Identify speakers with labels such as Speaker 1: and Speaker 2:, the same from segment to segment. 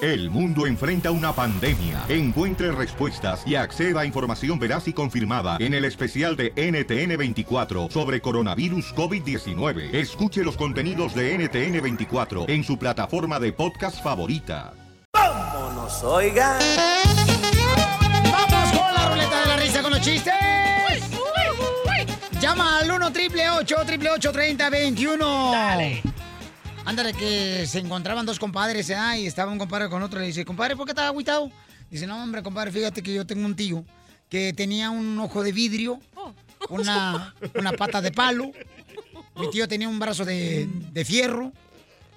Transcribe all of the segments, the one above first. Speaker 1: El mundo enfrenta una pandemia. Encuentre respuestas y acceda a información veraz y confirmada en el especial de NTN24 sobre coronavirus COVID-19. Escuche los contenidos de NTN24 en su plataforma de podcast favorita.
Speaker 2: ¡Vámonos, oiga!
Speaker 3: ¡Vamos con la ruleta de la risa con los chistes! Llama al 1 triple 8 triple 8 30 21. Dale. Ándale, que se encontraban dos compadres, ¿eh? y estaba un compadre con otro. Le dice, compadre, ¿por qué estás agüitado? Dice, no, hombre, compadre, fíjate que yo tengo un tío que tenía un ojo de vidrio, una, una pata de palo. Mi tío tenía un brazo de, de fierro.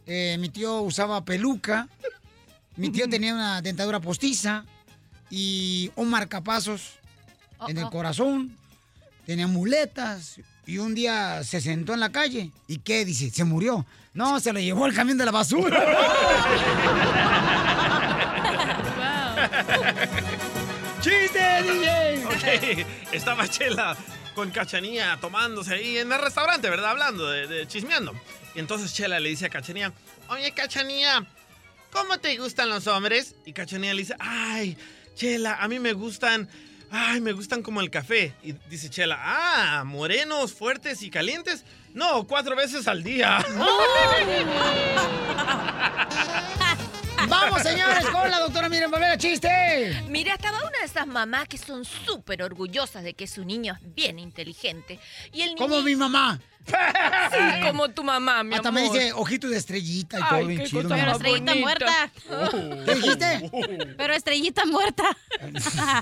Speaker 3: eh, mi tío usaba peluca. Mi tío tenía una dentadura postiza y un marcapasos en el corazón. Tenía muletas y un día se sentó en la calle. ¿Y qué? Dice, se murió. No, se lo llevó el camión de la basura. ¡Chiste, DJ!
Speaker 4: Ok, estaba Chela con Cachanía tomándose ahí en el restaurante, ¿verdad? Hablando, de, de- chismeando. Y entonces Chela le dice a Cachanía, oye, Cachanía, ¿cómo te gustan los hombres? Y Cachanía le dice, ay, Chela, a mí me gustan, ay, me gustan como el café. Y dice Chela, ah, morenos, fuertes y calientes. No, cuatro veces al día.
Speaker 3: Vamos, señores, con la doctora Miren Valera, chiste.
Speaker 5: Mira, estaba una de esas mamás que son súper orgullosas de que su niño es bien inteligente. Y el niño...
Speaker 3: Como mi mamá.
Speaker 5: Sí, como tu mamá, mi
Speaker 3: Hasta
Speaker 5: amor.
Speaker 3: me dice ojitos de estrellita y
Speaker 5: Ay,
Speaker 3: todo bien
Speaker 5: qué
Speaker 3: chido.
Speaker 5: cosa
Speaker 3: mi
Speaker 5: más
Speaker 3: amor. Oh.
Speaker 5: bonita.
Speaker 6: muerta.
Speaker 3: ¿Qué dijiste?
Speaker 6: Pero estrellita muerta.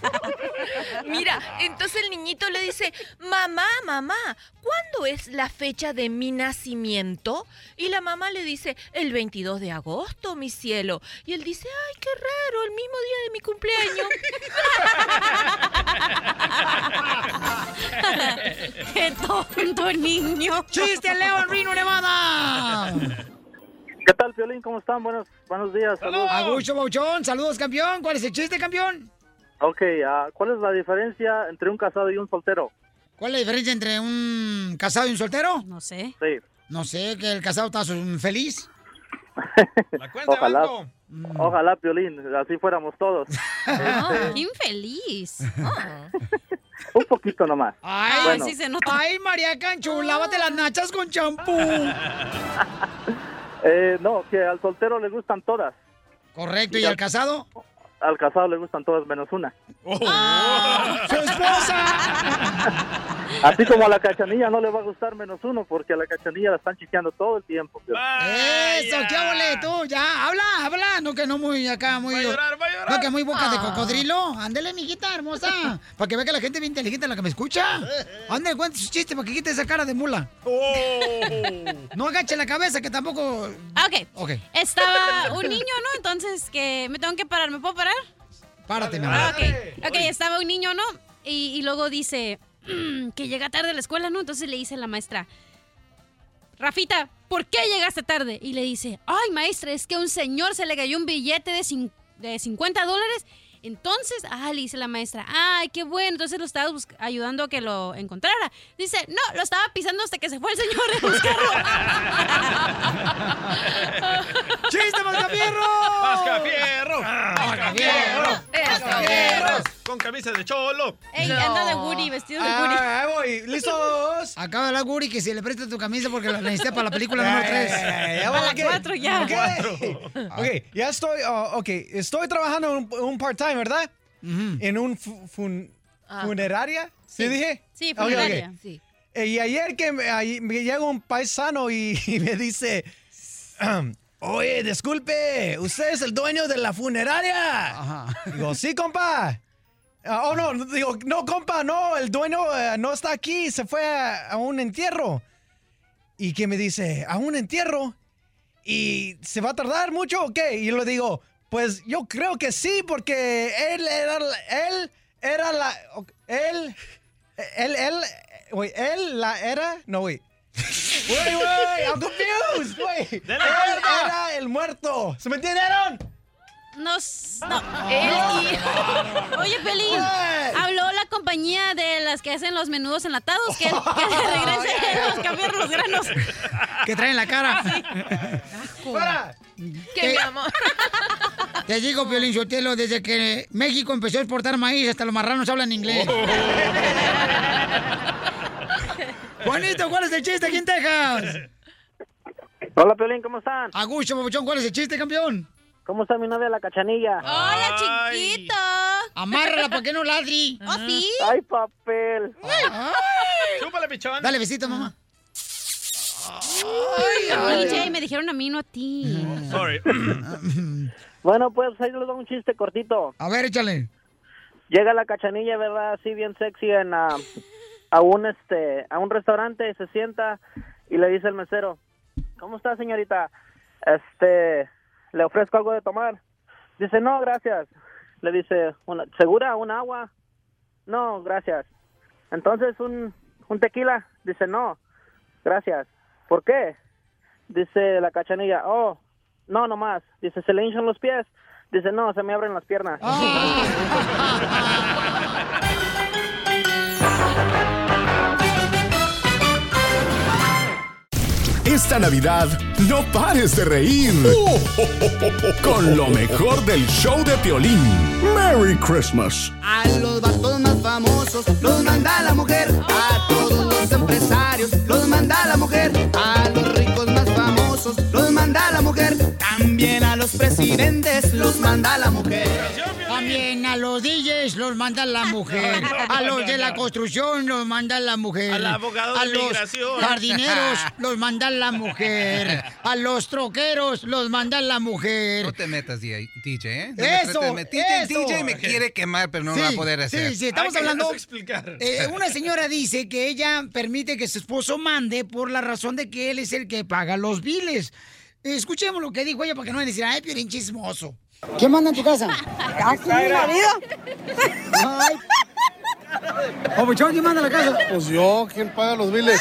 Speaker 5: Mira, entonces el niñito le dice, mamá, mamá, ¿cuándo es la fecha de mi nacimiento? Y la mamá le dice, el 22 de agosto, mi cielo. Y él dice, ay, qué raro, el mismo día de mi cumpleaños.
Speaker 6: ¡Qué tonto niño!
Speaker 3: ¡Chiste, León Rino Nevada!
Speaker 7: ¿Qué tal, Piolín? ¿Cómo están? Buenos, buenos días. Saludos.
Speaker 3: Agucho Bauchón, saludos, campeón. ¿Cuál es el chiste, campeón?
Speaker 7: Ok, ah, ¿cuál es la diferencia entre un casado y un soltero?
Speaker 3: ¿Cuál es la diferencia entre un casado y un soltero? No sé.
Speaker 7: Sí.
Speaker 3: No sé, que el casado está su- feliz.
Speaker 7: Ojalá.
Speaker 3: Mm.
Speaker 7: Ojalá, Piolín, así fuéramos todos.
Speaker 6: Ah, ¡Qué infeliz!
Speaker 7: Un poquito nomás.
Speaker 3: Ay,
Speaker 7: Bueno.
Speaker 3: Ah, sí se nota. Ah. Ay, María Cancho, lávate las nachas con champú.
Speaker 7: Eh, no, que al soltero le gustan todas.
Speaker 3: Correcto, ¿y al casado?
Speaker 7: Al casado le gustan todas menos una.
Speaker 3: ¡Su esposa!
Speaker 7: Así como a la cachanilla no le va a gustar menos uno, porque a la cachanilla la están chiqueando todo el tiempo. Piolín.
Speaker 3: Eso, qué ole, tú, ya, habla, habla, no que no muy acá, muy... No que muy boca de
Speaker 7: Ah.
Speaker 3: cocodrilo, ándele, mijita hermosa, para que vea que la gente bien inteligente la que me escucha. Ándale, cuente sus chistes para que quite esa cara de mula. No agache la cabeza, que tampoco...
Speaker 6: Ah, Ok.
Speaker 3: Ok,
Speaker 6: Estaba un niño, ¿no? Entonces, que me tengo que parar. ¿Me puedo parar?
Speaker 3: párate, mi
Speaker 6: Ah,
Speaker 3: amor.
Speaker 6: ok. Ok, estaba un niño, ¿no? Y, y luego dice mm, que llega tarde a la escuela, ¿no? Entonces le dice la maestra, Rafita, ¿por qué llegaste tarde? Y le dice, ay, maestra, es que a un señor se le cayó un billete de, cin- de 50 dólares. Entonces, ah, le dice la maestra, ay, qué bueno, entonces lo estabas busc- ayudando a que lo encontrara. Dice, no, lo estaba pisando hasta que se fue el señor de buscarlo.
Speaker 3: ¡Chiste, Mascafierro!
Speaker 4: ¡Mascafierro! ¡Mascafierro!
Speaker 6: ¡Mascafierros!
Speaker 4: Con camisa de cholo.
Speaker 6: Ey, anda de Woody, vestido de Woody.
Speaker 3: Ah, ahí voy. ¿Listos? Acaba de hablar Guri que si le presta tu camisa porque la necesita para la película
Speaker 8: Ya,
Speaker 3: número
Speaker 8: ya,
Speaker 3: 3.
Speaker 8: ya, ya, ya, ok. Ok. Ok, ya estoy, oh, ok, estoy trabajando en un, un part-time, ¿verdad? En un fu- fun-
Speaker 6: Ah.
Speaker 8: funeraria, ¿sí, dije? Ah,
Speaker 6: Sí,
Speaker 8: Ok, ok.
Speaker 6: funeraria. Sí.
Speaker 8: Eh, Y ayer que me, ahí me llega un paisano y, y me dice, oye, disculpe, ¿usted es el dueño de la funeraria? Digo, sí, compa. Ah, oh, no, digo, no, compa, no, el dueño eh, no está aquí, se fue a, a un entierro. Y que me dice, ¿a un entierro? ¿Y se va a tardar mucho o qué? Y yo le digo, pues yo creo que sí, porque él era, la- él era la, él, él, él, güey, él la era, no, güey. Güey, güey, I'm confused, güey. Él
Speaker 4: la cuerda.
Speaker 8: era el muerto. ¿Se me entendieron?
Speaker 6: No, s- no.
Speaker 8: No.
Speaker 6: Oye, Pelín, habló la compañía de las que hacen los menudos enlatados, que, que le regresen los cambios los granos.
Speaker 3: Que traen la cara.
Speaker 6: ¿Qué, mi amor?
Speaker 3: Te digo, Piolín Sotelo, desde que México empezó a exportar maíz, hasta los marranos hablan inglés. Juanito, ¿cuál es el chiste aquí en Texas?
Speaker 9: Hola, Piolín, ¿cómo están?
Speaker 3: A gusto, papuchón, ¿cuál es el chiste, campeón?
Speaker 9: ¿Cómo está mi novia, la cachanilla?
Speaker 6: ¡Hola,
Speaker 10: Ah.
Speaker 6: chiquito!
Speaker 3: Amárrala para que no ladri.
Speaker 6: ¿Oh, sí?
Speaker 9: ¡Ay, papel!
Speaker 4: ¡Chúpale, pichón!
Speaker 3: Dale besito, mamá.
Speaker 6: DJ, me dijeron a mí, no a ti.
Speaker 4: Sorry.
Speaker 9: Bueno, pues ahí les doy un chiste cortito.
Speaker 3: A ver, échale.
Speaker 9: Llega la cachanilla, ¿verdad? Así bien sexy en, ah, a, un, este, a un restaurante y se sienta y le dice el mesero, ¿cómo está, señorita? Este, le ofrezco algo de tomar. Dice, no, gracias. Le dice, "Una- ¿segura? ¿Un agua? No, gracias. Entonces, ¿un, un tequila? Dice, no, gracias. ¿Por qué? Dice la cachanilla, oh, no, nomás. Dice, ¿se le hinchan los pies? Dice, no, se me abren las piernas.
Speaker 10: Ah.
Speaker 11: Esta Navidad no pares de reír. Con lo mejor del show de Piolín. Merry Christmas.
Speaker 12: A los vatos más famosos los manda la mujer. A todos los empresarios los manda la mujer. A los ricos más famosos los manda la mujer. También a los presidentes los manda la mujer.
Speaker 3: También a los DJs los manda la mujer. A los de la construcción los manda la mujer.
Speaker 4: Al abogado de
Speaker 3: A los
Speaker 4: migración.
Speaker 3: jardineros los manda la mujer. A los troqueros los manda la
Speaker 13: No
Speaker 3: mujer.
Speaker 13: te metas, DJ, ¿eh? No me
Speaker 3: Eso,
Speaker 13: trates de met- DJ,
Speaker 3: eso.
Speaker 13: DJ me quiere quemar, pero no
Speaker 3: Sí,
Speaker 13: lo va a poder
Speaker 3: sí,
Speaker 13: hacer.
Speaker 3: sí, estamos
Speaker 4: Ay, que
Speaker 3: hablando-
Speaker 4: no sé explicar.
Speaker 3: Eh, una señora dice que ella permite que su esposo mande por la razón de que él es el que paga los biles. Escuchemos lo que dijo ella para que no van a decir, ay, Piolín chismoso. ¿Quién manda en tu casa?
Speaker 14: Aquí Ah, mi marido.
Speaker 3: Ay. Papuchón, ¿quién manda en la casa?
Speaker 10: Pues yo, ¿quién paga los biles?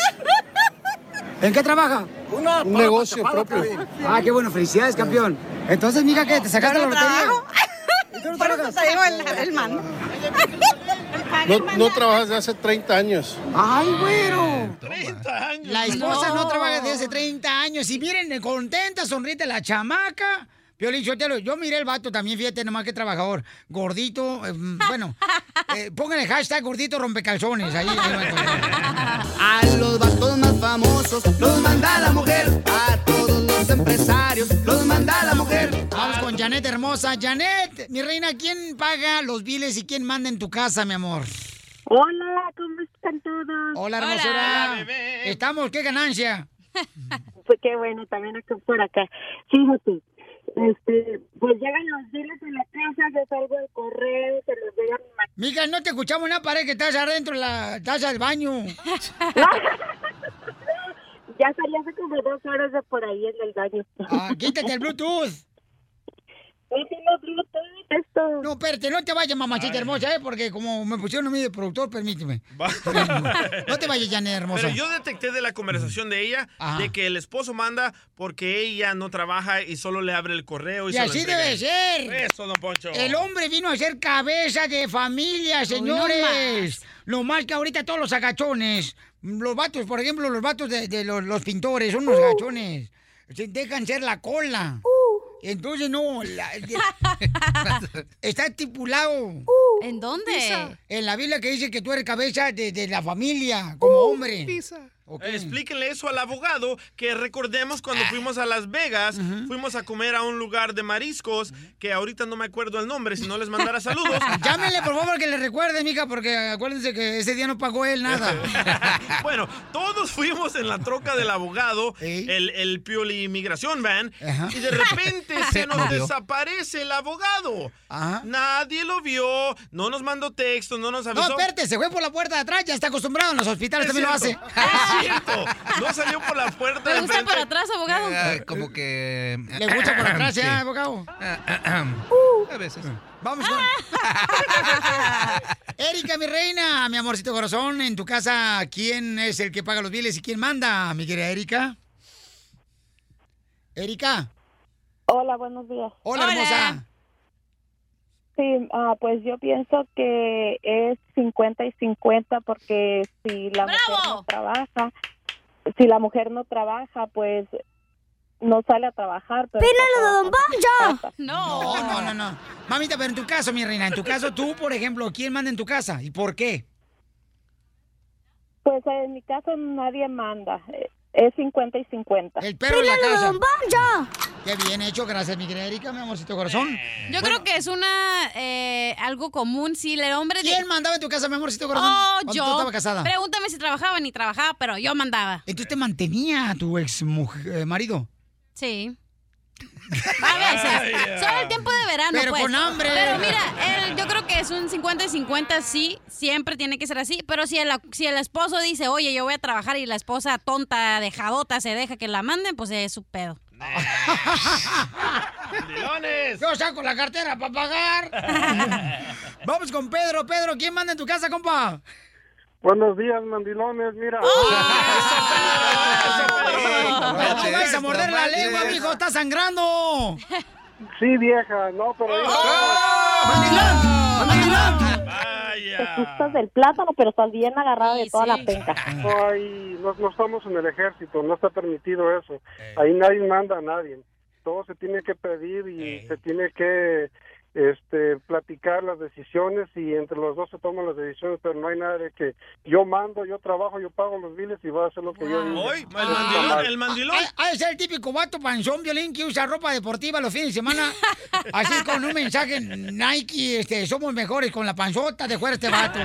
Speaker 3: ¿En qué trabaja?
Speaker 10: Un negocio propio.
Speaker 3: Ah, qué bueno, felicidades, campeón. Entonces, mira que te sacaste la
Speaker 14: Yo no
Speaker 3: lotería.
Speaker 14: trabajo. Por eso te digo el, el man.
Speaker 10: No, no trabajas de hace 30 años.
Speaker 3: ¡Ay, güero! La esposa no. trabaja desde hace 30 años. Y miren, contenta, sonriente la chamaca. Piolín Sotelo, yo miré el vato también, fíjate nomás qué trabajador. Gordito, eh, bueno, eh, pongan el hashtag gordito rompecalzones. Ahí, ahí lo encontrarán.
Speaker 12: A los vatos más famosos los manda la mujer. A todos los empresarios los manda la mujer.
Speaker 3: Vamos con Janet hermosa. Janet, mi reina, ¿quién paga los biles y quién manda en tu casa, mi amor?
Speaker 15: Hola, ¿cómo están todos?
Speaker 3: Hola, hermosura. Estamos, qué ganancia.
Speaker 15: Pues qué bueno, también acá por acá. Fíjate, este, pues llegan los diles de la casa, yo salgo del correo, se los doy a mi mamá.
Speaker 3: Mica, no te escuchamos nada, pared que estás adentro, de la taza del baño.
Speaker 15: Ya salí hace como dos horas de por ahí en el baño.
Speaker 3: Ah, quítate el Bluetooth.
Speaker 15: No tengo Bluetooth, esto.
Speaker 3: No, espérate, no te vayas, mamacita hermosa, ¿eh? Porque como me pusieron a mí de productor, permíteme. No te vayas, Janet hermosa.
Speaker 4: Pero yo detecté de la conversación de ella de que el esposo manda porque ella no trabaja y solo le abre el correo y,
Speaker 3: Y
Speaker 4: se lo
Speaker 3: así
Speaker 4: entrega.
Speaker 3: debe ser.
Speaker 4: Eso, don Poncho.
Speaker 3: El hombre vino a ser cabeza de familia, señores. Lo más que ahorita todos los agachones. Los vatos, por ejemplo, los vatos de, de los, los pintores, son unos agachones. Se dejan ser la cola. Entonces no, la- de- está estipulado.
Speaker 6: ¿En dónde?
Speaker 3: En la Biblia que dice que tú eres cabeza de, de la familia, como hombre.
Speaker 4: Eh, Explíquenle eso al abogado, que recordemos cuando
Speaker 3: Ah.
Speaker 4: fuimos a Las Vegas, fuimos a comer a un lugar de mariscos, que ahorita no me acuerdo el nombre, si no les mandara saludos.
Speaker 3: Llámenle, por favor, que le recuerde, mija, porque acuérdense que ese día no pagó él nada.
Speaker 4: bueno, todos fuimos en la troca del abogado, el, el Pioli Inmigración Van,
Speaker 3: Ajá.
Speaker 4: y de repente
Speaker 3: Se
Speaker 4: se nos
Speaker 3: movió.
Speaker 4: desaparece el abogado. Nadie lo vio, no nos mandó texto, no nos
Speaker 3: No,
Speaker 4: avisó.
Speaker 3: espérate, se fue por la puerta de atrás, ya está acostumbrado, en los hospitales
Speaker 4: Es
Speaker 3: también
Speaker 4: cierto,
Speaker 3: lo hace.
Speaker 4: Es cierto, no salió por la puerta.
Speaker 6: ¿Le
Speaker 4: de
Speaker 6: gusta
Speaker 4: enfrente.
Speaker 6: para atrás, abogado?
Speaker 13: Ah, como que...
Speaker 3: Le gusta por atrás, ya,
Speaker 13: Sí.
Speaker 3: abogado.
Speaker 13: A veces.
Speaker 3: Vamos con. Erika, mi reina, mi amorcito corazón, en tu casa, ¿quién es el que paga los biles y quién manda, mi querida Erika? Erika.
Speaker 15: Hola, buenos días.
Speaker 3: Hola, hermosa.
Speaker 15: Sí, ah, pues yo pienso que es 50 y 50 porque si la mujer no trabaja, si la mujer no trabaja, pues
Speaker 2: no sale a trabajar. Pero
Speaker 15: ah,
Speaker 3: ¡Pílalo
Speaker 2: de Don Poncho!
Speaker 3: No, no, no, no. Mamita, pero en tu caso, mi reina, en tu caso tú, por ejemplo, ¿quién manda en tu casa y por qué?
Speaker 2: Pues en mi caso nadie manda. Eh, Es 50 y 50.
Speaker 3: El perro en la casa. Qué bien hecho, gracias, mi querida Erika, mi amorcito corazón.
Speaker 6: Yo creo que es una eh, algo común, sí, el hombre... ¿Quién
Speaker 3: mandaba en tu casa, mi amorcito corazón,
Speaker 6: Oh,
Speaker 3: cuando
Speaker 6: yo.
Speaker 3: tú estabas casada?
Speaker 6: Pregúntame si trabajaba ni trabajaba, pero yo mandaba.
Speaker 3: Entonces te mantenía tu ex mujer- eh, marido.
Speaker 6: Sí. A veces. Solo el tiempo de verano,
Speaker 3: Pero
Speaker 6: pues.
Speaker 3: con hambre.
Speaker 6: Pero mira, el- yo creo que es un 50 y 50, sí. Siempre tiene que ser así. Pero si el, si el esposo dice, oye, yo voy a trabajar y la esposa tonta, dejadota, se deja que la manden, pues es su pedo.
Speaker 3: Yo saco la cartera para pagar. Vamos con Pedro. Pedro, ¿quién manda en tu casa, compa?
Speaker 16: Buenos días, mandilones, mira.
Speaker 3: No me vais a morder la lengua, mijo, está sangrando.
Speaker 16: Sí, vieja, no, pero...
Speaker 2: Te gustas del plátano, pero estás bien agarrada de toda la penca.
Speaker 16: No, hay, no, no estamos en el ejército, no está permitido eso. Ahí nadie manda a nadie. Todo se tiene que pedir y se tiene que este, platicar las decisiones y entre los dos se toman las decisiones, pero no hay nada de que yo mando, yo trabajo, yo pago los biles y va a hacer lo que yo diga.
Speaker 3: Ah. mandilón. Ha de ser el típico vato panzón violín que usa ropa deportiva los fines de semana. Así con un mensaje Nike, este, somos mejores con la panzota de fuera este vato.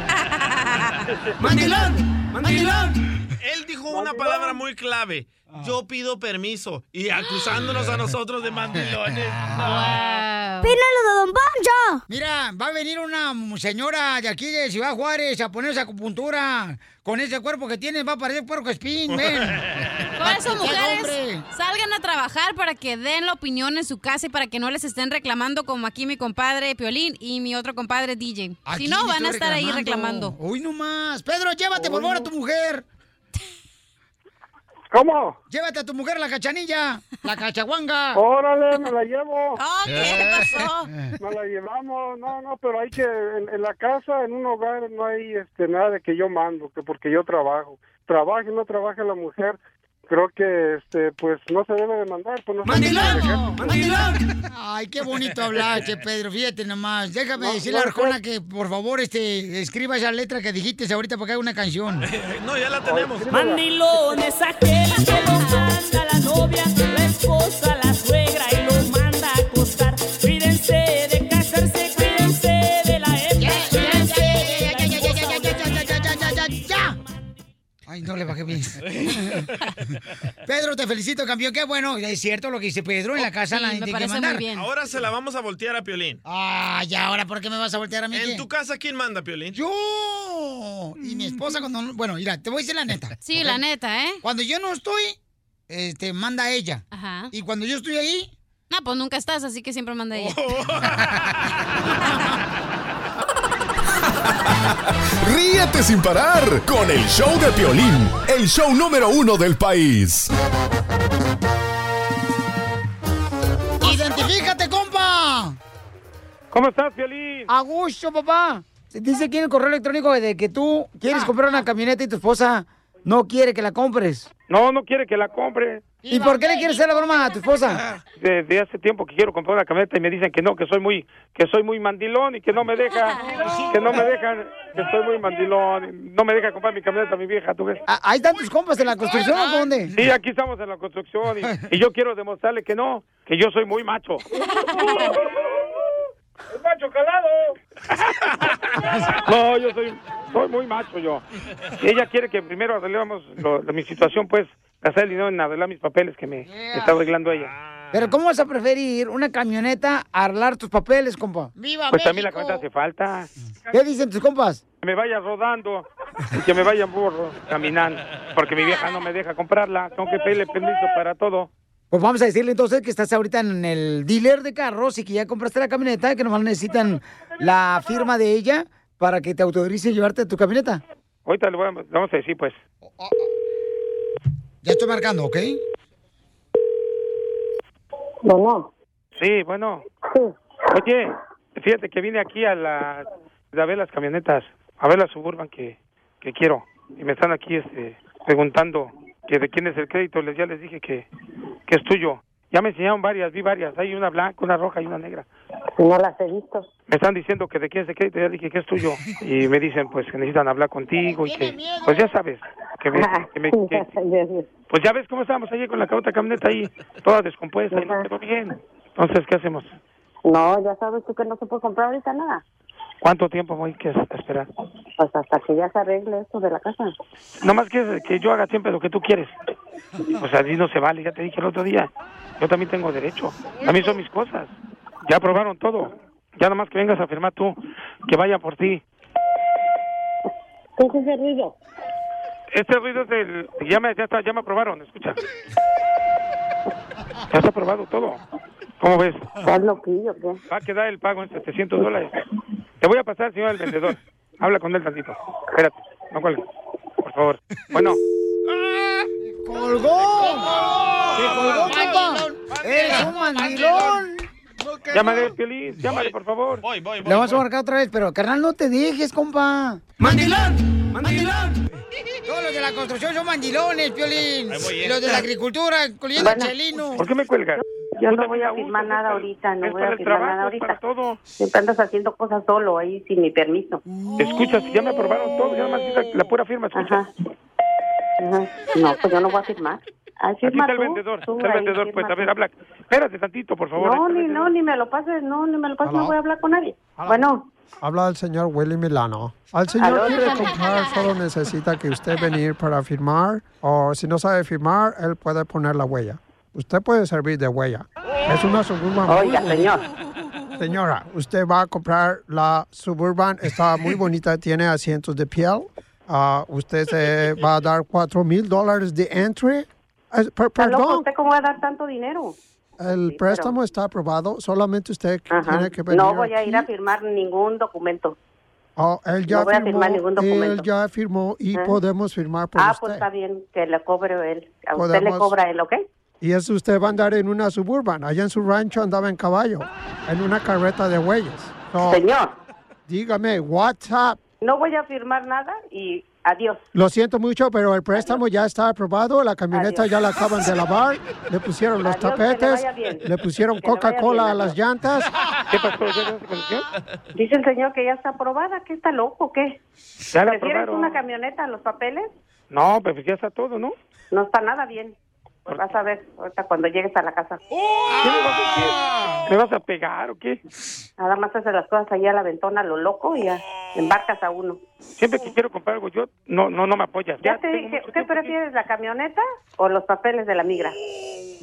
Speaker 3: ¡Mandilón! ¡Mandilón! Ah.
Speaker 4: Él dijo una palabra muy clave. Yo pido permiso. Y acusándonos a nosotros de mandilones.
Speaker 3: Ah. de Don Pancho! Mira, va a venir una señora de aquí de Ciudad Juárez a ponerse acupuntura. Con ese cuerpo que tiene, va a parecer puerco espín, ven.
Speaker 6: Por eso,
Speaker 3: Practicar,
Speaker 6: mujeres,
Speaker 3: hombre.
Speaker 6: salgan a trabajar para que den la opinión en su casa y para que no les estén reclamando como aquí mi compadre Piolín y mi otro compadre DJ.
Speaker 3: Aquí
Speaker 6: si no,
Speaker 3: me
Speaker 6: van
Speaker 3: estoy
Speaker 6: a estar ahí reclamando.
Speaker 3: Uy, no más. Pedro, llévate por favor a tu mujer.
Speaker 16: ¿Cómo?
Speaker 3: Llévate a tu mujer la cachanilla, la cachaguanga.
Speaker 16: Órale, me la llevo.
Speaker 6: pasó?
Speaker 16: Nos la llevamos, no, no, pero hay que, en, en la casa, en un hogar, no hay este, nada de que yo mando, que porque yo trabajo. Trabaje, no trabaje la mujer, creo que, este, pues, no se debe demandar. Pues, no se debe dejar.
Speaker 3: Ay, qué bonito hablaste, Pedro. Fíjate nomás. Déjame
Speaker 4: No,
Speaker 3: decirle a
Speaker 4: no,
Speaker 3: Arjona que, por favor, este, escriba esa letra que dijiste ahorita para que haga una canción.
Speaker 4: No, ya la tenemos.
Speaker 3: Mandilones, aquel que lo manda la novia, la esposa, la suegra y los manda a acostar. Cuídense de casarse, cuídense de la ¡Ya! Ay, no le bajé bien. Pedro, te felicito, campeón. Qué bueno. Es cierto lo que dice Pedro.
Speaker 6: Oh,
Speaker 3: En la casa la gente tiene que mandar.
Speaker 4: Ahora se la vamos a voltear a Piolín.
Speaker 3: Ah, ya, ahora, ¿por qué me vas a voltear a mí?
Speaker 4: En
Speaker 3: qué?
Speaker 4: tu casa, ¿quién manda, Piolín?
Speaker 3: Yo y mi esposa cuando no- bueno, mira, te voy a decir la neta.
Speaker 6: Mm. Sí, la neta, ¿eh?
Speaker 3: Cuando yo no estoy, este manda ella.
Speaker 6: Ajá.
Speaker 3: Y cuando yo estoy ahí,
Speaker 6: No, pues nunca estás, así que siempre manda ella.
Speaker 11: Ríete sin parar con el show de Piolín, el show número uno del país.
Speaker 3: identifícate, compa.
Speaker 16: ¿Cómo estás, Violín?
Speaker 3: A gusto, papá. Se Dice aquí en el correo electrónico de que tú
Speaker 6: Ah.
Speaker 3: quieres comprar una camioneta y tu esposa no quiere que la compres.
Speaker 16: No, no quiere que la compre.
Speaker 3: ¿Y por qué le quieres hacer la broma a tu esposa?
Speaker 16: Desde hace tiempo que quiero comprar una camioneta y me dicen que no, que soy muy, que soy muy mandilón y que no me deja, que no me dejan, que soy muy mandilón, y no me deja comprar mi camioneta, mi vieja, ¿tú ves?
Speaker 3: A- Ahí están tus compas en la construcción o dónde?
Speaker 16: Sí, aquí estamos en la construcción y, y yo quiero demostrarle que no, que yo soy muy macho. ¡El macho calado! No, yo soy, soy muy macho yo. Y ella quiere que primero arreglemos lo- lo- mi situación, pues, gastar el dinero en arreglar mis papeles que me me está arreglando ella.
Speaker 3: Pero ¿cómo vas a preferir una camioneta a arreglar tus papeles, compa? ¡Viva
Speaker 16: Pues también la camioneta hace falta.
Speaker 3: ¿Qué dicen tus compas?
Speaker 16: Que me vaya rodando y que me vaya burro caminando, porque mi vieja no me deja comprarla, tengo que pedirle permiso para todo.
Speaker 3: Pues vamos a decirle entonces que estás ahorita en el dealer de carros y que ya compraste la camioneta, que nomás necesitan la firma de ella para que te autorice llevarte tu camioneta.
Speaker 16: Ahorita le voy a- le vamos a decir, pues.
Speaker 3: Ya estoy marcando, ¿ok?
Speaker 16: Bueno. Sí, bueno. Oye, fíjate que vine aquí a la a ver las camionetas, a ver la suburban que, que quiero. Y me están aquí este preguntando que de quién es el crédito. Les ya les dije que, que es tuyo. Ya me enseñaron varias, vi varias. Hay una blanca, una roja y una negra.
Speaker 15: No las he visto.
Speaker 16: Me están diciendo que de quién se crédito, ya dije que es tuyo. Y me dicen, pues, que necesitan hablar contigo y que... Pues ya sabes, que me- que me- que- Pues ya ves cómo estábamos ayer con la otra camioneta ahí, toda descompuesta y no quedó bien. Entonces, ¿qué hacemos?
Speaker 15: No, ya sabes tú que no se puede comprar ahorita nada.
Speaker 16: ¿Cuánto tiempo voy que es- esperar?
Speaker 15: Pues hasta que ya se arregle esto de la casa.
Speaker 16: Nomás que, que yo haga siempre lo que tú quieres. Pues así no se vale, ya te dije el otro día. Yo también tengo derecho. A mí son mis cosas. Ya aprobaron todo. Ya nomás que vengas a firmar tú, que vaya por ti.
Speaker 15: ¿Qué es ese ruido?
Speaker 16: Este ruido es del... Ya me, ya está, ya me aprobaron, escucha. Ya está aprobado todo. ¿Cómo ves?
Speaker 15: ¿Estás loquillo qué?
Speaker 16: Va a quedar el pago en 700 dólares. Te voy a pasar, señor, al vendedor. Habla con él tantito. Espérate, no cuelgues. Por favor. Bueno.
Speaker 3: ¡Colgó! ¡Se colgó, compa! ¡Eres un mandilón!
Speaker 16: Llámale, Piolín, llámale, por favor. Voy, voy,
Speaker 3: Le vamos a marcar otra vez, pero carnal, no te dejes, compa. ¡Mandilón! ¡Mandilón! Todos los de la construcción son mandilones, Piolín.
Speaker 16: Ahí voy,
Speaker 3: Y
Speaker 16: eh.
Speaker 3: los de la agricultura, incluyendo a
Speaker 15: Bueno.
Speaker 3: Chelino.
Speaker 16: ¿Por qué me cuelgas?
Speaker 15: Yo no voy a firmar nada ahorita, no
Speaker 16: es
Speaker 15: voy
Speaker 16: para
Speaker 15: a
Speaker 16: el
Speaker 15: firmar
Speaker 16: trabajo,
Speaker 15: nada
Speaker 16: es
Speaker 15: ahorita.
Speaker 16: para todo.
Speaker 15: Siempre andas haciendo cosas solo ahí sin mi permiso.
Speaker 16: Escucha, si ya me aprobaron todo, ya nomás la, la pura firma, escucha.
Speaker 15: Ajá. No, pues yo no voy a firmar. Ahí
Speaker 16: Aquí
Speaker 15: firma
Speaker 16: está el
Speaker 15: tú,
Speaker 16: vendedor,
Speaker 15: tú
Speaker 16: está el
Speaker 15: ahí
Speaker 16: vendedor, pues
Speaker 15: firma
Speaker 16: a ver, habla. Espérate tantito, por favor. ¿eh?
Speaker 15: No,
Speaker 16: está el
Speaker 15: ni, no, ni me lo pases, no, ni me lo pases,
Speaker 17: Hello.
Speaker 15: no voy a hablar con nadie. Bueno,
Speaker 17: Habla el señor Willy Milano. Al señor
Speaker 15: Aló,
Speaker 17: quiere
Speaker 15: dígame.
Speaker 17: comprar, solo necesita que usted venir para firmar. O si no sabe firmar, él puede poner la huella. Usted puede servir de huella. Es una suburban. muy
Speaker 15: Oiga,
Speaker 17: bonita.
Speaker 15: señor.
Speaker 17: Señora, usted va a comprar la suburban. Está muy bonita, tiene asientos de piel. Ah, usted se va a dar cuatro mil dólares de entry. Eh, per-
Speaker 15: ¿está loco?
Speaker 17: perdón,
Speaker 15: ¿Usted cómo va a dar tanto dinero?
Speaker 17: el préstamo está aprobado. Solamente usted tiene que venir.
Speaker 15: No voy a ir a
Speaker 17: aquí.
Speaker 15: firmar ningún documento.
Speaker 17: Oh, él ya
Speaker 15: No voy a
Speaker 17: firmó,
Speaker 15: firmar ningún documento.
Speaker 17: Él ya firmó y
Speaker 15: ¿Eh?
Speaker 17: podemos firmar por
Speaker 15: ah,
Speaker 17: usted.
Speaker 15: pues está bien, que le cobre él. A usted le
Speaker 17: Podemos-
Speaker 15: cobra él, ¿ok?
Speaker 17: Y eso usted va a andar en una suburban. Allá en su rancho andaba en caballo, en una carreta de bueyes. So,
Speaker 15: Señor.
Speaker 17: Dígame, what's up?
Speaker 15: No voy a firmar nada y adiós.
Speaker 17: Lo siento mucho, pero el préstamo ya está aprobado. La camioneta ya la acaban de lavar. Le pusieron los
Speaker 15: Adiós, que le
Speaker 17: tapetes.
Speaker 15: vaya bien.
Speaker 17: Le pusieron
Speaker 15: Que le vaya
Speaker 17: Coca-Cola
Speaker 15: bien,
Speaker 17: a las
Speaker 15: adiós.
Speaker 17: llantas.
Speaker 16: ¿Qué pasó? ¿Ya no se conoció?
Speaker 15: Dice el señor que ya está aprobada, que está loco, o ¿qué?
Speaker 16: Ya la
Speaker 15: ¿Prefieres
Speaker 16: aprobaron.
Speaker 15: una camioneta a los papeles?
Speaker 16: No, pues ya está todo, ¿no?
Speaker 15: No está nada bien. Pues vas a ver ahorita cuando llegues a la casa.
Speaker 16: ¿Me vas a pegar o qué?
Speaker 15: Nada más haces las cosas allá a la ventona, lo loco, y ya embarcas a uno.
Speaker 16: Siempre que quiero comprar algo, yo no, no, no me apoyas.
Speaker 15: Ya te dije, ¿qué prefieres, la camioneta o los papeles de la migra?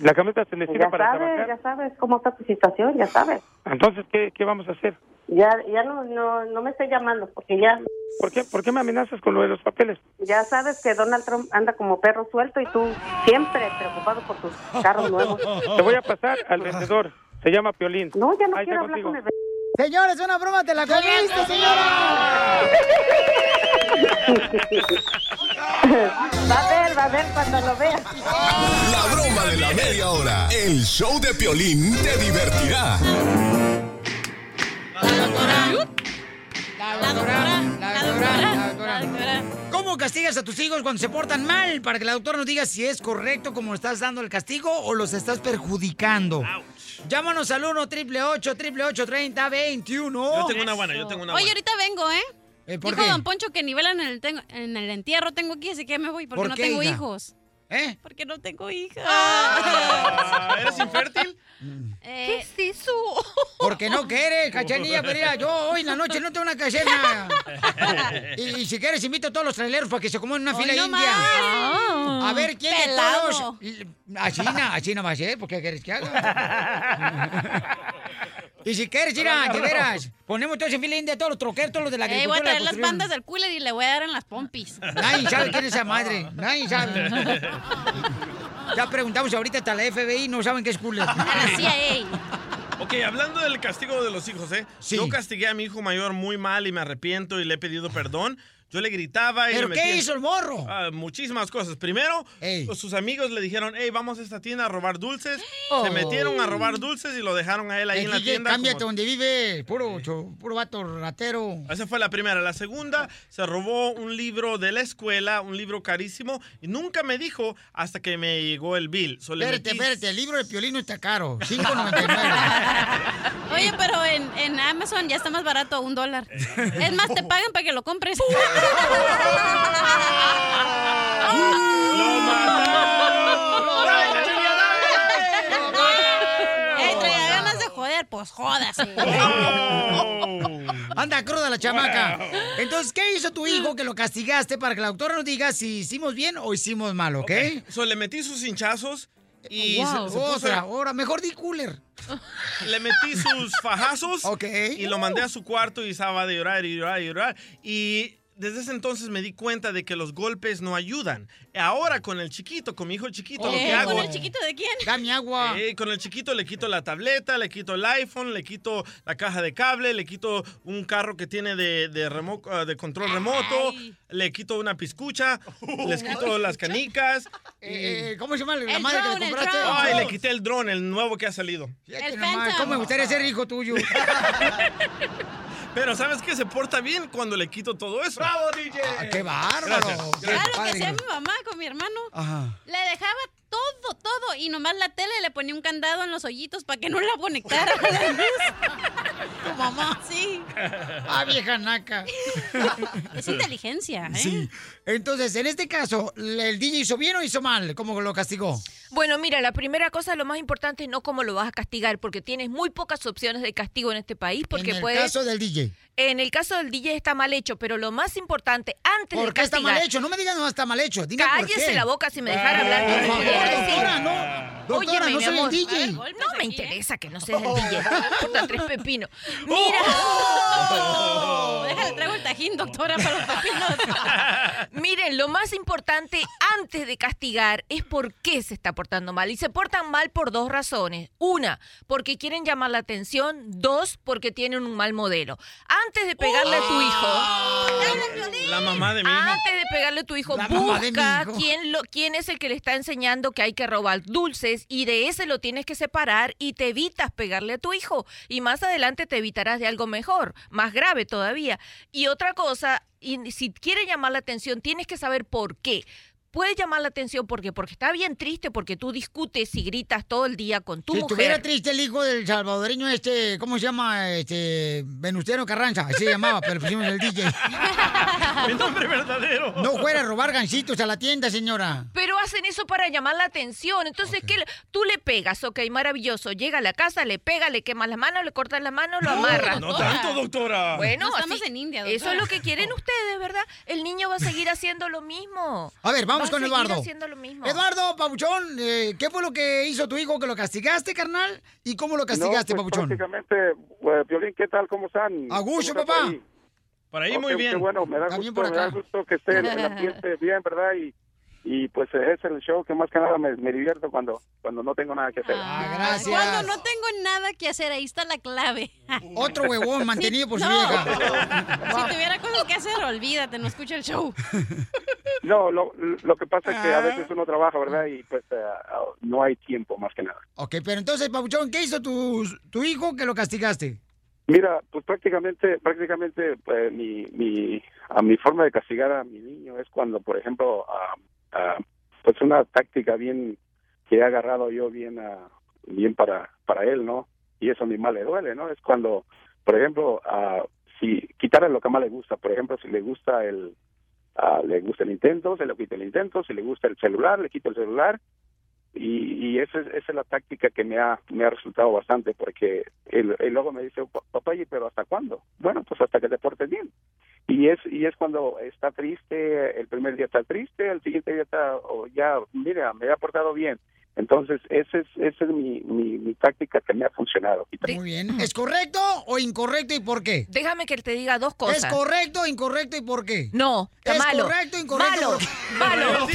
Speaker 16: La camioneta se
Speaker 15: Pues
Speaker 16: necesita
Speaker 15: ya
Speaker 16: para
Speaker 15: sabes,
Speaker 16: trabajar.
Speaker 15: ya sabes cómo está tu situación, ya sabes.
Speaker 16: Entonces, ¿qué, ¿qué vamos a hacer?
Speaker 15: Ya, ya no, no, no me estés llamando, porque ya,
Speaker 16: ¿Por qué, ¿Por qué me amenazas con lo de los papeles?
Speaker 15: ya sabes que Donald Trump anda como perro suelto y tú siempre preocupado por tus carros nuevos.
Speaker 16: Te voy a pasar al vendedor. Se llama Piolín.
Speaker 15: No, ya no
Speaker 16: Ahí está
Speaker 15: quiero hablar
Speaker 16: contigo.
Speaker 15: con el...
Speaker 3: Señores, una broma, te la comiste, señora.
Speaker 15: Va a ver, va a ver cuando lo veas.
Speaker 11: La broma de la media hora. El show de Piolín te divertirá.
Speaker 3: ¿Cómo castigas a tus hijos cuando se portan mal? Para que la doctora nos diga si es correcto como estás dando el castigo o los estás perjudicando. Llámanos al 1 888 888 21
Speaker 4: Yo tengo una buena, yo tengo una
Speaker 6: Oye,
Speaker 4: buena.
Speaker 6: ahorita vengo, ¿eh?
Speaker 3: Eh, ¿por
Speaker 6: Dijo
Speaker 3: qué?
Speaker 6: Don Poncho que nivelan en el, tengo- en el entierro tengo aquí, así que me voy porque
Speaker 3: ¿Por
Speaker 6: no
Speaker 3: qué,
Speaker 6: tengo
Speaker 3: hija?
Speaker 6: hijos.
Speaker 3: ¿Eh? Ah,
Speaker 6: Porque no tengo hijas.
Speaker 4: ¿Eres infértil?
Speaker 6: ¿Qué
Speaker 5: es eso?
Speaker 3: Porque no quiere, cachanilla, pero mira, yo hoy en la noche no tengo una cachena. Y, y si quieres, invito a todos los traileros para que se coman una
Speaker 6: Hoy
Speaker 3: fila
Speaker 6: no
Speaker 3: india.
Speaker 6: más.
Speaker 3: A ver quién
Speaker 6: Pelado.
Speaker 3: de todos. A China, a China va a ser, ¿eh? ¿por qué quieres que haga? y si quieres, mira, de veras, ponemos todos en fila india, todos los troqueros, todos los de la
Speaker 6: Eh,
Speaker 3: agricultura.
Speaker 6: voy a
Speaker 3: la
Speaker 6: traer las
Speaker 3: construcción.
Speaker 6: bandas del cooler y le voy a dar en las pompis.
Speaker 3: Nadie sabe quién es esa madre. Nadie sabe. Ya preguntamos ahorita hasta la FBI, no saben qué es cooler.
Speaker 4: Ok, hablando del castigo de los hijos, ¿eh? Yo castigué a mi hijo mayor muy mal y me arrepiento y le he pedido perdón. Yo le gritaba y
Speaker 3: ¿Pero
Speaker 4: le
Speaker 3: qué
Speaker 4: metía-
Speaker 3: hizo el morro?
Speaker 4: Ah, muchísimas cosas. Primero, pues, sus amigos le dijeron, hey, vamos a esta tienda a robar dulces. Se
Speaker 3: Oh.
Speaker 4: metieron a robar dulces y lo dejaron a él ahí
Speaker 3: Eh,
Speaker 4: en la
Speaker 3: DJ,
Speaker 4: tienda.
Speaker 3: cámbiate
Speaker 4: como-
Speaker 3: donde vive, puro, cho- puro vato ratero.
Speaker 4: Esa fue la primera. La segunda, se robó un libro de la escuela, un libro carísimo, y nunca me dijo hasta que me llegó el bill. So, le
Speaker 3: Espérate,
Speaker 4: metí-
Speaker 3: espérate, el libro de Piolino está caro, 5.99.
Speaker 6: Oye, pero en, en Amazon ya está más barato a un dólar. Es más, te pagan para que lo compres. Oh, Ey, traía ganas de joder, pues jódase.
Speaker 3: Anda cruda la chamaca. Entonces, ¿qué hizo tu hijo que lo castigaste para que la doctora nos diga si hicimos bien o hicimos mal, ok? Eh,
Speaker 4: So, le metí sus hinchazos y se-
Speaker 3: Wow.
Speaker 4: se puso-
Speaker 3: Otra, ahora, mejor di cooler.
Speaker 4: Le metí sus fajazos y lo mandé a su cuarto y estaba de llorar y llorar y llorar. Y desde ese entonces me di cuenta de que los golpes no ayudan. Ahora con el chiquito, con mi hijo chiquito, lo que
Speaker 6: Eh,
Speaker 4: hago...
Speaker 6: ¿Con el chiquito de quién?
Speaker 3: Dame agua.
Speaker 4: Eh, con el chiquito le quito la tableta, le quito el iPhone, le quito la caja de cable, le quito un carro que tiene de, de, remo- ah, de control remoto, le quito una piscucha, les quito las canicas.
Speaker 3: Eh, ¿Cómo se llama la
Speaker 4: El
Speaker 3: madre
Speaker 4: drone,
Speaker 3: que
Speaker 4: el
Speaker 3: le compraste?
Speaker 4: drone. Ay, le quité el dron, el nuevo que ha salido.
Speaker 3: Fíjate nomás, ¿Cómo me gustaría ser hijo tuyo?
Speaker 4: Pero ¿sabes qué? Se porta bien cuando le quito todo eso. Ah, ¡Bravo, DJ!
Speaker 3: ¡Qué bárbaro!
Speaker 6: Claro que hacía mi mamá con mi hermano.
Speaker 3: Ajá.
Speaker 6: Le dejaba todo, todo. Y nomás la tele le ponía un candado en los hoyitos para que no la conectara. tu mamá. Sí.
Speaker 3: Ah, vieja naca.
Speaker 6: Es inteligencia, ¿eh?
Speaker 3: Sí. Entonces, en este caso, ¿el DJ hizo bien o hizo mal? ¿Cómo lo castigó?
Speaker 5: Bueno, mira, la primera cosa, lo más importante es no cómo lo vas a castigar, porque tienes muy pocas opciones de castigo en este país, porque
Speaker 3: en el
Speaker 5: puedes...
Speaker 3: caso del DJ.
Speaker 5: En el caso del DJ está mal hecho, pero lo más importante, antes
Speaker 3: ¿Por
Speaker 5: de
Speaker 3: qué está
Speaker 5: castigar...
Speaker 3: mal hecho? No me digas no está mal hecho. Dime por
Speaker 5: Cállese
Speaker 3: qué.
Speaker 5: la boca si me dejara hablar.
Speaker 3: Por
Speaker 5: no te
Speaker 3: favor,
Speaker 5: pudiera decir.
Speaker 3: doctora, no. Doctora,
Speaker 5: Óyeme,
Speaker 3: no
Speaker 5: mi
Speaker 3: soy el Oh.
Speaker 5: amor.
Speaker 3: DJ.
Speaker 5: No me interesa que no seas el DJ. Puta, tres pepinos. Mira.
Speaker 6: Oh. Déjale, traigo el tajín, doctora, para los pepinos.
Speaker 5: Miren, lo más importante antes de castigar es por qué se está portando mal. Y se portan mal por dos razones. Una, porque quieren llamar la atención. Dos, porque tienen un mal modelo. Antes de pegarle a tu
Speaker 3: Oh. Ah.
Speaker 5: Ah, hijo.
Speaker 4: La mamá de mi hijo.
Speaker 5: Antes de pegarle a tu hijo,
Speaker 4: La mamá de mi
Speaker 5: busca
Speaker 4: hijo.
Speaker 5: quién, lo, quién es el que le está enseñando que hay que robar dulces y de ese lo tienes que separar y te evitas pegarle a tu hijo. Y más adelante te evitarás de algo mejor, más grave todavía. Y otra cosa, y si quieres llamar la atención, tienes que saber por qué. Puedes llamar la atención porque porque está bien triste porque tú discutes y gritas todo el día con tu
Speaker 3: si estuviera
Speaker 5: mujer.
Speaker 3: triste el hijo del salvadoreño este, ¿cómo se llama? Este, Venustiano Carranza, así se llamaba, pero pusimos el DJ.
Speaker 4: Mi nombre verdadero.
Speaker 3: No fuera a robar gancitos a la tienda, señora.
Speaker 5: Pero hacen eso para llamar la atención. Entonces, ¿qué le- tú le pegas, ok, maravilloso. Llega a la casa, le pega, le quemas las manos, le cortas las manos, lo amarras.
Speaker 4: No tanto, doctora.
Speaker 5: Bueno,
Speaker 6: No estamos
Speaker 5: así-
Speaker 6: en India, doctora.
Speaker 5: Eso es lo que quieren ustedes, ¿verdad? El niño va a seguir haciendo lo mismo.
Speaker 3: A ver, vamos
Speaker 5: Va a
Speaker 3: con
Speaker 5: seguir
Speaker 3: Eduardo.
Speaker 5: haciendo lo mismo.
Speaker 3: Eduardo, Pabuchón, eh, ¿qué fue lo que hizo tu hijo que lo castigaste, carnal? ¿Y cómo lo castigaste,
Speaker 18: No, pues,
Speaker 3: Pabuchón?
Speaker 18: Prácticamente, eh, Piolín, ¿qué tal? ¿Cómo están?
Speaker 3: A gusto,
Speaker 18: ¿Cómo está
Speaker 3: papá.
Speaker 18: por ahí?
Speaker 4: Por ahí
Speaker 18: Ok,
Speaker 4: muy
Speaker 18: qué
Speaker 4: bien.
Speaker 18: bueno, me da,
Speaker 4: También
Speaker 18: gusto,
Speaker 4: por
Speaker 18: me da
Speaker 4: acá.
Speaker 18: gusto que esté en el ambiente bien, ¿verdad? Y, y pues eh, es el show que más que nada me, me divierto cuando, cuando no tengo nada que hacer.
Speaker 3: Ah,
Speaker 6: Cuando no tengo nada que hacer, ahí está la clave.
Speaker 3: Otro huevón mantenido por su
Speaker 6: No.
Speaker 3: vieja.
Speaker 6: Si tuviera cosas que hacer, olvídate, no escucha el show.
Speaker 18: No, lo, lo que pasa es que
Speaker 3: Ah.
Speaker 18: a veces uno trabaja, ¿verdad? Y pues eh, no hay tiempo más que nada.
Speaker 3: Ok, pero entonces, Pabuchón, ¿qué hizo tu, tu hijo que lo castigaste?
Speaker 18: Mira, pues prácticamente, prácticamente pues, mi, mi, a mi forma de castigar a mi niño es cuando, por ejemplo, ah, ah, pues una táctica bien que he agarrado yo bien, ah, bien para, para él, ¿no? Y eso a mi mamá le duele, ¿no? Es cuando, por ejemplo, ah, si quitarle lo que más le gusta, por ejemplo, si le gusta el, ah, le gusta el intento, se lo quita el intento, si le gusta el celular, le quito el celular. Y, y esa, es, esa es la táctica que me ha, me ha resultado bastante, porque él, él luego me dice, "Pa- papá, ¿y pero hasta cuándo? Bueno, pues hasta que te portes bien. Y es, y es cuando está triste, el primer día está triste, el siguiente día está, o ya, mira, me ha portado bien.
Speaker 19: Entonces, esa es, esa es mi, mi, mi táctica que me ha funcionado.
Speaker 3: Muy bien. ¿Es correcto o incorrecto y por qué?
Speaker 5: Déjame que te diga dos cosas.
Speaker 3: ¿Es correcto, incorrecto y por qué?
Speaker 5: No, está
Speaker 3: ¿Es
Speaker 5: malo.
Speaker 3: correcto, incorrecto?
Speaker 5: Malo,
Speaker 3: por qué?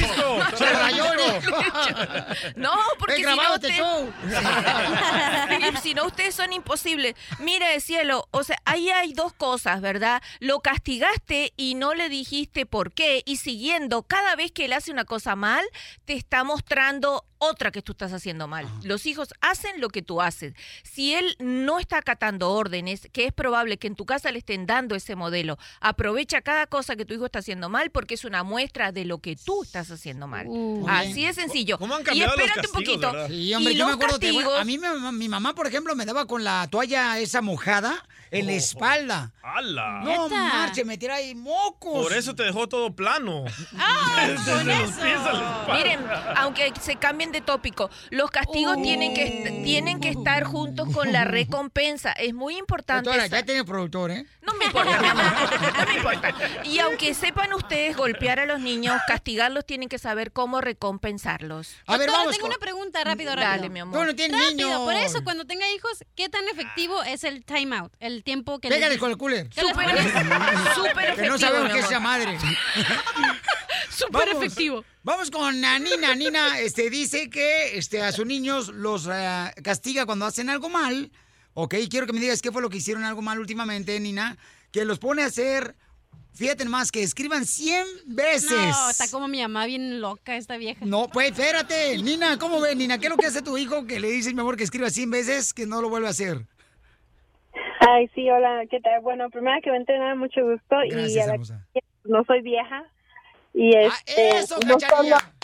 Speaker 5: malo.
Speaker 3: ¡Se rayó el
Speaker 5: No, porque
Speaker 3: He
Speaker 5: si
Speaker 3: grabado
Speaker 5: no
Speaker 3: este
Speaker 5: usted- Sí, si no ustedes son imposibles. Mire, cielo, o sea, ahí hay dos cosas, ¿verdad? Lo castigaste y no le dijiste por qué y siguiendo cada vez que él hace una cosa mal, te está mostrando otra que tú estás haciendo mal. Los hijos hacen lo que tú haces. Si él no está acatando órdenes, que es probable que en tu casa le estén dando ese modelo, aprovecha cada cosa que tu hijo está haciendo mal porque es una muestra de lo que tú estás haciendo mal.
Speaker 3: Uh.
Speaker 5: Así es sencillo.
Speaker 3: ¿Cómo han
Speaker 5: y
Speaker 3: cambiado los
Speaker 5: espérate un
Speaker 3: castigos,
Speaker 5: poquito.
Speaker 3: verdad? Sí, hombre,
Speaker 5: y
Speaker 3: yo
Speaker 5: los
Speaker 3: me acuerdo de-
Speaker 5: castigos-
Speaker 3: a mí mi, mamá- mi mamá, por ejemplo, me daba con la toalla esa mojada en la
Speaker 4: Oh.
Speaker 3: espalda.
Speaker 4: ¡Hala!
Speaker 3: No marche, me tira ahí mocos.
Speaker 4: Por eso te dejó todo plano. Desde
Speaker 5: con
Speaker 4: los
Speaker 5: eso.
Speaker 4: pies a la espalda.
Speaker 5: Miren, aunque se cambien de tópico, los castigos tienen que est- tienen que estar juntos con la recompensa. Es muy importante.
Speaker 3: Doctora,
Speaker 5: esa-
Speaker 3: ya tiene productor, ¿eh?
Speaker 5: No me importa, mi amor. No me importa. Y aunque sepan ustedes golpear a los niños, castigarlos, tienen que saber cómo recompensarlos.
Speaker 6: A ver, Doctora, vamos tengo con- una pregunta, rápido, rápido.
Speaker 5: Dale, mi amor.
Speaker 3: Tú no tienes
Speaker 6: Rápido,
Speaker 3: niños.
Speaker 6: por eso cuando tenga hijos, ¿qué tan efectivo es el timeout? El tiempo que
Speaker 3: Pégale
Speaker 6: le
Speaker 3: con el cooler.
Speaker 6: Súper,
Speaker 3: que no sabemos qué es esa madre.
Speaker 6: Súper
Speaker 3: Vamos,
Speaker 6: efectivo.
Speaker 3: Vamos con Nina. Nina este, dice que este, a sus niños los eh, castiga cuando hacen algo mal. Ok, quiero que me digas qué fue lo que hicieron algo mal últimamente, Nina. Que los pone a hacer, fíjate más, que escriban 100 veces.
Speaker 6: No, está como mi mamá bien loca esta vieja.
Speaker 3: No, pues espérate. Nina, ¿cómo ves, Nina? ¿Qué es lo que hace tu hijo que le dices, mi amor, que escriba 100 veces, que no lo vuelve a hacer?
Speaker 15: Ay, sí, hola, ¿qué tal? Bueno, primero que me nada, mucho gusto. y
Speaker 3: Gracias,
Speaker 15: a la-
Speaker 3: hermosa. Ah,
Speaker 15: no soy vieja. Y este,
Speaker 3: eso,
Speaker 15: no
Speaker 3: cachanilla.
Speaker 15: solo-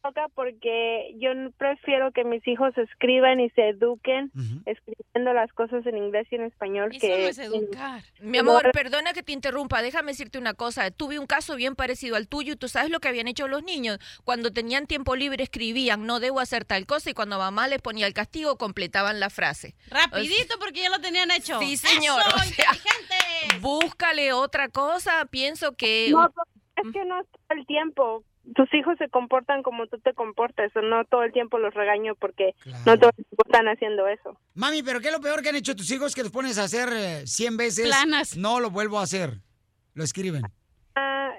Speaker 15: toca porque yo n- prefiero que mis hijos escriban y se eduquen escribiendo las cosas en inglés y en español
Speaker 5: Eso
Speaker 15: que
Speaker 5: no es educar. Mi
Speaker 15: No,
Speaker 5: amor, perdona que te interrumpa, déjame decirte una cosa. Tuve un caso bien parecido al tuyo y tú sabes lo que habían hecho los niños. Cuando tenían tiempo libre escribían, no debo hacer tal cosa, y cuando mamá les ponía el castigo completaban la frase.
Speaker 6: Rapidito porque ya lo tenían hecho.
Speaker 5: Sí, señor.
Speaker 6: Eso,
Speaker 5: o sea, búscale otra cosa, pienso que...
Speaker 15: No, es que no es todo el tiempo. Tus hijos se comportan como tú te comportas, o no todo el tiempo los regaño porque no todo el tiempo están haciendo eso.
Speaker 3: Mami, ¿pero qué es lo peor que han hecho tus hijos que los pones a hacer eh, 100 veces?
Speaker 15: Planas.
Speaker 3: No lo vuelvo a hacer. Lo escriben.
Speaker 15: Ah,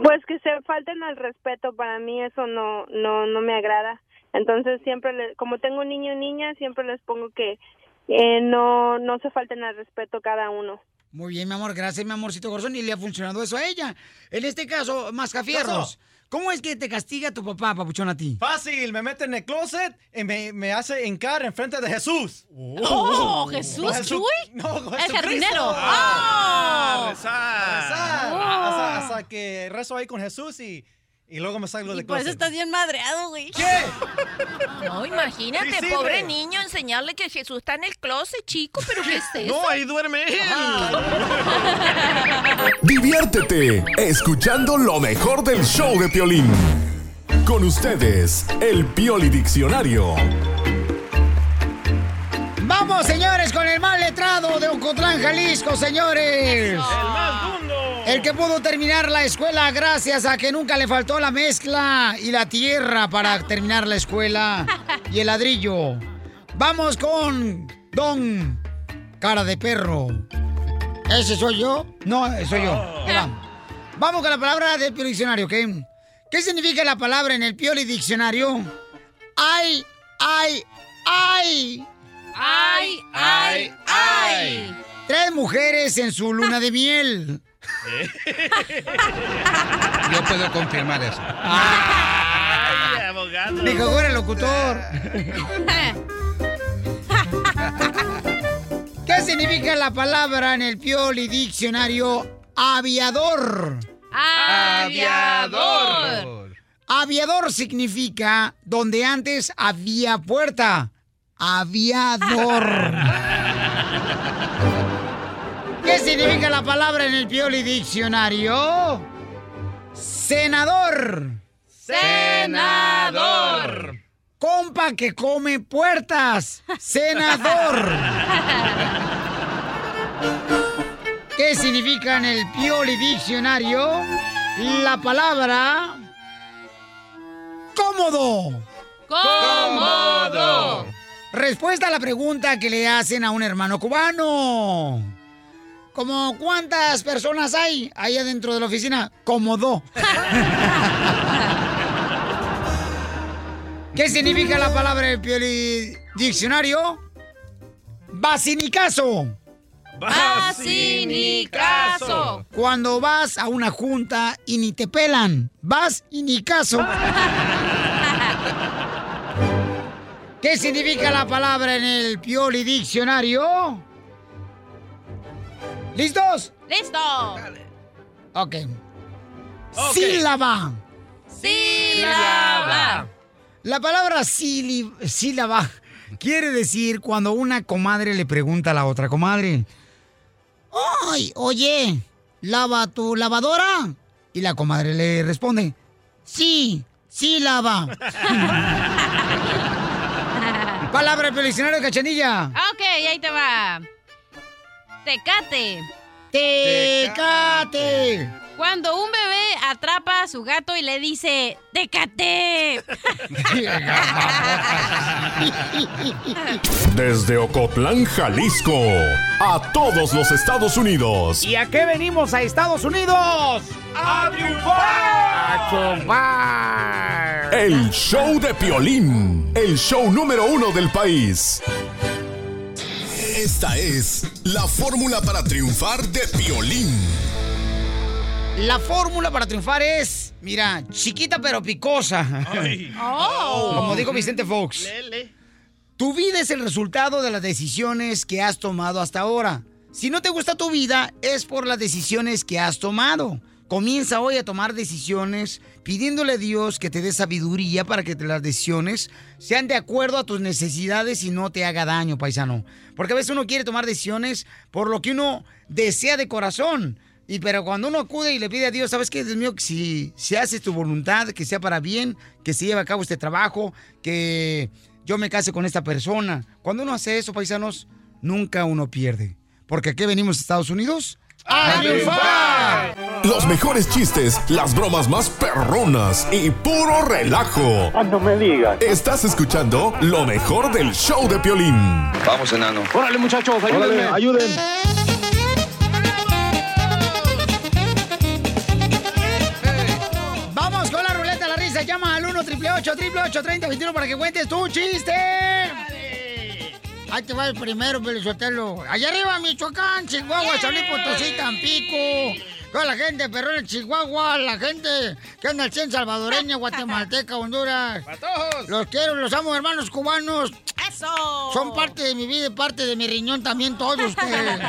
Speaker 15: pues que se falten al respeto, para mí eso no no no me agrada. Entonces siempre, le- como tengo un niño y niña, siempre les pongo que eh, no no se falten al respeto cada uno.
Speaker 3: Muy bien, mi amor. Gracias, mi amorcito corazón. Y le ha funcionado eso a ella. En este caso, Mascafierros. ¿Cómo es que te castiga tu papá, papuchón, a ti?
Speaker 8: Fácil, me mete en el closet y me, me hace hincar en frente de Jesús.
Speaker 6: Oh, Jesús,
Speaker 8: No, Jesu-
Speaker 6: Chuy.
Speaker 8: No,
Speaker 6: El
Speaker 8: Jesucristo.
Speaker 6: jardinero.
Speaker 8: Ah,
Speaker 6: Oh.
Speaker 8: rezar. Rezar.
Speaker 6: Oh.
Speaker 8: Hasta- hasta que rezo ahí con Jesús y, y luego me salgo
Speaker 6: Y
Speaker 8: de
Speaker 6: por eso
Speaker 8: closet.
Speaker 6: estás bien madreado, güey.
Speaker 5: No, imagínate,
Speaker 8: Sí, sí,
Speaker 5: pobre
Speaker 8: pero-
Speaker 5: niño, enseñarle que Jesús está en el closet, chico, pero ¿qué es eso?
Speaker 4: No, ahí duerme él.
Speaker 11: Diviértete escuchando lo mejor del show de Piolín. Con ustedes, el Pioli Diccionario.
Speaker 3: Vamos, señores, con el mal letrado de Ocotlán, Jalisco, señores. El que pudo terminar la escuela gracias a que nunca le faltó la mezcla y la tierra para terminar la escuela y el ladrillo. Vamos con Don Cara de Perro. ¿Ese soy yo? No, eh, soy yo. Ahí va. Vamos con la palabra del Pioli Diccionario, ¿ok? ¿Qué significa la palabra en el Pioli Diccionario? ¡Ay, ay, ay!
Speaker 6: ¡Ay, ay, ay!
Speaker 3: Tres mujeres en su luna de miel.
Speaker 20: Yo puedo confirmar eso.
Speaker 4: Ay, abogado.
Speaker 3: Ni que fuera Ah. locutor. ¿Qué significa la palabra en el Pioli Diccionario aviador?
Speaker 6: Aviador.
Speaker 3: Aviador significa donde antes había puerta. Aviador. ¿Qué significa la palabra en el Pioli Diccionario? Senador.
Speaker 6: Senador.
Speaker 3: Compa que come puertas. Senador. ¿Qué significa en el Pioli Diccionario la palabra cómodo?
Speaker 6: ¡Cómodo! ¡Cómodo!
Speaker 3: Respuesta a la pregunta que le hacen a un hermano cubano. ¿Cómo cuántas personas hay ahí adentro de la oficina? Cómodo. ¿Qué significa la palabra del Pioli Diccionario? Basinicazo.
Speaker 6: ¡Ah, sí, ni caso!
Speaker 3: Cuando vas a una junta y ni te pelan, vas y ni caso. ¿Qué significa la palabra en el Pioli Diccionario? ¿Listos?
Speaker 6: ¡Listo!
Speaker 3: Ok. Sílaba.
Speaker 6: Sílaba.
Speaker 3: La palabra síli- sílaba quiere decir cuando una comadre le pregunta a la otra comadre. ¡Ay, oye! ¿Lava tu lavadora? Y la comadre le responde. Sí, sí lava. palabra del diccionario de Cachanilla.
Speaker 6: Ok, ahí te va. Tecate.
Speaker 3: Tecate.
Speaker 6: Cuando un bebé atrapa a su gato y le dice, ¡Tecate!
Speaker 11: Desde Ocotlán, Jalisco, a todos los Estados Unidos.
Speaker 3: ¿Y a qué venimos a Estados Unidos? ¡A
Speaker 11: El show de Piolín, el show número uno del país. Esta es la fórmula para triunfar de Piolín.
Speaker 3: La fórmula para triunfar es, mira, chiquita pero picosa.
Speaker 6: Oh.
Speaker 3: Como dijo Vicente Fox.
Speaker 10: Oh.
Speaker 3: Tu vida es el resultado de las decisiones que has tomado hasta ahora. Si no te gusta tu vida, es por las decisiones que has tomado. Comienza hoy a tomar decisiones pidiéndole a Dios que te dé sabiduría para que te- las decisiones sean de acuerdo a tus necesidades y no te haga daño, paisano. Porque a veces uno quiere tomar decisiones por lo que uno desea de corazón. Y pero cuando uno acude y le pide a Dios, ¿sabes qué, Dios mío? Que Si, si haces tu voluntad, que sea para bien, que se lleve a cabo este trabajo, que yo me case con esta persona. Cuando uno hace eso, paisanos, nunca uno pierde. Porque aquí venimos a Estados Unidos. ¡A triunfar!
Speaker 11: Los mejores chistes, las bromas más perronas y puro relajo.
Speaker 19: Cuando Ah, me digas.
Speaker 11: Estás escuchando lo mejor del show de Piolín.
Speaker 10: Vamos, enano.
Speaker 11: Órale, muchachos,
Speaker 10: ayúdenme.
Speaker 11: ayuden.
Speaker 3: Vamos con la ruleta de la risa. Llama al 1 888 3021 para que cuentes tu chiste. Ahí te va el primero, Pelizotelo. Allá arriba, Michoacán, Chihuahua, San Luis Potosí, Tampico. Toda la gente, pero en Chihuahua, la gente que anda al 100 salvadoreña, guatemalteca, Honduras. Los quiero, los amo, hermanos cubanos.
Speaker 6: ¡Eso!
Speaker 3: Son parte de mi vida y parte de mi riñón también todos ustedes.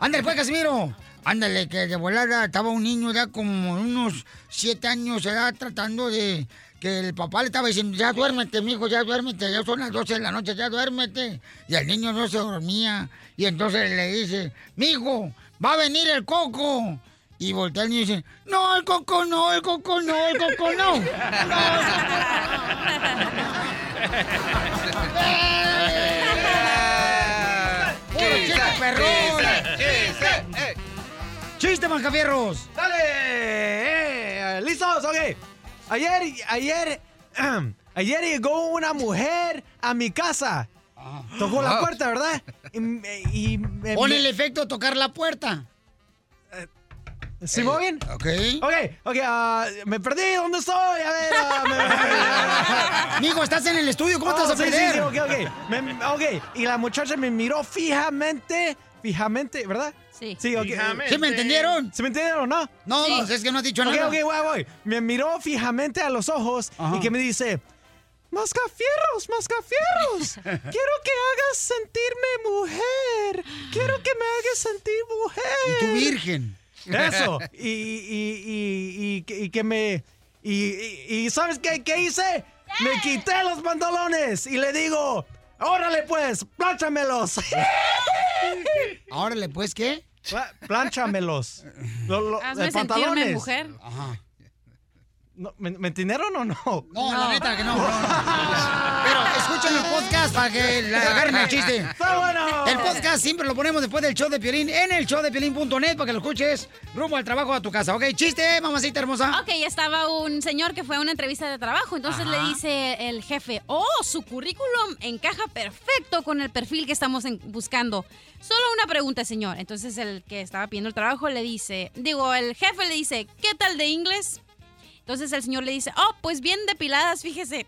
Speaker 3: Ándale, pues, Casimiro. Ándale, que de volada estaba un niño ya como unos siete años de edad tratando de... Que el papá le estaba diciendo, ya duérmete, mijo, ya duérmete, ya son las 12 de la noche, ya duérmete. Y el niño no se dormía. Y entonces le dice, mijo, va a venir el coco. Y voltea el niño y dice, no, el coco no, el coco no, el coco no. No, ¡Puro chiste, perrón! ¡Chiste, Manjafierros!
Speaker 8: ¡Dale! Eh, ¿Listos? Ok. Ayer, ayer, ayer llegó una mujer a mi casa. Tocó la
Speaker 3: Ah.
Speaker 6: eh.
Speaker 3: Wow.
Speaker 8: puerta, ¿verdad? Y, me- y me-
Speaker 3: Pon
Speaker 8: me-
Speaker 3: el efecto tocar la puerta.
Speaker 8: ¿Sí muy bien?
Speaker 3: Ok.
Speaker 8: Ok, ok, ah, me perdí, ¿dónde estoy? A ver, ah,
Speaker 3: Mijo, estás en el estudio, ¿cómo te vas a perder?
Speaker 8: Oh, Sí, sí, ok, ok. Me- ok, y la muchacha me miró fijamente, fijamente, ¿verdad?
Speaker 6: Sí.
Speaker 8: Sí, ok.
Speaker 3: Fijamente. ¿Sí me entendieron?
Speaker 8: ¿Sí me entendieron, no?
Speaker 3: No, Sí. pues, es que no has dicho
Speaker 8: Ok,
Speaker 3: nada.
Speaker 8: Ok, voy, voy. Me miró fijamente a los ojos y que me dice... Mascafierros, mascafierros, quiero que hagas sentirme mujer, quiero que me hagas sentir mujer.
Speaker 3: Y tú virgen.
Speaker 8: Eso. Y, y- y- y que- y que me. Y, y- y ¿sabes qué, qué hice? Me quité los pantalones y le digo: ¡Órale, pues! ¡Plánchamelos!
Speaker 3: ¿Órale, pues qué?
Speaker 8: Plánchamelos. Lo- lo-
Speaker 6: Hazme
Speaker 8: eh,
Speaker 6: sentirme
Speaker 8: pantalones.
Speaker 6: mujer.
Speaker 8: No, ¿me, me entendieron o no?
Speaker 3: No, la neta que no. no, no. Pero escuchen el podcast para que la agarren el chiste.
Speaker 8: ¡Está bueno!
Speaker 3: El podcast siempre lo ponemos después del show de Piolín en el show de Piolín.net para que lo escuches rumbo al trabajo a tu casa. Ok, chiste, mamacita hermosa.
Speaker 4: Ah.
Speaker 6: Ok, estaba un señor que fue a una entrevista de trabajo, entonces
Speaker 3: Ajá.
Speaker 6: le dice el jefe, oh, su currículum encaja perfecto con el perfil que estamos en- buscando. Solo una pregunta, señor. Entonces el que estaba pidiendo el trabajo le dice, digo, el jefe le dice, ¿qué tal de inglés? Entonces el señor le dice, oh, pues bien depiladas, fíjese.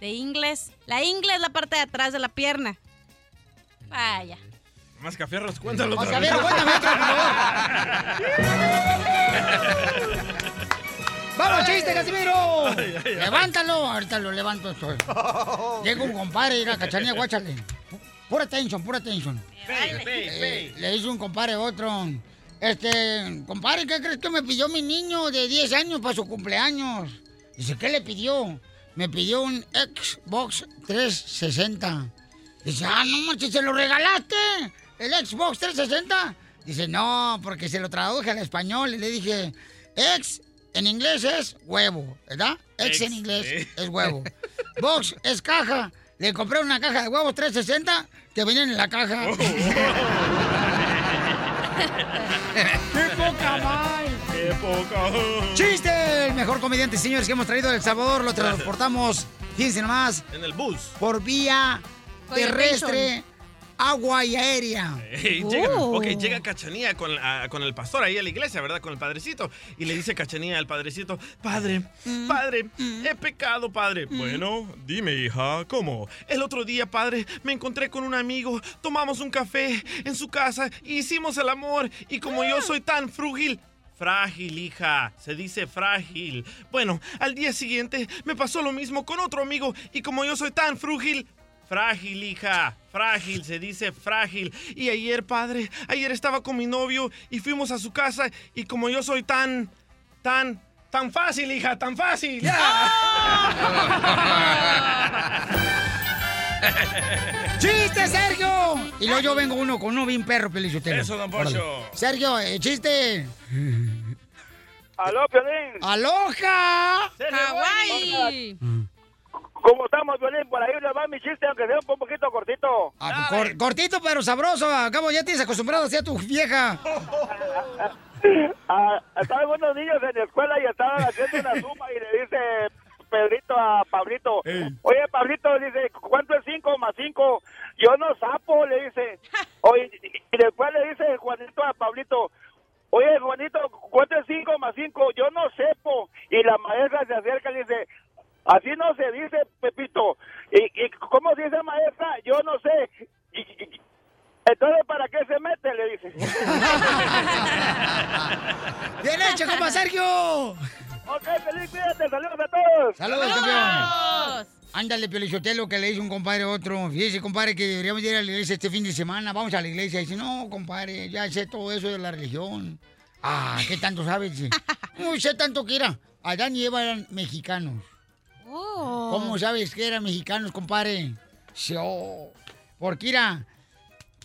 Speaker 6: De inglés. La ingle es la parte de atrás de la pierna. Vaya.
Speaker 4: Más cafierros, cuéntalo. otra vez.
Speaker 6: Mascafierros, cuéntame otro, por
Speaker 3: ¡Vamos, chiste, Casimiro!
Speaker 4: Ay, ay, Oh. ay.
Speaker 3: Levántalo, ahorita lo levanto. estoy. Llega un compadre y la cachanilla, guáchale. Pura atención, pura atención.
Speaker 4: Ve, ve,
Speaker 3: Eh, Le dice un compadre a otro. Este, compadre, ¿qué crees que me pidió mi niño de 10 años para su cumpleaños? Dice, ¿qué le pidió? Me pidió un Xbox 360. Dice, ah, no manches, ¿se lo regalaste? ¿El Xbox 360? Dice, no, porque se lo traduje al español y le dije, ex en inglés es huevo, ¿verdad? Ex, en
Speaker 21: Ex,
Speaker 3: inglés
Speaker 21: eh.
Speaker 3: es huevo. Box es caja. Le compré una caja de huevos 360 que venían en la
Speaker 4: Oh,
Speaker 3: caja. ¡Qué poca mal!
Speaker 4: ¡Qué poca!
Speaker 3: ¡Chiste! El mejor comediante, señores, que hemos traído del Salvador. Lo transportamos, fíjense nomás,
Speaker 4: En el bus.
Speaker 3: por vía
Speaker 4: Con el
Speaker 3: terrestre,
Speaker 4: Benson.
Speaker 3: agua y aérea.
Speaker 4: Ey, llega,
Speaker 3: Oh.
Speaker 4: ok, llega Cachanía con, ah, con el pastor ahí a la iglesia, ¿verdad? Con el padrecito. Y le dice Cachanía al padrecito, padre, padre, he pecado, padre. Bueno, dime, hija, ¿cómo? El otro día, padre, me encontré con un amigo, tomamos un café en su casa, hicimos el amor y como yo soy tan frúgil... Frágil, hija, se dice frágil. Bueno, al día siguiente me pasó lo mismo con otro amigo y como yo soy tan frúgil, Frágil, hija. Frágil, se dice frágil. Y ayer, padre, ayer estaba con mi novio y fuimos a su casa y como yo soy tan, tan, tan fácil, hija, tan fácil. Ah.
Speaker 3: ¡Chiste, Sergio! Y luego yo vengo uno con uno bien perro, Pelizotelo.
Speaker 4: Eso, don Poncho.
Speaker 3: Órale. Sergio, eh, chiste.
Speaker 10: Aló, Piolín.
Speaker 3: ¡Aloja!
Speaker 10: ¡Hawái! ¿Cómo estamos, Piolín? Por ahí le va mi chiste, aunque sea un poquito cortito.
Speaker 3: Ah, pues, cor- cortito pero sabroso. Acabo ya tienes acostumbrado así a tu vieja.
Speaker 10: Ah, estaban unos niños en la escuela y estaban haciendo una suma y le dice Pedrito a Pablito, oye Pablito, dice, ¿cuánto es 5 más 5? Yo no sapo, le dice. Oye, y después le dice Juanito a Pablito, oye Juanito, ¿cuánto es 5 más 5? Yo no sepo. Y la maestra se acerca y le dice, así no se dice, Pepito. ¿Y, y cómo se dice maestra? Yo no sé. Y- y- entonces, ¿para qué se mete? Le dice.
Speaker 3: ¡Bien hecho, compa Sergio!
Speaker 10: Ok, feliz, cuídate, saludos a todos.
Speaker 3: ¡Saludos, campeón! Ándale, Piolichotelo, que le hizo un compadre a otro. Fíjese, compadre, que deberíamos ir a la iglesia este fin de semana. Vamos a la iglesia. Dice, no, compadre, ya sé todo eso de la religión. Ah, ¿qué tanto sabes? Dice, No sé tanto que era. Adán y Eva eran mexicanos. ¿Cómo sabes que eran mexicanos, compadre? Sí, oh, porque era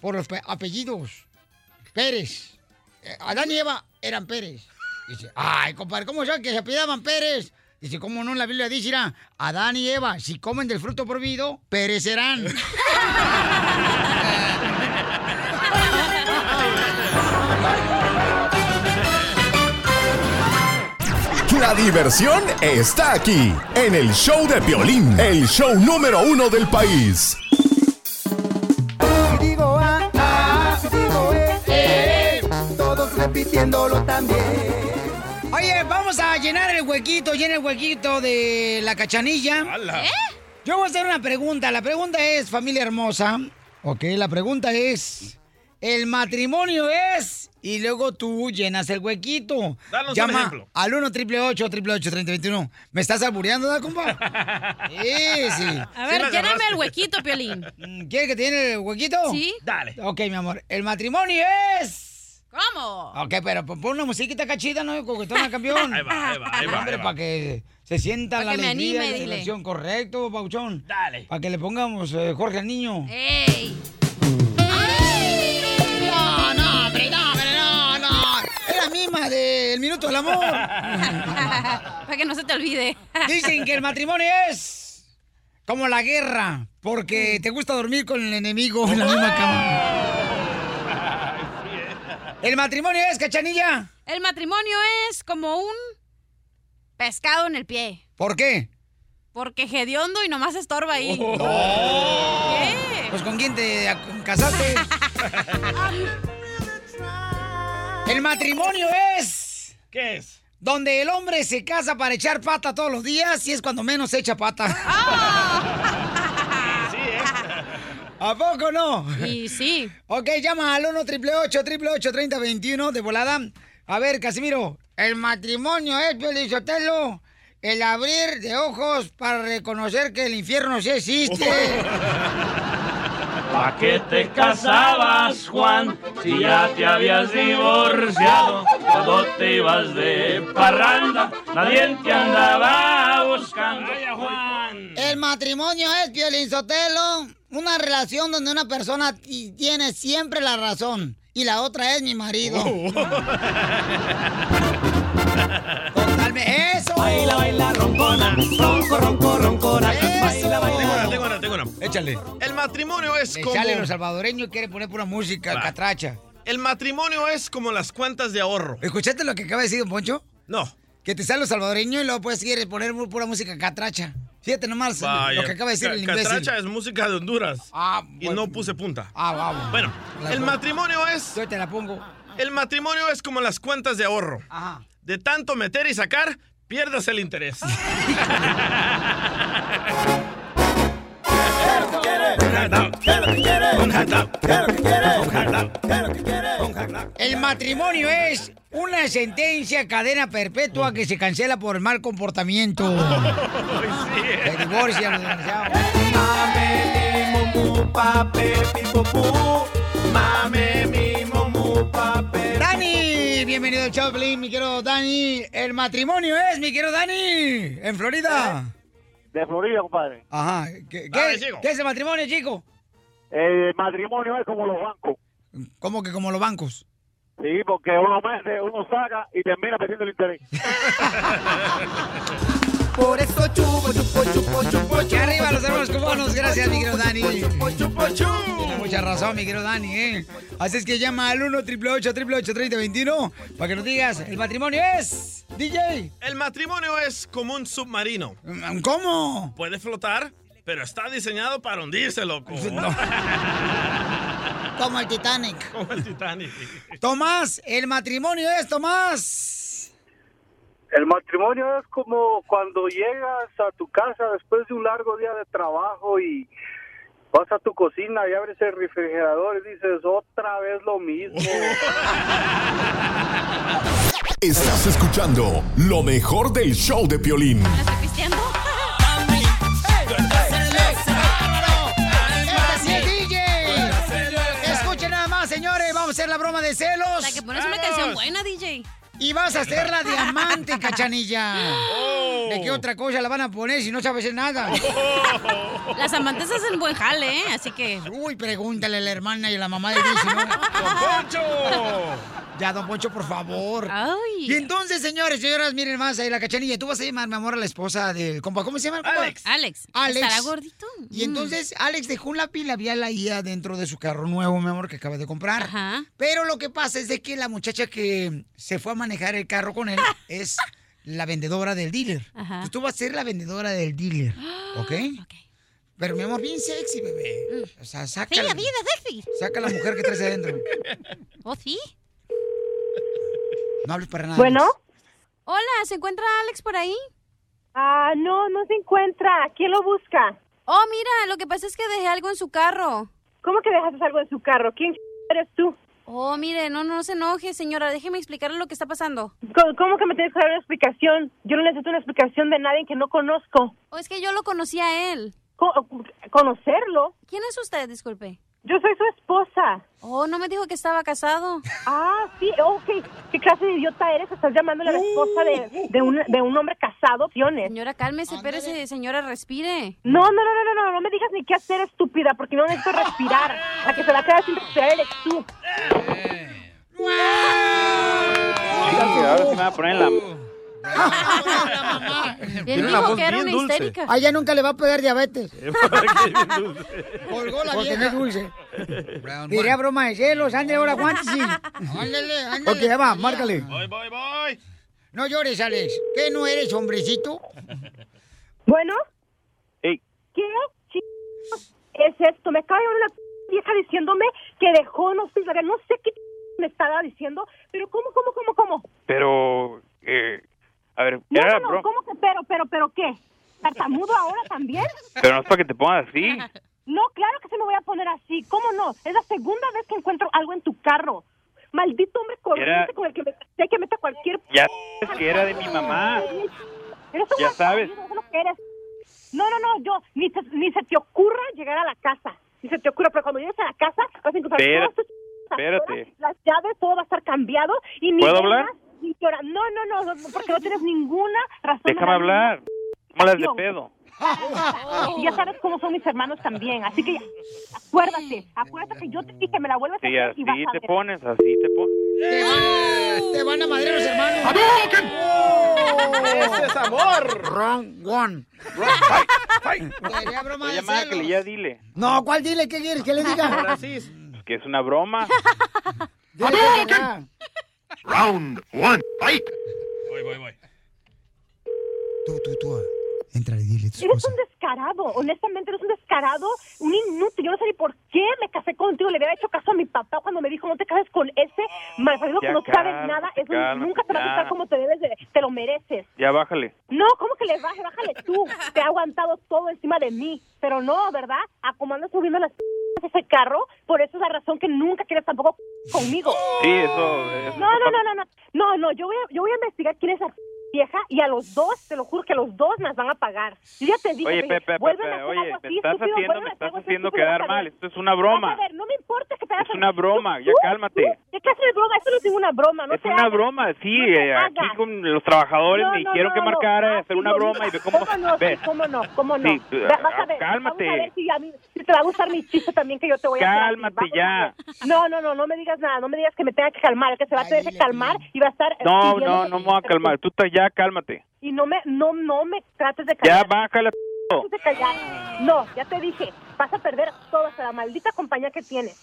Speaker 3: por los pe- apellidos. Pérez. Eh, Adán y Eva eran Pérez. Dice, ay, compadre, ¿cómo sabes que se apellidaban Pérez? Dice, ¿cómo no? La Biblia dice, mira, Adán y Eva, si comen del fruto prohibido, perecerán.
Speaker 11: La diversión está aquí, en el show de Piolín, el show número uno del país.
Speaker 21: digo A, A, digo E, E, todos repitiéndolo también.
Speaker 3: Oye, vamos a llenar el huequito, llena el huequito de la cachanilla.
Speaker 21: ¡Hala! ¿Eh?
Speaker 3: Yo voy a hacer una pregunta. La pregunta es, familia hermosa. Ok, la pregunta es. El matrimonio es. Y luego tú llenas el huequito.
Speaker 4: Danos un
Speaker 3: Llama
Speaker 4: ejemplo.
Speaker 3: Al 1 888 3021 ¿Me estás albureando, da, compa? Sí, sí.
Speaker 6: A ver, lléname el huequito, Piolín.
Speaker 3: Mm, ¿Quieres que tiene el huequito?
Speaker 6: Sí.
Speaker 4: Dale.
Speaker 3: Ok, mi amor. El matrimonio es.
Speaker 6: ¿Cómo?
Speaker 3: Ah. Ok, pero pon pon una musiquita cachita, ¿no? Coquetona, campeón.
Speaker 4: Ahí va, ahí va, ahí va,
Speaker 3: Hombre,
Speaker 4: ahí va.
Speaker 3: para que se sienta
Speaker 6: Pa'
Speaker 3: la
Speaker 6: que me
Speaker 3: alegría
Speaker 6: anime,
Speaker 3: y la
Speaker 6: dile.
Speaker 3: diversión. Correcto, Pauchón.
Speaker 4: Dale.
Speaker 3: Para que le pongamos eh, Jorge al niño.
Speaker 6: ¡Ey!
Speaker 3: No, no, hombre, no, hombre, no, no. Es la misma del Minuto del Amor.
Speaker 6: Para que no se te olvide.
Speaker 3: Dicen que el matrimonio es Como la guerra, porque te gusta dormir con el enemigo en la misma cama. ¿El matrimonio es, cachanilla?
Speaker 6: El matrimonio es como un pescado en el pie.
Speaker 3: ¿Por qué?
Speaker 6: Porque hediondo y nomás estorba ahí.
Speaker 4: Oh.
Speaker 3: Oh.
Speaker 6: ¿Qué?
Speaker 3: Pues con quién te ac- casaste. el matrimonio es.
Speaker 4: ¿Qué es?
Speaker 3: Donde el hombre se casa para echar pata todos los días y es cuando menos echa pata. ¿A poco no?
Speaker 6: Y sí.
Speaker 3: Ok, llama al 1 888 3021 de volada. A ver, Casimiro. El matrimonio es, Pelizotelo, el abrir de ojos para reconocer que el infierno sí existe.
Speaker 2: ¿Para qué te casabas, Juan? Si ya te habías divorciado, cuando te ibas de parranda, nadie te andaba buscando.
Speaker 3: El matrimonio es, Piolín Sotelo, una relación donde una persona ti- tiene siempre la razón y la otra es mi marido.
Speaker 4: Oh.
Speaker 3: Totalmente. ¡Eso!
Speaker 2: Baila, baila, roncona, ronco, ronco, roncona. Baila,
Speaker 4: Tengo
Speaker 2: baila.
Speaker 4: una, tengo una, tengo una.
Speaker 3: Échale.
Speaker 4: El matrimonio es
Speaker 3: Le
Speaker 4: como.
Speaker 3: sale los salvadoreños y quiere poner pura música,
Speaker 4: Va.
Speaker 3: catracha.
Speaker 4: El matrimonio es como las cuentas de ahorro.
Speaker 3: ¿Escuchaste lo que acaba de decir, don Poncho?
Speaker 4: No.
Speaker 3: Que te sale los salvadoreños y luego puedes quieres poner mu- pura música catracha. Fíjate nomás
Speaker 4: Vaya.
Speaker 3: lo que acaba de decir
Speaker 4: Ca-
Speaker 3: el imbécil.
Speaker 4: Catracha es música de Honduras.
Speaker 3: Ah,
Speaker 4: Y no puse punta.
Speaker 3: Ah, vamos.
Speaker 4: Bueno,
Speaker 3: La
Speaker 4: el
Speaker 3: pongo.
Speaker 4: matrimonio es.
Speaker 3: Yo te la pongo.
Speaker 4: El matrimonio es como las cuentas de ahorro.
Speaker 3: Ajá.
Speaker 4: De tanto meter y sacar, pierdes el interés.
Speaker 3: El matrimonio es una sentencia a cadena perpetua que se cancela por mal comportamiento. Se divorcian los desgraciados. Dani, bienvenido al show, Pelín, mi querido Dani. El matrimonio es, mi querido Dani, en Florida.
Speaker 7: De Florida, compadre.
Speaker 3: Ajá. ¿Qué, qué-
Speaker 7: Dale, chico.
Speaker 3: qué es el matrimonio, chico?
Speaker 7: El matrimonio es como los bancos.
Speaker 3: ¿Cómo que como los bancos?
Speaker 7: Sí, porque uno mete, uno saca y termina perdiendo el interés.
Speaker 3: Por eso chupo, chupo, chupo, chupo. Que arriba los hermanos cubanos, gracias, mi querido Dani. Tiene mucha razón, mi querido Dani, ¿eh? Así es que llama al 1 888 3021 para que nos digas, el matrimonio es. DJ.
Speaker 4: El matrimonio es como un submarino.
Speaker 3: ¿Cómo?
Speaker 4: Puede flotar, pero está diseñado para hundirse, loco.
Speaker 3: Como el Titanic.
Speaker 4: Como el Titanic.
Speaker 3: Tomás, el matrimonio es, Tomás.
Speaker 22: El matrimonio es como cuando llegas a tu casa después de un largo día de trabajo y vas a tu cocina y abres el refrigerador y dices otra vez lo mismo.
Speaker 11: Estás escuchando lo mejor del show de Piolín.
Speaker 3: ¡Este sí es DJ! Escuchen nada más, señores, vamos a hacer la broma de celos. La que
Speaker 6: pones una canción buena, DJ.
Speaker 3: Y vas a hacer la diamante, cachanilla. ¿De qué otra cosa la van a poner si no sabes hacer nada?
Speaker 6: Oh. Las amantes hacen buen jale, ¿eh? Así que.
Speaker 3: Uy, pregúntale a la hermana y a la mamá de Dice, ¿no? Ya, don Poncho, por favor. Y entonces, señores, señoras, miren más ahí la cachanilla. Tú vas a llamar, mi amor, a la esposa del compa. ¿Cómo se llama el compa?
Speaker 6: Alex. Alex.
Speaker 3: Alex.
Speaker 6: ¿Estará gordito?
Speaker 3: Y entonces Alex dejó un lápiz labial ahí adentro de su carro nuevo, mi amor, que acaba de comprar. Pero lo que pasa es de que la muchacha que se fue a manejar el carro con él es la vendedora del dealer. Entonces, tú vas a ser la vendedora del dealer, ¿ok? Pero mi amor, bien sexy, bebé. O sea, saca,
Speaker 6: Mm. Sí, la vida, sexy.
Speaker 3: saca la mujer que traes adentro.
Speaker 6: ¿Oh, sí?
Speaker 3: No hables para nada.
Speaker 23: Bueno.
Speaker 6: Hola, ¿se encuentra Alex por ahí?
Speaker 23: Ah, no, no se encuentra. ¿Quién lo busca?
Speaker 6: Oh, mira, lo que pasa es que dejé algo en su carro.
Speaker 23: ¿Cómo que dejaste algo en su carro? ¿Quién eres tú?
Speaker 6: Oh, mire, no, no se enoje, señora. Déjeme explicarle lo que está pasando.
Speaker 23: ¿Cómo, cómo que me tienes que dar una explicación? Yo no necesito una explicación de nadie que no conozco.
Speaker 6: O Oh, es que yo lo conocí a él.
Speaker 23: ¿Conocerlo?
Speaker 6: ¿Quién es usted? Disculpe.
Speaker 23: Yo soy su esposa.
Speaker 6: Oh, no me dijo que estaba casado.
Speaker 23: Ah, sí, ok. ¿Qué clase de idiota eres? Estás llamándole a la esposa de, de, un, de un hombre casado, opciones.
Speaker 6: Señora, cálmese, espérese, señora, respire.
Speaker 23: No, no, no, no, no, no, no me digas ni qué hacer, estúpida, porque no necesito respirar. La que se va a quedar sin respirar eres tú.
Speaker 7: Ahora se me va a poner en la...
Speaker 3: Él
Speaker 6: dijo que era una histérica.
Speaker 3: A ella Ah, nunca le va a pegar diabetes.
Speaker 6: Colgó
Speaker 3: la Porque no es dulce. Diría broma de celos, ándale ahora, aguántese. Ándale, ándale. Ok, ya va, márcale.
Speaker 4: Voy, voy, voy.
Speaker 3: No llores, Alex. ¿Qué no eres, hombrecito?
Speaker 23: Bueno.
Speaker 19: Ey.
Speaker 23: ¿Qué ch- es esto? Me acaba de hablar una vieja diciéndome que dejó, no sé, no sé qué me estaba diciendo, pero ¿cómo, cómo, cómo, cómo?
Speaker 16: Pero, eh, a ver,
Speaker 23: No,
Speaker 16: era
Speaker 23: no, no,
Speaker 16: broma,
Speaker 23: ¿cómo que pero, pero, pero qué? ¿Tartamudo ahora también?
Speaker 16: pero no es para que te pongas así.
Speaker 23: No, claro que se me voy a poner así. ¿Cómo no? Es la segunda vez que encuentro algo en tu carro. Maldito hombre corriente
Speaker 16: Era-
Speaker 23: con el que me casé, que mete cualquier...
Speaker 16: Ya sabes que era de mi mamá.
Speaker 23: Eres
Speaker 16: Ya
Speaker 23: mal
Speaker 16: sabes.
Speaker 23: marido, eso es lo que eres. No, no, no, yo, ni, se- ni se te ocurra llegar a la casa. Ni se te ocurra, pero cuando llegues a la casa vas a encontrar
Speaker 16: Espera-
Speaker 23: todas tus
Speaker 16: Espérate.
Speaker 23: las llaves, todo va a estar cambiado y ni
Speaker 16: ¿Puedo
Speaker 23: vengas
Speaker 16: hablar?
Speaker 23: ni llora. No, no, no, no, porque no tienes ninguna razón.
Speaker 16: Déjame
Speaker 23: moral.
Speaker 16: hablar. No las de pedo.
Speaker 23: Y ya sabes cómo son mis hermanos también, así que acuérdate, acuérdate que yo te dije, me la vuelves a
Speaker 16: Si
Speaker 23: hacer y vas
Speaker 16: así
Speaker 23: a
Speaker 16: te
Speaker 23: ver.
Speaker 16: pones, así te pones.
Speaker 3: Te van, te van a madrear los hermanos.
Speaker 16: ¡Ese es amor!
Speaker 3: Wrong one. Sería broma
Speaker 16: La
Speaker 3: de
Speaker 16: llamada que
Speaker 3: celos.
Speaker 16: le ya dile.
Speaker 3: No, ¿cuál dile? ¿Qué quieres que le diga?
Speaker 16: Pues que es una broma.
Speaker 3: Dile que ya.
Speaker 16: Round one.
Speaker 4: Voy, voy, voy.
Speaker 3: Tú, tú, tú. Entra y dile a tu
Speaker 23: Eres
Speaker 3: esposa.
Speaker 23: un descarado, honestamente eres un descarado, un inútil. Yo no sé ni por qué me casé contigo. Le había hecho caso a mi papá cuando me dijo no te cases con ese marido que
Speaker 16: Ya
Speaker 23: no sabes
Speaker 16: cálmate,
Speaker 23: nada. Es un-
Speaker 16: cálmate,
Speaker 23: nunca te va a
Speaker 16: ya.
Speaker 23: gustar como te debes, de- te lo mereces.
Speaker 16: Ya bájale.
Speaker 23: No, ¿cómo que le baje? Bájale tú. Te ha aguantado todo encima de mí. Pero no, ¿verdad? A como andas subiendo las p- ese carro, por eso es la razón que nunca quieres tampoco conmigo.
Speaker 16: Sí, eso. eh,
Speaker 23: No, no, no, no, no. No, no, yo voy a, yo voy a investigar quién es la vieja y a los dos, te lo juro que a los dos nos van a pagar. Yo ya te dije,
Speaker 16: Oye,
Speaker 23: te dije,
Speaker 16: Pepe, Pepe,
Speaker 23: vuelven a hacer
Speaker 16: oye,
Speaker 23: algo
Speaker 16: me
Speaker 23: así,
Speaker 16: estás haciendo,
Speaker 23: estúpido, vuelven
Speaker 16: me
Speaker 23: a hacer
Speaker 16: estás
Speaker 23: algo así,
Speaker 16: haciendo
Speaker 23: estúpido,
Speaker 16: quedar
Speaker 23: vas a
Speaker 16: mal.
Speaker 23: ver.
Speaker 16: Esto es una
Speaker 23: Vas
Speaker 16: broma.
Speaker 23: a ver, no me importa que te hagas
Speaker 16: Es una broma, ya cálmate.
Speaker 23: ¿Qué clase de broma? Esto no es ninguna broma, no
Speaker 16: Es
Speaker 23: te
Speaker 16: una
Speaker 23: hagas.
Speaker 16: broma, sí.
Speaker 23: No te
Speaker 16: eh, aquí
Speaker 23: hagas.
Speaker 16: con los trabajadores
Speaker 23: No,
Speaker 16: me
Speaker 23: no,
Speaker 16: dijeron
Speaker 23: no,
Speaker 16: que
Speaker 23: no.
Speaker 16: marcara,
Speaker 23: Ah,
Speaker 16: hacer
Speaker 23: sí,
Speaker 16: una
Speaker 23: no,
Speaker 16: broma
Speaker 23: no.
Speaker 16: y ve cómo.
Speaker 23: ¿Cómo no?
Speaker 16: Ve.
Speaker 23: ¿Cómo no? ¿Cómo no?
Speaker 16: Sí, eh, ah,
Speaker 23: Ve- vas a ver,
Speaker 16: cálmate.
Speaker 23: Vamos a ver si, a mí- si te va a gustar mi chiste también que yo te voy a hacer. a ti.
Speaker 16: Cálmate
Speaker 23: Vamos
Speaker 16: ya.
Speaker 23: a ver. No, no, no, no me digas nada. No me digas que me tenga que calmar. El que se va a tener que calmar y va a estar. eh,
Speaker 16: No,
Speaker 23: pidiéndome-
Speaker 16: no, no me voy a calmar. Tú estás ya, cálmate.
Speaker 23: Y no me, no, no me trates de
Speaker 16: Ya
Speaker 23: callar.
Speaker 16: bájale.
Speaker 23: No te callar. No, ya te dije. Vas a perder toda esa la maldita compañía que tienes.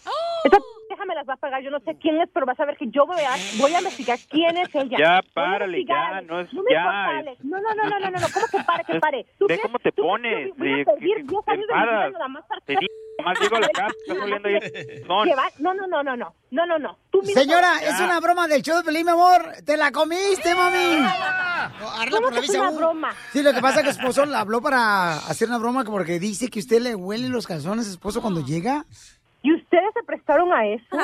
Speaker 23: Esa vieja me las va a pagar. Yo no sé quién es, pero vas a ver que yo voy a, voy a investigar quién es ella.
Speaker 16: Ya
Speaker 23: Voy a
Speaker 16: párale,
Speaker 23: investigar,
Speaker 16: ya,
Speaker 23: Alex.
Speaker 16: no es-
Speaker 23: me
Speaker 16: ya,
Speaker 23: importa,
Speaker 16: es-
Speaker 23: Alex. No, no, no, no, no, no, no. ¿Cómo que pare, que pare? ¿Tú
Speaker 16: Ve
Speaker 23: crees-
Speaker 16: cómo te
Speaker 23: tú crees
Speaker 16: pones.
Speaker 23: que Voy
Speaker 16: eh,
Speaker 23: a pedir
Speaker 16: que-
Speaker 23: 10
Speaker 16: que
Speaker 23: años de mi vida
Speaker 16: paras.
Speaker 23: nada más para-
Speaker 16: Te digo, nomás llego a la casa, estás oliendo ahí. Son.
Speaker 23: Que va- No, no, no, no, no. No, no, no. Tú mismo-
Speaker 3: Señora, es una broma del show de Pelín, mi amor. Te la comiste, mami.
Speaker 23: ¿Cómo
Speaker 3: por la
Speaker 23: que es una
Speaker 3: visa, uh.
Speaker 23: broma?
Speaker 3: Sí, lo que pasa es que esposo la habló para hacer una broma porque dice que usted le huele los calzones, esposo, cuando llega.
Speaker 23: ¿Y ustedes se prestaron a eso?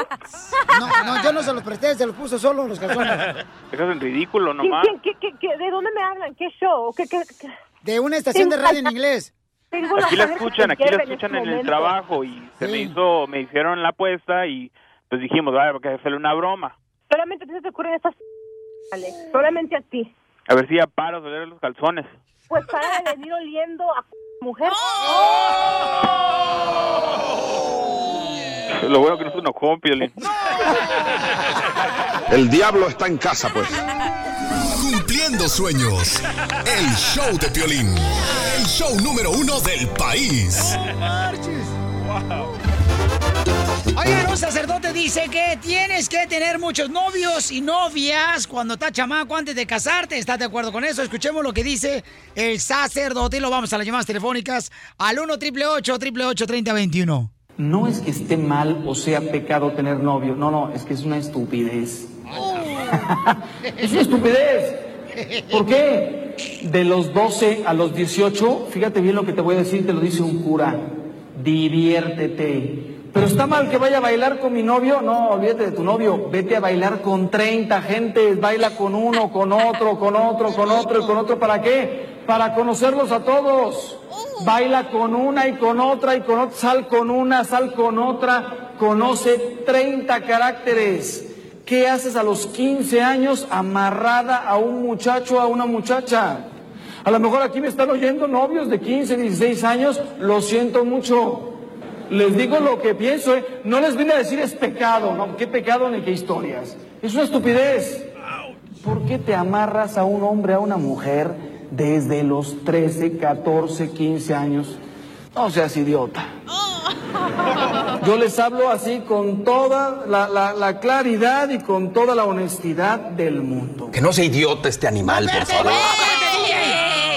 Speaker 3: No, no, yo no se los presté, se los puso solo los calzones.
Speaker 16: Eso es ridículo
Speaker 23: ¿Quién-
Speaker 16: nomás.
Speaker 23: quién- qué- qué- qué- ¿De dónde me hablan? ¿Qué show? ¿Qué, qué, qué?
Speaker 3: De una estación de radio en inglés.
Speaker 23: Tengo
Speaker 16: Aquí la
Speaker 23: mujer que
Speaker 16: escuchan,
Speaker 23: me
Speaker 16: aquí la
Speaker 23: lleva
Speaker 16: escuchan
Speaker 23: este
Speaker 16: en el
Speaker 23: momento.
Speaker 16: trabajo y se me hizo, me hicieron la apuesta y pues dijimos, "Ah, hay que hacerle una broma.
Speaker 23: Solamente a ti se te ocurren estas... Alex, solamente a ti.
Speaker 16: A ver si ya paro de oler los calzones.
Speaker 23: Pues para de venir oliendo a mujer.
Speaker 16: ¡Oh! Lo bueno que no se enojó, Piolín.
Speaker 1: El diablo está en casa, pues.
Speaker 11: Cumpliendo sueños. El show de Piolín. El show número uno del país.
Speaker 3: Oigan, un sacerdote dice que tienes que tener muchos novios y novias cuando estás chamaco antes de casarte. ¿Estás de acuerdo con eso? Escuchemos lo que dice el sacerdote y lo vamos a las llamadas telefónicas al 1 888 888 3021
Speaker 24: No es que esté mal o sea pecado tener novio, no, no, es que es una estupidez.
Speaker 3: ¡Oh!
Speaker 24: Es una estupidez. ¿Por qué? De los 12 a los 18, fíjate bien lo que te voy a decir, te lo dice un cura. Diviértete. Pero está mal que vaya a bailar con mi novio. No, olvídate de tu novio. Vete a bailar con 30 gentes. Baila con uno, con otro, con otro, con otro y con otro. ¿Para qué? Para conocerlos a todos. Baila con una y con otra y con otra. Sal con una, sal con otra. Conoce 30 caracteres. ¿Qué haces a los 15 años amarrada a un muchacho, a una muchacha? A lo mejor aquí me están oyendo novios de 15, 16 años, lo siento mucho. Les digo lo que pienso, ¿eh? no les vine a decir es pecado, ¿no? ¿Qué pecado ni qué historias? Es una estupidez. ¿Por qué te amarras a un hombre, a una mujer, desde los 13, 14, 15 años? No seas idiota.
Speaker 25: Oh.
Speaker 24: Yo les hablo así con toda la, la- la claridad y con toda la honestidad del mundo.
Speaker 25: Que no sea idiota este animal, por favor.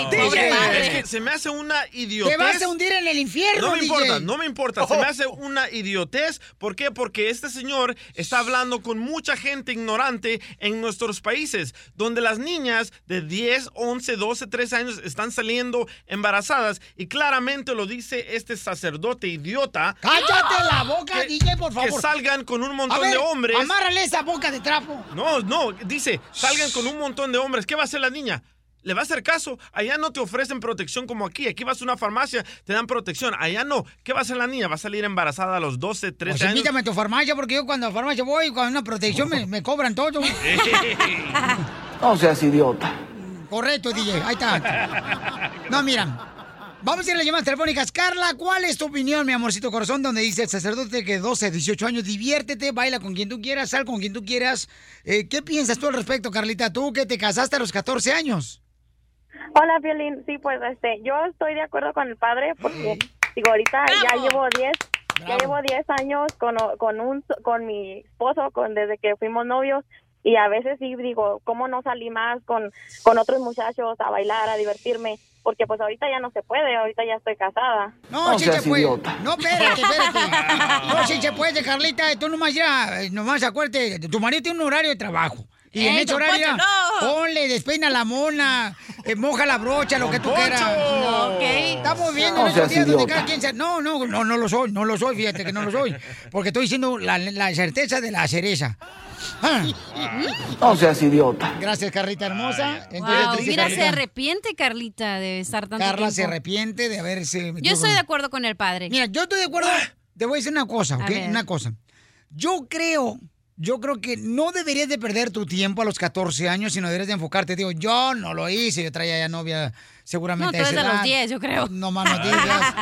Speaker 4: DJ,
Speaker 3: madre.
Speaker 4: es que se me hace una idiotez.
Speaker 3: Te vas a hundir en el infierno,
Speaker 4: No me
Speaker 3: DJ.
Speaker 4: importa, no me importa. Se
Speaker 3: Oh.
Speaker 4: me hace una idiotez. ¿Por qué? Porque este señor está hablando con mucha gente ignorante en nuestros países, donde las niñas de 10, 11, 12, 13 años están saliendo embarazadas. Y claramente lo dice este sacerdote idiota. ¡Ah!
Speaker 3: ¡Cállate la boca, DJ, por favor!
Speaker 4: Que salgan con un
Speaker 3: A
Speaker 4: montón
Speaker 3: ver,
Speaker 4: de hombres.
Speaker 3: Amárrale esa boca de trapo.
Speaker 4: No, no, dice, salgan con un montón de hombres. ¿Qué va a hacer la niña? ¿Le va a hacer caso? Allá no te ofrecen protección como aquí. Aquí vas a una farmacia, te dan protección. Allá no. ¿Qué va a hacer la niña? ¿Va a salir embarazada a los 12, 13
Speaker 3: Pues
Speaker 4: años?
Speaker 3: invítame a tu farmacia, porque yo cuando a farmacia voy con una protección me, me cobran todo.
Speaker 24: No seas idiota.
Speaker 3: Correcto, DJ. Ahí está. No, mira. Vamos a ir a las llamadas telefónicas. Carla, ¿cuál es tu opinión, mi amorcito corazón? Donde dice el sacerdote que 12, 18 años, diviértete, baila con quien tú quieras, sal con quien tú quieras. Eh, ¿Qué piensas tú al respecto, Carlita? Tú que te casaste a los 14 años.
Speaker 15: Hola, Violín. Sí, pues este, yo estoy de acuerdo con el padre porque, digo, ahorita ya llevo 10, ya llevo 10 años con, o- con, un, so- con mi esposo, con, desde que fuimos novios. Y a veces sí digo, ¿cómo no salí más con, con otros muchachos a bailar, a divertirme? Porque pues ahorita ya no se puede, ahorita ya estoy casada.
Speaker 3: No, sí se puede. No, espérate, espérate. No, sí se puede, Carlita. Tú nomás ya, eh, nomás acuérdate, tu marido tiene un horario de trabajo. Y en
Speaker 6: Eh,
Speaker 21: ¡Ey,
Speaker 3: ese
Speaker 21: don
Speaker 6: pues,
Speaker 3: horario,
Speaker 21: Poncho,
Speaker 3: ya,
Speaker 21: no!
Speaker 3: ponle, despeina la mona, eh, moja la brocha, lo que tú
Speaker 21: ¡Don
Speaker 3: quieras.
Speaker 21: Poncho! No, ok.
Speaker 3: Estamos viendo
Speaker 21: No
Speaker 3: en esos
Speaker 21: seas
Speaker 3: días donde
Speaker 21: idiota.
Speaker 3: cada quien se... No, no, no, no lo soy, no lo soy, fíjate que no lo soy. Porque estoy diciendo la, la certeza de la cereza. Ah.
Speaker 24: No seas idiota.
Speaker 3: Gracias, Carlita hermosa.
Speaker 6: Wow,
Speaker 3: dice
Speaker 6: mira, se
Speaker 3: Carlita,
Speaker 6: arrepiente Carlita de estar tanto
Speaker 3: Carla se
Speaker 6: tiempo.
Speaker 3: arrepiente de haberse metido
Speaker 6: Yo estoy
Speaker 3: con-
Speaker 6: de acuerdo con el padre. Ah.
Speaker 3: Mira, yo estoy de acuerdo. Te voy a decir una cosa,
Speaker 6: A
Speaker 3: ¿ok?
Speaker 6: ver.
Speaker 3: Una cosa. Yo creo, yo creo que no deberías de perder tu tiempo a los 14 años, sino deberías de enfocarte. Digo, yo no lo hice, yo traía ya novia
Speaker 6: No,
Speaker 3: seguramente
Speaker 6: tú
Speaker 3: a
Speaker 6: eres
Speaker 3: esa
Speaker 6: de los
Speaker 3: edad.
Speaker 6: 10, yo creo.
Speaker 3: No más no digas.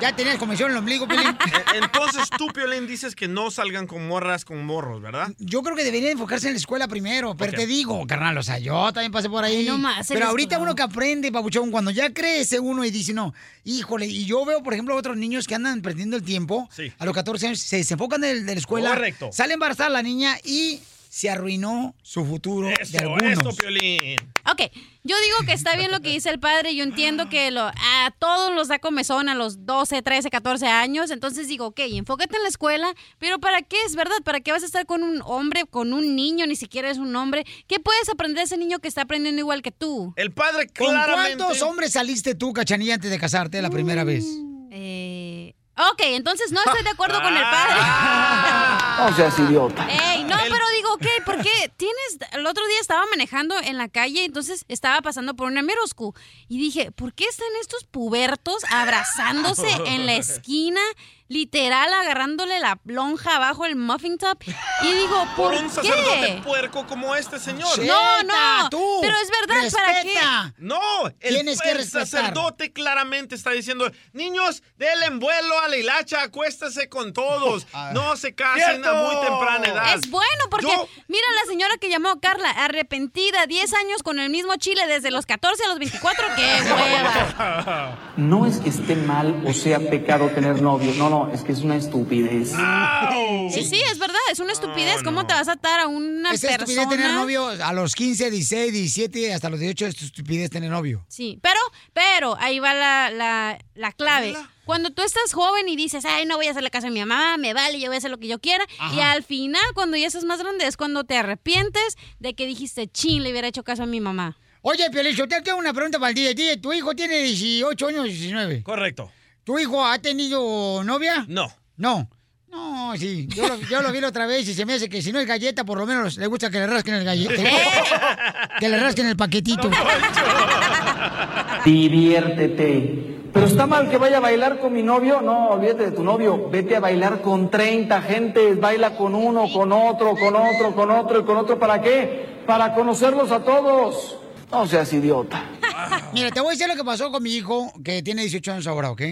Speaker 3: Ya tenías comisión en el ombligo, Pelín.
Speaker 4: E, Entonces tú, Piolín, dices que no salgan con morras, con morros, ¿verdad?
Speaker 3: Yo creo que deberían enfocarse en la escuela primero, pero
Speaker 4: Ok.
Speaker 3: te digo, carnal, o sea, yo también pasé por ahí.
Speaker 6: Ay, no más,
Speaker 3: pero
Speaker 6: eres
Speaker 3: ahorita
Speaker 6: tú.
Speaker 3: uno que aprende, papuchón, cuando ya crece uno y dice, no, híjole, y yo veo, por ejemplo, otros niños que andan perdiendo el tiempo,
Speaker 21: Sí.
Speaker 3: a los 14 años, se desenfocan de, de la escuela,
Speaker 4: Correcto.
Speaker 3: sale embarazada la niña y se arruinó su futuro de
Speaker 4: Eso,
Speaker 3: algunos.
Speaker 4: eso, Piolín.
Speaker 6: Ok, yo digo que está bien lo que dice el padre, yo entiendo que lo, a todos los da comezón a los 12, 13, 14 años, entonces digo, ok, enfócate en la escuela, pero ¿para qué es verdad? ¿Para qué vas a estar con un hombre, con un niño, ni siquiera es un hombre? ¿Qué puedes aprender de ese niño que está aprendiendo igual que tú?
Speaker 4: El padre
Speaker 3: ¿Con cuántos hombres saliste tú, Cachanilla, antes de casarte la primera vez?
Speaker 6: Mm. Eh, ok, entonces no estoy de acuerdo con el padre.
Speaker 24: No seas idiota.
Speaker 6: Ey, no, pero digo, ok, porque tienes. El otro día estaba manejando en la calle, entonces estaba pasando por una Miroscu. Y dije, ¿por qué están estos pubertos abrazándose en la esquina? Literal, agarrándole la lonja abajo el muffin top. Y digo, ¿por,
Speaker 4: Por un sacerdote
Speaker 6: qué?
Speaker 4: puerco como este señor.
Speaker 6: No, no. pero es verdad, ¿para qué?
Speaker 4: No, el,
Speaker 6: Tienes que
Speaker 4: el
Speaker 6: respetar.
Speaker 4: sacerdote claramente está diciendo, niños, denle vuelo a la hilacha, acuéstese con todos, no se casen a muy temprana edad.
Speaker 6: Es bueno porque,
Speaker 4: Yo-
Speaker 6: mira la señora que llamó Carla, arrepentida, 10 años con el mismo chile desde los 14 a los 24, qué hueva.
Speaker 24: No es que esté mal o sea pecado tener novio. No, no, es que es una estupidez.
Speaker 6: Sí, sí, es verdad, es una estupidez. ¿Cómo te vas a atar a una
Speaker 3: Esa
Speaker 6: persona?
Speaker 3: estupidez tener novio a los 15, 16, 17, hasta los 18 es tu estupidez tener novio.
Speaker 6: Sí, pero, pero, ahí va la, la- la clave. Cuando tú estás joven y dices, ay, no voy a hacer la casa de mi mamá, me vale, yo voy a hacer lo que yo quiera.
Speaker 5: Ajá.
Speaker 6: Y al final, cuando ya estás más grande, es cuando te arrepientes de que dijiste, chin, le hubiera hecho caso a mi mamá.
Speaker 3: Oye, Piolín, yo te tengo una pregunta para el DJ. DJ, ¿Tu hijo tiene 18 años, 19?
Speaker 4: Correcto.
Speaker 3: ¿Tu hijo ha tenido novia?
Speaker 4: No.
Speaker 3: No. No, sí. Yo lo, yo lo vi la otra vez y se me hace que si no es galleta, por lo menos le gusta que le rasquen el gallete.
Speaker 4: ¿Eh?
Speaker 3: que le rasquen el paquetito.
Speaker 24: Diviértete. Pero está mal que vaya a bailar con mi novio. No, olvídate de tu novio. Vete a bailar con 30 gentes. Baila con uno, con otro, con otro, con otro y con otro. ¿Para qué? Para conocerlos a todos. No seas idiota.
Speaker 3: Mira, te voy a decir lo que pasó con mi hijo, que tiene 18 años ahora, ¿ok?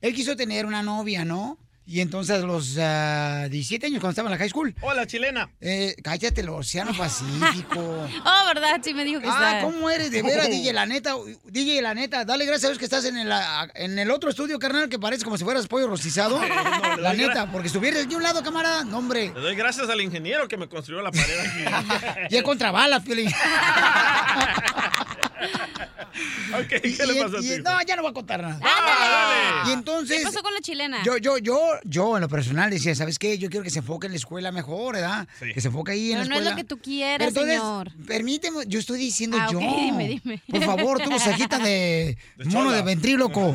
Speaker 3: Él quiso tener una novia, ¿no? Y entonces a los ah, 17 años cuando estaba en la high school.
Speaker 4: Hola, chilena.
Speaker 3: Eh, cállate, el Océano Pacífico.
Speaker 6: Oh, ¿verdad? Sí me dijo que
Speaker 3: Ah,
Speaker 6: está.
Speaker 3: ¿cómo eres? De veras, DJ, la neta. DJ, la neta. Dale gracias a Dios que estás en el, ah, en el otro estudio, carnal, que parece como si fueras pollo rostizado.
Speaker 4: le
Speaker 3: la
Speaker 4: doy gra-
Speaker 3: neta, porque estuvieras aquí a un lado, cámara, no, hombre.
Speaker 4: Le doy gracias al ingeniero que me construyó la pared aquí.
Speaker 3: Y es contra balas, Piolín.
Speaker 4: ok, ¿qué le
Speaker 3: Y-
Speaker 4: pasó a Ah,
Speaker 3: y-
Speaker 4: ti?
Speaker 3: No, ya no voy a contar nada. Y entonces.
Speaker 6: ¿Qué pasó con la chilena?
Speaker 3: Yo, yo, yo, yo en lo personal decía, ¿sabes qué? Yo quiero que se enfoque en la escuela mejor, ¿verdad? Que se enfoque ahí en
Speaker 6: Pero
Speaker 3: la
Speaker 6: no es
Speaker 3: escuela.
Speaker 6: lo que tú
Speaker 3: Pero
Speaker 6: quieras,
Speaker 3: entonces,
Speaker 6: señor.
Speaker 3: Permíteme, yo estoy diciendo
Speaker 6: Ah,
Speaker 3: yo.
Speaker 6: ok, dime, dime.
Speaker 3: Por favor, tú saquita de, mono de ventríloco.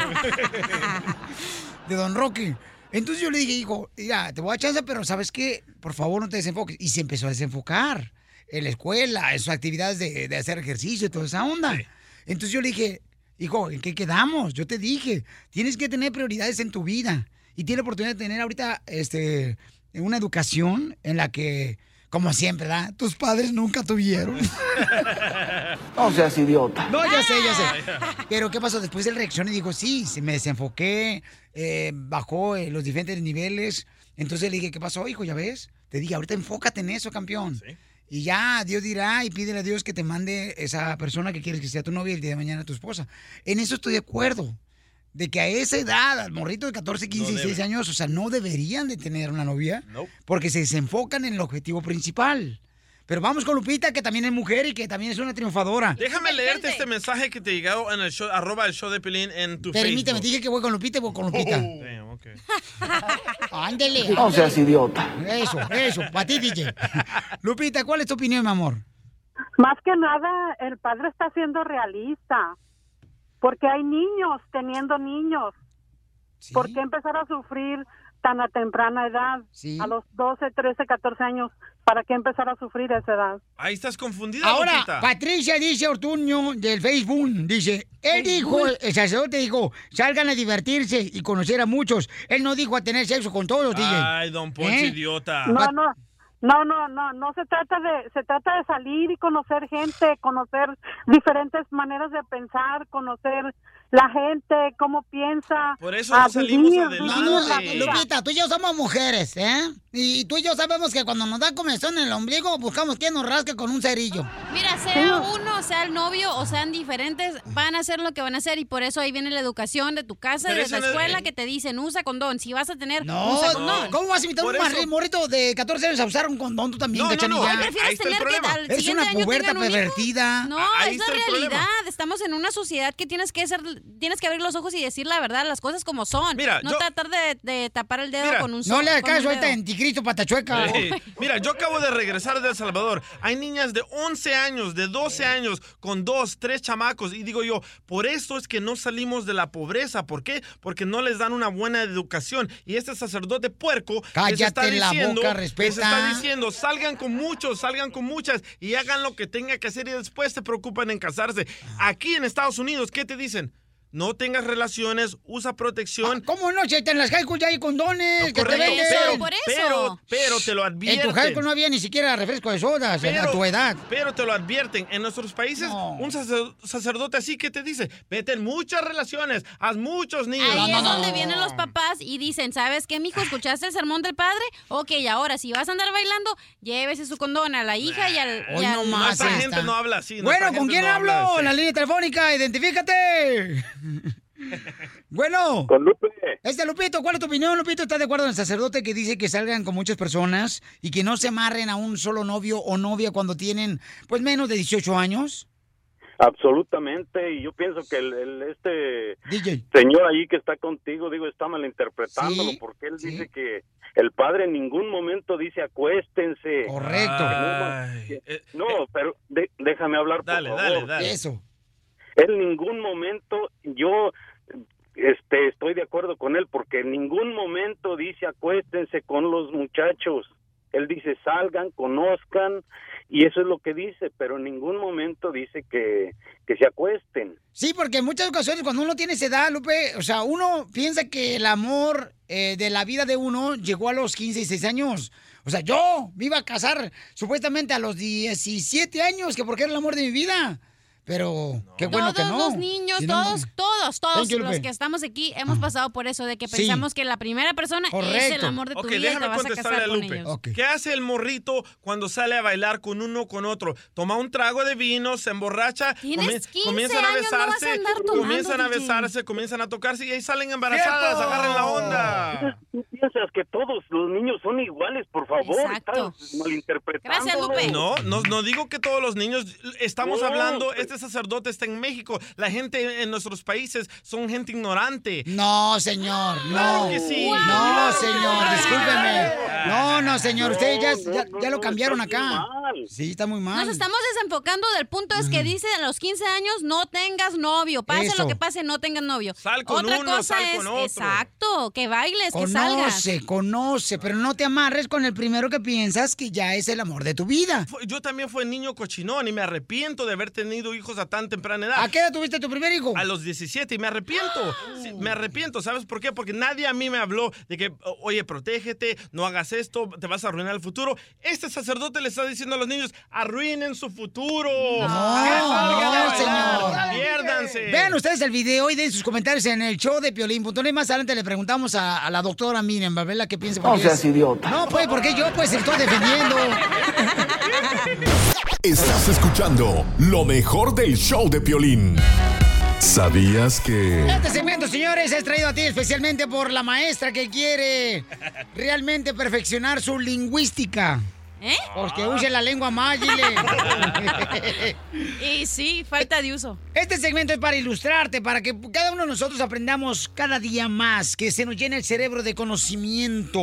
Speaker 3: de Don Rocky. Entonces yo le dije, hijo, mira, te voy a dar chance, pero ¿sabes qué? Por favor, no te desenfoques. Y se empezó a desenfocar en la escuela, en sus actividades de, de hacer ejercicio y toda esa onda. Entonces yo le dije, hijo, ¿en qué quedamos? Yo te dije, tienes que tener prioridades en tu vida. Y tiene la oportunidad de tener ahorita este, una educación en la que, como siempre, ¿verdad? Tus padres nunca tuvieron.
Speaker 24: No seas idiota.
Speaker 3: No, ya sé, ya sé. Pero ¿qué pasó? Después él reaccionó y dijo, sí, se me desenfoqué, eh, bajó eh, los diferentes niveles. Entonces le dije, ¿qué pasó, hijo? ¿Ya ves? Te dije, ahorita enfócate en eso, campeón. Y ya, Dios dirá y pídele a Dios que te mande esa persona que quieres que sea tu novia y el día de mañana tu esposa. En eso estoy de acuerdo. De que a esa edad, al morrito de 14, 15,
Speaker 17: No
Speaker 3: 16
Speaker 17: debe.
Speaker 3: años, o sea, no deberían de tener una novia
Speaker 17: Nope.
Speaker 3: porque se desenfocan en el objetivo principal. Pero vamos con Lupita, que también es mujer y que también es una triunfadora.
Speaker 4: Déjame leerte este mensaje que te llegó en el show, arroba el show de Pelín en tu
Speaker 3: Permíteme,
Speaker 4: Facebook. Oh.
Speaker 3: dije que voy con Lupita y voy con Lupita.
Speaker 4: Damn, ok. Oh.
Speaker 3: Ándele.
Speaker 24: No seas idiota.
Speaker 3: Eso, eso, para ti, DJ. Lupita, ¿cuál es tu opinión, mi amor?
Speaker 15: Más que nada, el padre está siendo realista, porque hay niños teniendo niños. ¿Por qué empezar a sufrir tan a temprana edad, a los 12, 13, 14 años? ¿Para qué empezar a sufrir a esa edad?
Speaker 4: Ahí estás confundida,
Speaker 3: Ahora,
Speaker 4: Lupita.
Speaker 3: Patricia dice Ortuño del Facebook, dice, él dijo, el sacerdote dijo, salgan a divertirse y conocer a muchos. Él no dijo a tener sexo con todos, DJ.
Speaker 4: Ay, don Poncho,
Speaker 3: ¿Eh?
Speaker 4: idiota.
Speaker 15: No, no, no, no, no, no se trata de, se trata de salir y conocer gente, conocer diferentes maneras de pensar, conocer la gente, cómo piensa.
Speaker 4: Por
Speaker 15: a vivir, vivir la vida.
Speaker 3: Lupita, tú y yo somos mujeres, ¿eh? Y, y tú y yo sabemos que cuando nos da comezón en el ombligo, buscamos quien nos rasque con un cerillo.
Speaker 6: Mira, sea uno, sea el novio o sean diferentes, van a hacer lo que van a hacer y por eso ahí viene la educación de tu casa,
Speaker 3: Pero
Speaker 6: de
Speaker 3: eso
Speaker 6: la
Speaker 3: no es-
Speaker 6: escuela que te dicen usa condón. Si vas a tener,
Speaker 3: No,
Speaker 6: usa condón.
Speaker 3: ¿cómo vas a imitar a un marri- morrito de 14 años a usar un condón tú también,
Speaker 6: No, no,
Speaker 3: cachanilla?
Speaker 6: no, ahí prefieres Ahí está el tener que problema. al
Speaker 3: Eres
Speaker 6: siguiente
Speaker 3: una
Speaker 6: año
Speaker 3: puberta
Speaker 6: tengan un hijo. Ah,
Speaker 3: pervertida.
Speaker 6: No, es la
Speaker 3: está el problema.
Speaker 6: realidad. Estamos en una sociedad que tienes que ser, tienes que abrir los ojos y decir la verdad, las cosas como son.
Speaker 4: Mira,
Speaker 6: no
Speaker 4: yo-
Speaker 6: tratar de, de tapar el dedo con un
Speaker 3: no le hagas caso a este
Speaker 6: suelta
Speaker 3: anticristo patachueca.
Speaker 4: Sí. Mira, yo acabo de regresar de El Salvador. Hay niñas de 11 años, de 12 años, con dos, tres chamacos. Y digo yo, por eso es que no salimos de la pobreza. ¿Por qué? Porque no les dan una buena educación. Y este sacerdote puerco les
Speaker 3: Cállate
Speaker 4: está
Speaker 3: la
Speaker 4: diciendo,
Speaker 3: boca,
Speaker 4: les
Speaker 3: respeta.
Speaker 4: está diciendo, salgan con muchos, salgan con muchas y hagan lo que tenga que hacer y después se preocupan en casarse.
Speaker 3: Ah.
Speaker 4: Aquí en Estados Unidos, ¿qué te dicen? No tengas relaciones, usa protección.
Speaker 3: Ah, ¿Cómo no? Si en las high school ya hay condones que te
Speaker 4: Correcto,
Speaker 3: venden.
Speaker 4: pero, pero, pero te lo
Speaker 3: en tu high school
Speaker 4: advierten.
Speaker 3: no había ni siquiera refresco de sodas a tu edad.
Speaker 4: pero te lo advierten. En nuestros países, un sacer- sacerdote así que te dice, vete en muchas relaciones, haz muchos niños.
Speaker 6: Ahí es donde vienen los papás y dicen, ¿sabes qué, mijo? ¿Escuchaste el sermón del padre? Ok, ahora si vas a andar bailando, llévese su condón a la hija y al... y
Speaker 3: Hoy
Speaker 6: al-
Speaker 3: no más.
Speaker 4: Nuestra
Speaker 3: esta.
Speaker 4: gente no habla así, nuestra
Speaker 3: Bueno, ¿con
Speaker 4: gente
Speaker 3: quién
Speaker 4: no habla
Speaker 3: hablo?
Speaker 4: así.
Speaker 3: En la línea telefónica, identifícate. bueno.
Speaker 26: Con Lupe.
Speaker 3: Este Lupito, ¿cuál es tu opinión, Lupito? ¿Estás de acuerdo con el sacerdote que dice que salgan con muchas personas y que no se amarren a un solo novio o novia cuando tienen, pues, menos de 18 años?
Speaker 26: Absolutamente, y yo pienso que el, el- este
Speaker 3: DJ.
Speaker 26: señor ahí que está contigo, digo, está malinterpretándolo, porque él dice que el padre en ningún momento dice acuéstense. Ah,
Speaker 3: Correcto.
Speaker 26: no, pero de- déjame hablar, por
Speaker 4: Dale,
Speaker 26: favor.
Speaker 4: dale, dale.
Speaker 3: Eso.
Speaker 26: En ningún momento yo este, estoy de acuerdo con él, porque en ningún momento dice acuéstense con los muchachos. Él dice salgan, conozcan, y eso es lo que dice, pero en ningún momento dice que, que se acuesten.
Speaker 3: Sí, porque en muchas ocasiones cuando uno tiene esa edad, Lupe, o sea, uno piensa que el amor eh, de la vida de uno llegó a los 15 y 6 años. O sea, yo me iba a casar supuestamente a los 17 años, que porque era el amor de mi vida. Pero qué bueno que
Speaker 6: todos
Speaker 3: no.
Speaker 6: los niños,
Speaker 3: Si no,
Speaker 6: todos, todos, todos
Speaker 3: Thank you,
Speaker 6: los
Speaker 3: Lupe. Ah.
Speaker 6: que estamos aquí hemos pasado por eso de que
Speaker 4: Sí.
Speaker 6: pensamos que la primera persona es el amor de tu
Speaker 4: Ok,
Speaker 6: vida y
Speaker 4: déjame
Speaker 6: te vas a
Speaker 4: contestarle
Speaker 6: casar
Speaker 4: a
Speaker 6: con
Speaker 4: Lupe.
Speaker 6: ellos.
Speaker 4: ¿Qué hace el morrito cuando sale a bailar con uno o con otro? Toma un trago de vino, se emborracha,
Speaker 6: Tienes 15
Speaker 4: comienzan a
Speaker 6: años, no vas a
Speaker 4: besarse,
Speaker 6: andar tomando,
Speaker 4: comienzan a
Speaker 6: DJ.
Speaker 4: besarse, comienzan a tocarse y ahí salen embarazadas,
Speaker 6: ¡Cierto!
Speaker 4: agarren la onda.
Speaker 19: ¿Tú piensas que todos los niños son iguales? Por favor,
Speaker 4: Exacto.
Speaker 19: estás malinterpretando.
Speaker 4: No, no, no digo que todos los niños. Estamos
Speaker 19: No. pues.
Speaker 4: hablando, este sacerdote está en México. La gente en nuestros países son gente ignorante.
Speaker 3: No, señor,
Speaker 4: Claro
Speaker 3: no.
Speaker 4: que sí.
Speaker 3: No, señor, discúlpeme. No, no, señor, ustedes ya, ya, ya lo cambiaron acá. Sí, está muy mal.
Speaker 6: Nos estamos desenfocando del punto es que dice a los 15 años no tengas novio, pase
Speaker 3: Eso.
Speaker 6: lo que pase, no tengas novio. Sal
Speaker 3: con
Speaker 6: Otra
Speaker 3: uno,
Speaker 6: cosa
Speaker 3: sal
Speaker 6: es,
Speaker 3: con otro.
Speaker 6: exacto, que bailes, que salgas.
Speaker 3: Conoce, conoce, pero no te amarres con el primero que piensas que ya es el amor de tu vida.
Speaker 4: Yo también fui niño cochinón y me arrepiento de haber tenido hijos a tan temprana edad.
Speaker 3: ¿A qué edad tuviste tu primer hijo?
Speaker 4: A los 17 y me arrepiento. Sí, me arrepiento, ¿sabes por qué? Porque nadie a mí me habló de que, o- oye, protégete, no hagas esto, te vas a arruinar el futuro. Este sacerdote le está diciendo a los niños, arruinen su futuro. No,
Speaker 3: no, señor.
Speaker 4: Piérdanse.
Speaker 3: Vean ustedes el video y den sus comentarios en el show de Piolín.net. Más adelante le preguntamos a, a la doctora Miriam Babela qué piensa.
Speaker 24: No
Speaker 3: porque
Speaker 24: seas idiota.
Speaker 3: No, pues, porque yo pues estoy defendiendo.
Speaker 11: Estás escuchando lo mejor del show de Piolín. ¿Sabías que...
Speaker 3: Este segmento, señores, es traído a ti especialmente por la maestra que quiere realmente perfeccionar su lingüística.
Speaker 6: ¿Eh?
Speaker 3: Porque usa la lengua mágile.
Speaker 6: Y sí, falta de uso.
Speaker 3: Este segmento es para ilustrarte, para que cada uno de nosotros aprendamos cada día más, que se nos llene el cerebro de conocimiento.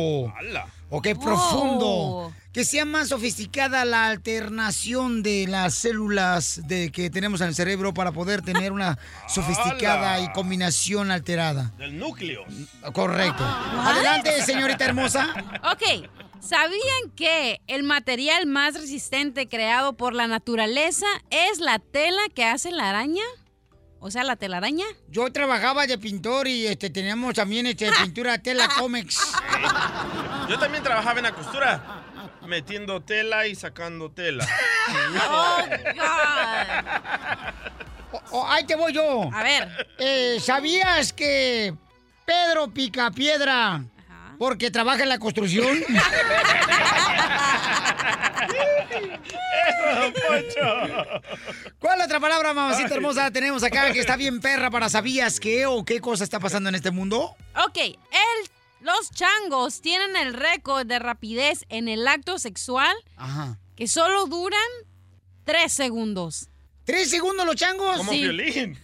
Speaker 3: O que profundo.
Speaker 6: Oh.
Speaker 3: Que sea más sofisticada la alternación de las células de que tenemos en el cerebro para poder tener una sofisticada
Speaker 4: ¡Hala!
Speaker 3: y combinación alterada.
Speaker 4: Del núcleo.
Speaker 3: Correcto.
Speaker 6: Ah,
Speaker 3: Adelante, señorita hermosa.
Speaker 6: Ok, ¿sabían que el material más resistente creado por la naturaleza es la tela que hace la araña? O sea, la telaraña.
Speaker 3: Yo trabajaba de pintor y este teníamos también este pintura tela cómics.
Speaker 4: Yo también trabajaba en la costura, metiendo tela y sacando tela.
Speaker 3: Oh, ahí te voy yo. Eh,
Speaker 6: A ver.
Speaker 3: ¿Sabías que Pedro Picapiedra, porque trabaja en la construcción? ¿Cuál otra palabra, mamacita hermosa, tenemos acá que está bien perra para sabías qué o qué cosa está pasando en este mundo?
Speaker 6: Ok, el- los changos tienen el récord de rapidez en el acto sexual
Speaker 3: Ajá.
Speaker 6: que solo duran tres segundos.
Speaker 3: ¿Tres segundos los changos?
Speaker 6: Como
Speaker 4: violín.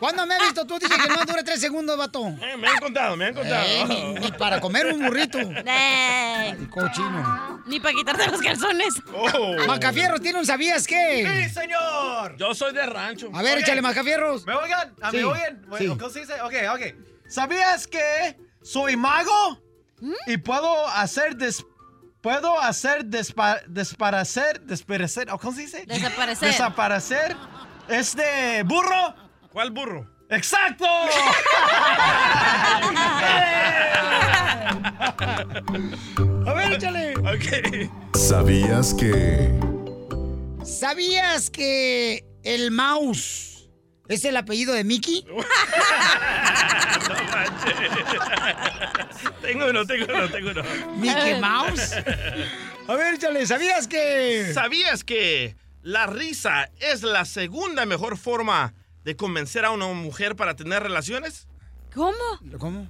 Speaker 3: ¿Cuándo me has visto tú? Dices que no dura tres segundos, vato.
Speaker 4: Eh, me han contado, me han contado.
Speaker 3: Eh, ni, ni para comer un burrito.
Speaker 6: Ay,
Speaker 3: cochino.
Speaker 6: Ni para quitarte los calzones.
Speaker 4: Oh.
Speaker 3: Macafierros tiene un sabías qué.
Speaker 8: señor!
Speaker 4: Yo soy de rancho.
Speaker 3: A ver,
Speaker 8: Ok.
Speaker 3: échale Macafierros.
Speaker 8: ¿Me oigan? Ah,
Speaker 3: Sí,
Speaker 8: ¿Me oigan?
Speaker 3: sí.
Speaker 8: Bueno, ¿Cómo se dice? Ok, ok. ¿Sabías que soy mago?
Speaker 6: ¿Mm?
Speaker 8: Y puedo hacer des... Puedo hacer despa... desparecer... Desparecer... ¿o ¿Cómo se dice?
Speaker 6: Desaparecer.
Speaker 8: Desaparecer. Este burro.
Speaker 4: ¿Cuál burro?
Speaker 8: ¡Exacto!
Speaker 3: A ver, échale.
Speaker 4: Ok.
Speaker 11: ¿Sabías que...
Speaker 3: ¿Sabías que el mouse es el apellido de Mickey?
Speaker 4: Tengo uno, tengo uno, tengo uno.
Speaker 3: Mickey Mouse. A ver, échale, ¿sabías que...?
Speaker 4: ¿Sabías que la risa es la segunda mejor forma de convencer a una mujer para tener relaciones?
Speaker 6: ¿Cómo?
Speaker 3: ¿Cómo?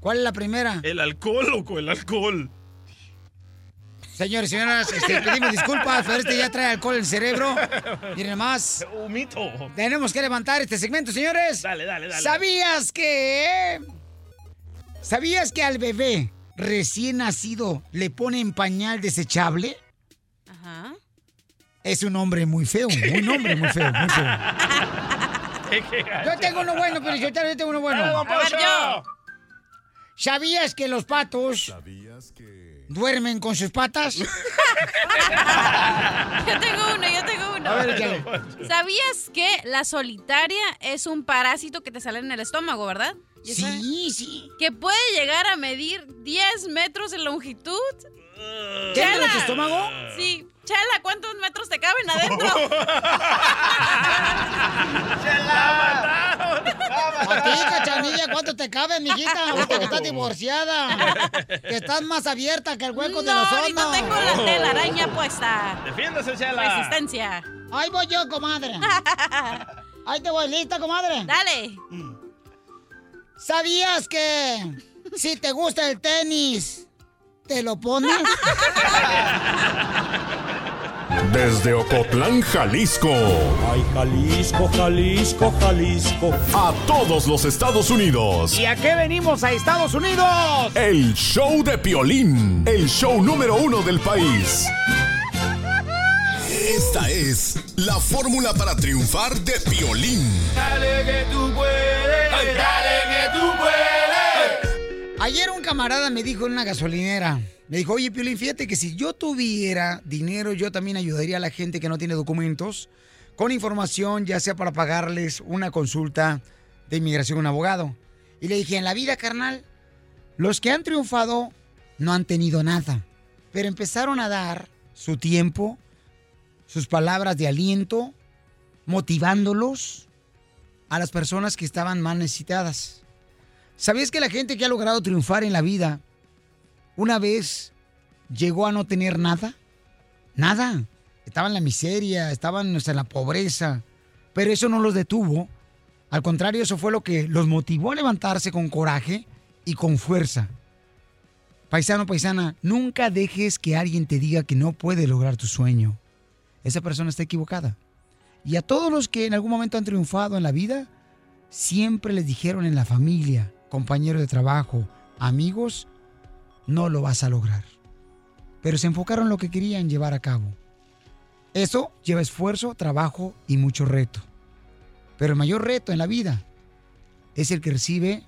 Speaker 3: ¿Cuál es la primera?
Speaker 4: El alcohol, loco, el alcohol.
Speaker 3: Señores, señoras, este, pedimos disculpas, pero este ya trae alcohol en el cerebro. Miren más.
Speaker 4: Un mito.
Speaker 3: Tenemos que levantar este segmento, señores. Dale,
Speaker 4: dale, dale.
Speaker 3: ¿Sabías que... ¿Sabías que al bebé recién nacido le ponen pañal desechable?
Speaker 6: Ajá.
Speaker 3: Es un hombre muy feo, un hombre muy feo, muy feo. Yo tengo uno bueno, pero yo también tengo uno bueno.
Speaker 4: Dale, don A ver, Poncho. yo.
Speaker 3: ¿Sabías que los patos duermen con sus patas?
Speaker 6: Yo tengo uno, yo tengo uno.
Speaker 3: A ver, échale.
Speaker 6: ¿Sabías que la solitaria es un parásito que te sale en el estómago, verdad? ¿Ya
Speaker 3: Sí,
Speaker 6: sabe?
Speaker 3: sí.
Speaker 6: Que puede llegar a medir 10 metros de longitud.
Speaker 3: ¿Qué, en tu estómago?
Speaker 6: Sí. Chela, ¿cuántos metros te caben adentro?
Speaker 3: A ti, cachanilla, ¿cuánto te cabe, mijita? Ahorita que estás divorciada. Que estás más abierta que el hueco de
Speaker 6: No,
Speaker 3: los
Speaker 6: ahorita
Speaker 3: hornos.
Speaker 6: tengo la telaraña puesta.
Speaker 4: Defiéndase, Chela.
Speaker 6: Resistencia.
Speaker 3: Ahí voy yo, comadre. Ahí te voy, lista, comadre.
Speaker 6: Dale.
Speaker 3: ¿Sabías que si te gusta el tenis, te lo pones?
Speaker 27: Desde Ocotlán, Jalisco. Ay, Jalisco, Jalisco, Jalisco. A todos los Estados Unidos.
Speaker 10: ¿Y a qué venimos a Estados Unidos?
Speaker 27: El show de Piolín. El show número uno del país. Esta es la fórmula para triunfar de Piolín.
Speaker 10: Dale que tú puedes. Dale que tú puedes.
Speaker 3: Ayer un camarada me dijo en una gasolinera, me dijo, oye, Piolín, fíjate que si yo tuviera dinero, yo también ayudaría a la gente que no tiene documentos con información, ya sea para pagarles una consulta de inmigración a un abogado. Y le dije, en la vida, carnal, los que han triunfado no han tenido nada, pero empezaron a dar su tiempo, sus palabras de aliento, motivándolos a las personas que estaban más necesitadas. ¿Sabías que la gente que ha logrado triunfar en la vida, una vez llegó a no tener nada? Nada. Estaban en la miseria, estaban o sea, en la pobreza, pero eso no los detuvo. Al contrario, eso fue lo que los motivó a levantarse con coraje y con fuerza. Paisano, paisana, nunca dejes que alguien te diga que no puede lograr tu sueño. Esa persona está equivocada. Y a todos los que en algún momento han triunfado en la vida, siempre les dijeron en la familia, compañeros de trabajo, amigos, no lo vas a lograr. Pero se enfocaron en lo que querían llevar a cabo. Eso lleva esfuerzo, trabajo y mucho reto. Pero el mayor reto en la vida es el que recibe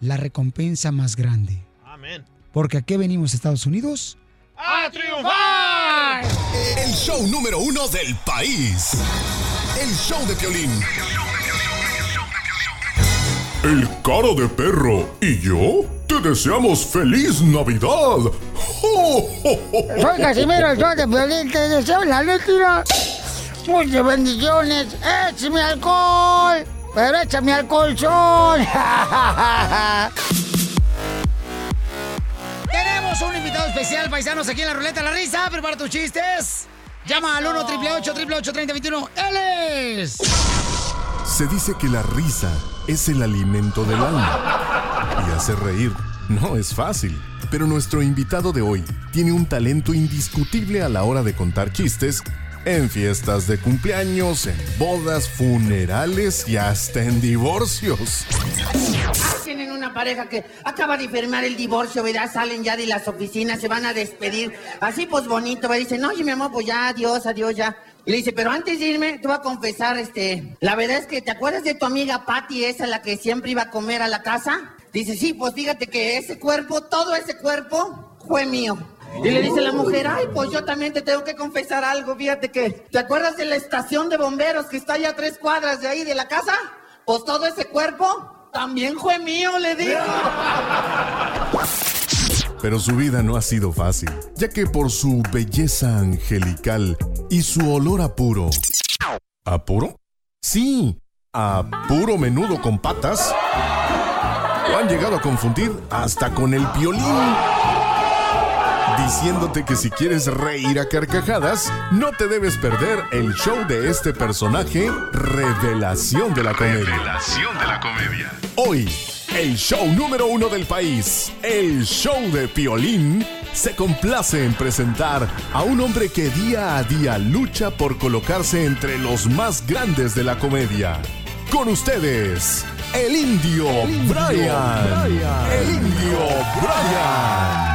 Speaker 3: la recompensa más grande.
Speaker 4: Amén.
Speaker 3: Porque ¿a qué venimos a Estados Unidos?
Speaker 4: ¡A triunfar!
Speaker 27: El show número uno del país. El show de Piolín.
Speaker 11: El cara de perro y yo te deseamos feliz Navidad.
Speaker 10: Soy Casimiro, el
Speaker 11: show
Speaker 10: de Piolín, te deseo la letra. Muchas bendiciones. ¡Échame alcohol! ¡Pero échame al colchón!
Speaker 3: Tenemos un invitado especial, paisanos, aquí en la ruleta de la risa. Prepara tus chistes. Llama al 1 888 3021 Él es.
Speaker 11: Se dice que la risa es el alimento del alma. Y hacer reír no es fácil. Pero nuestro invitado de hoy tiene un talento indiscutible a la hora de contar chistes en fiestas de cumpleaños, en bodas, funerales y hasta en divorcios.
Speaker 12: Ah, tienen una pareja que acaba de firmar el divorcio, ¿verdad? Salen ya de las oficinas, se van a despedir. Así pues bonito, ¿verdad? Dicen, oye, mi amor, pues ya, adiós, adiós, ya. Y le dice, pero antes de irme, te voy a confesar, este, la verdad es que, ¿te acuerdas de tu amiga Patty, esa la que siempre iba a comer a la casa? Dice, sí, pues fíjate que ese cuerpo, todo ese cuerpo, fue mío. Y le dice la mujer, ay, pues yo también te tengo que confesar algo, fíjate que, ¿te acuerdas de la estación de bomberos que está allá a tres cuadras de ahí de la casa? Pues todo ese cuerpo también fue mío, le digo.
Speaker 11: Pero su vida no ha sido fácil, ya que por su belleza angelical y su olor a puro. ¿A puro? Sí, a puro menudo con patas. Lo han llegado a confundir hasta con el violín. Diciéndote que si quieres reír a carcajadas, no te debes perder el show de este personaje, Revelación de la Comedia.
Speaker 27: de la comedia.
Speaker 11: Hoy, el show número uno del país, el show de Piolín, se complace en presentar a un hombre que día a día lucha por colocarse entre los más grandes de la comedia. Con ustedes, el indio, Brian. El indio Brian.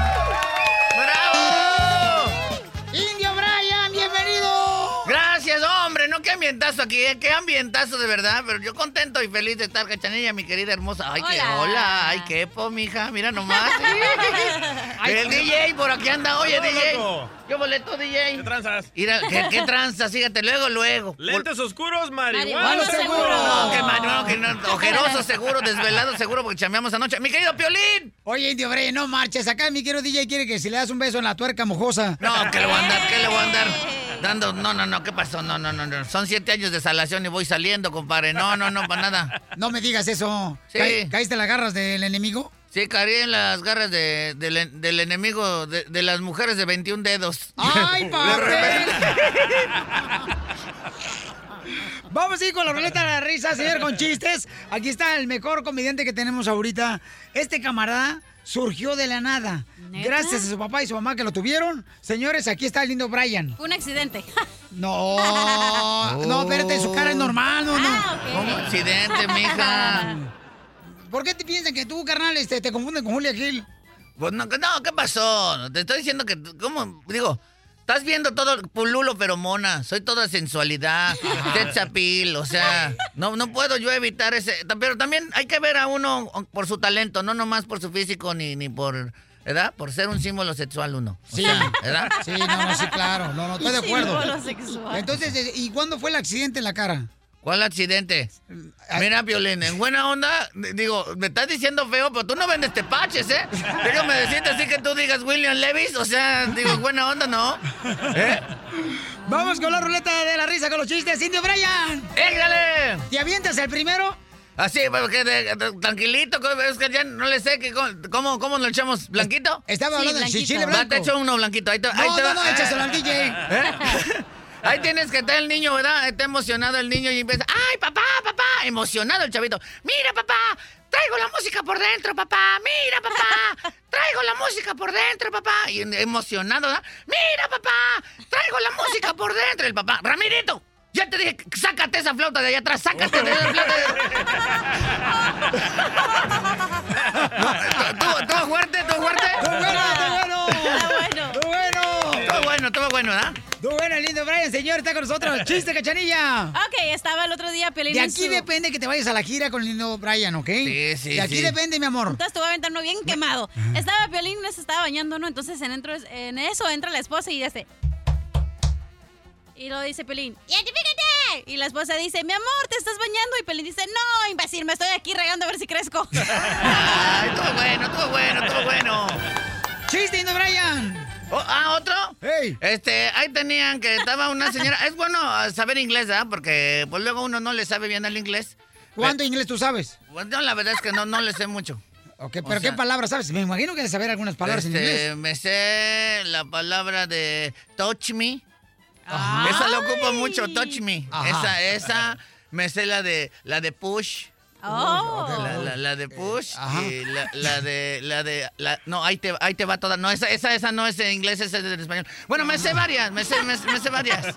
Speaker 3: ¡Indio Brian, bienvenido!
Speaker 28: Gracias, hombre. No, qué ambientazo aquí, ¿eh? Qué ambientazo de verdad. Pero yo contento y feliz de estar, cachanilla, mi querida hermosa. Ay, qué
Speaker 12: Hola.
Speaker 28: hola. Ay, qué po, mija. Mira nomás. el DJ
Speaker 12: DJ por aquí anda. Oye,
Speaker 29: No,
Speaker 12: DJ.
Speaker 29: loco.
Speaker 12: Yo boleto, DJ. ¿Qué
Speaker 4: tranzas?
Speaker 12: Mira, ¿qué, qué tranzas? Fíjate, luego, luego.
Speaker 4: Lentes oscuros,
Speaker 12: Marihuana
Speaker 4: marihuana
Speaker 12: seguro. No, que marihuana, que no, ojeroso seguro, desvelado seguro, porque chameamos anoche. Mi querido Piolín.
Speaker 3: Oye, Indio Brey, no marches. Acá mi querido DJ quiere que si le das un beso en la tuerca mojosa.
Speaker 12: No, que le voy a andar, que le voy a andar dando. No, no, no, ¿qué pasó? No, no, no, no. Son siete años de salación y voy saliendo, compadre. No, no, no, para nada.
Speaker 3: No me digas eso.
Speaker 12: Sí.
Speaker 3: Ca- ¿Caíste en las garras del enemigo?
Speaker 12: Sí, caí en las garras de- del en- del enemigo, de, de las mujeres de 21 dedos.
Speaker 3: ¡Ay, papel! Vamos a ir con la ruleta de la risa, señor, con chistes. Aquí está el mejor comediante que tenemos ahorita. Este camarada surgió de la nada.
Speaker 6: ¿Neta?
Speaker 3: Gracias a su papá y su mamá que lo tuvieron. Señores, aquí está el lindo Brian.
Speaker 6: Fue un accidente.
Speaker 3: No, no, espérate, su cara es normal, no, no.
Speaker 12: ¿Cómo accidente, mija?
Speaker 3: ¿Por qué te piensan que tú, carnal, este, te confunden con Julia Gil?
Speaker 12: Pues no, no, ¿qué pasó? Te estoy diciendo que, ¿cómo? Digo, estás viendo todo pululo pero mona. Soy toda sensualidad, tetsapil, o sea, no, no puedo yo evitar ese. Pero también hay que ver a uno por su talento, no nomás por su físico ni, ni por, ¿verdad? Por ser un símbolo sexual uno. O
Speaker 3: Sí.
Speaker 12: sea, ¿verdad?
Speaker 3: Sí, no, no, sí, claro. No, no, estoy de acuerdo.
Speaker 6: Símbolo sexual.
Speaker 3: Entonces, eh, ¿y cuándo fue el accidente en la cara?
Speaker 12: ¿Cuál accidente? Mira, Piolín, en buena onda, d- digo, me estás diciendo feo, pero tú no vendes tepaches, ¿eh? Déjame decirte así que tú digas William Levis, o sea, digo, en buena onda, ¿no? ¿Eh?
Speaker 3: Vamos con la ruleta de la risa con los chistes, Indio Brian.
Speaker 12: ¡Éngale!
Speaker 3: ¿Te avientas el primero?
Speaker 12: Así, porque pues, de- de- tranquilito, co- es que ya no le sé que, co- cómo, cómo lo echamos, ¿blanquito?
Speaker 3: Estaba hablando de
Speaker 12: de
Speaker 3: blanquito. chile blanco.
Speaker 12: Te echo uno blanquito, ahí te, ahí
Speaker 3: No,
Speaker 12: te
Speaker 3: no,
Speaker 12: va.
Speaker 3: no, échaselo al DJ.
Speaker 12: ¿Eh? Ahí tienes que estar el niño, ¿verdad? Está emocionado el niño y empieza, ¡ay, papá, papá! Emocionado el chavito. ¡Mira, papá! Traigo la música por dentro, papá. Mira, papá. Traigo la música por dentro, papá. Y emocionado, ¿verdad? Mira, papá. Traigo la música por dentro. El papá, Ramirito, ya te dije, sácate esa flauta de allá atrás, sácate de esa flauta. de- Todo- Todo fuerte, todo fuerte.
Speaker 3: ¡Todo bueno, todo bueno! ¡Todo bueno!
Speaker 12: Todo bueno, todo bueno, ¿verdad?
Speaker 3: ¡Todo bueno, el lindo Brian, señor! Está con nosotros. ¡Chiste, cachanilla!
Speaker 6: Ok, estaba el otro día Piolín
Speaker 3: De
Speaker 6: en
Speaker 3: aquí
Speaker 6: su-
Speaker 3: depende que te vayas a la gira con el lindo Brian, ¿ok? Sí,
Speaker 12: sí,
Speaker 3: De aquí
Speaker 12: sí.
Speaker 3: depende, mi amor.
Speaker 6: Entonces te voy a aventar uno bien quemado. Estaba Piolín, se estaba bañando, ¿no? Entonces en, entro- en eso entra la esposa y dice... Y lo dice Piolín, ¡identifícate! Y la esposa dice, mi amor, ¿te estás bañando? Y Piolín dice, no, imbécil, me estoy aquí regando a ver si crezco.
Speaker 12: Ay, todo bueno, todo bueno, todo bueno.
Speaker 3: ¡Chiste, Indo Brian!
Speaker 12: ah, ¿otro? Este, ahí tenían que estaba una señora. Es bueno ah, saber inglés, ¿verdad? Porque pues luego uno no le sabe bien al inglés.
Speaker 3: ¿Cuánto inglés tú sabes?
Speaker 12: Pues no, la verdad es que no, no le sé mucho.
Speaker 3: Ok, ¿Pero
Speaker 12: sea-
Speaker 3: qué palabras sabes? Me imagino que debes saber algunas palabras en
Speaker 12: Este,
Speaker 3: inglés.
Speaker 12: Me sé la palabra de touch me. Esa la ocupo mucho, touch me.
Speaker 29: Ajá.
Speaker 12: Esa, esa. Me sé la de, la de push.
Speaker 29: Oh.
Speaker 12: La, la- la de push
Speaker 29: ajá.
Speaker 12: y la, la de la de la- no ahí te ahí te va toda no esa esa esa no es en inglés esa es en español bueno me sé varias me sé me, sé- me sé varias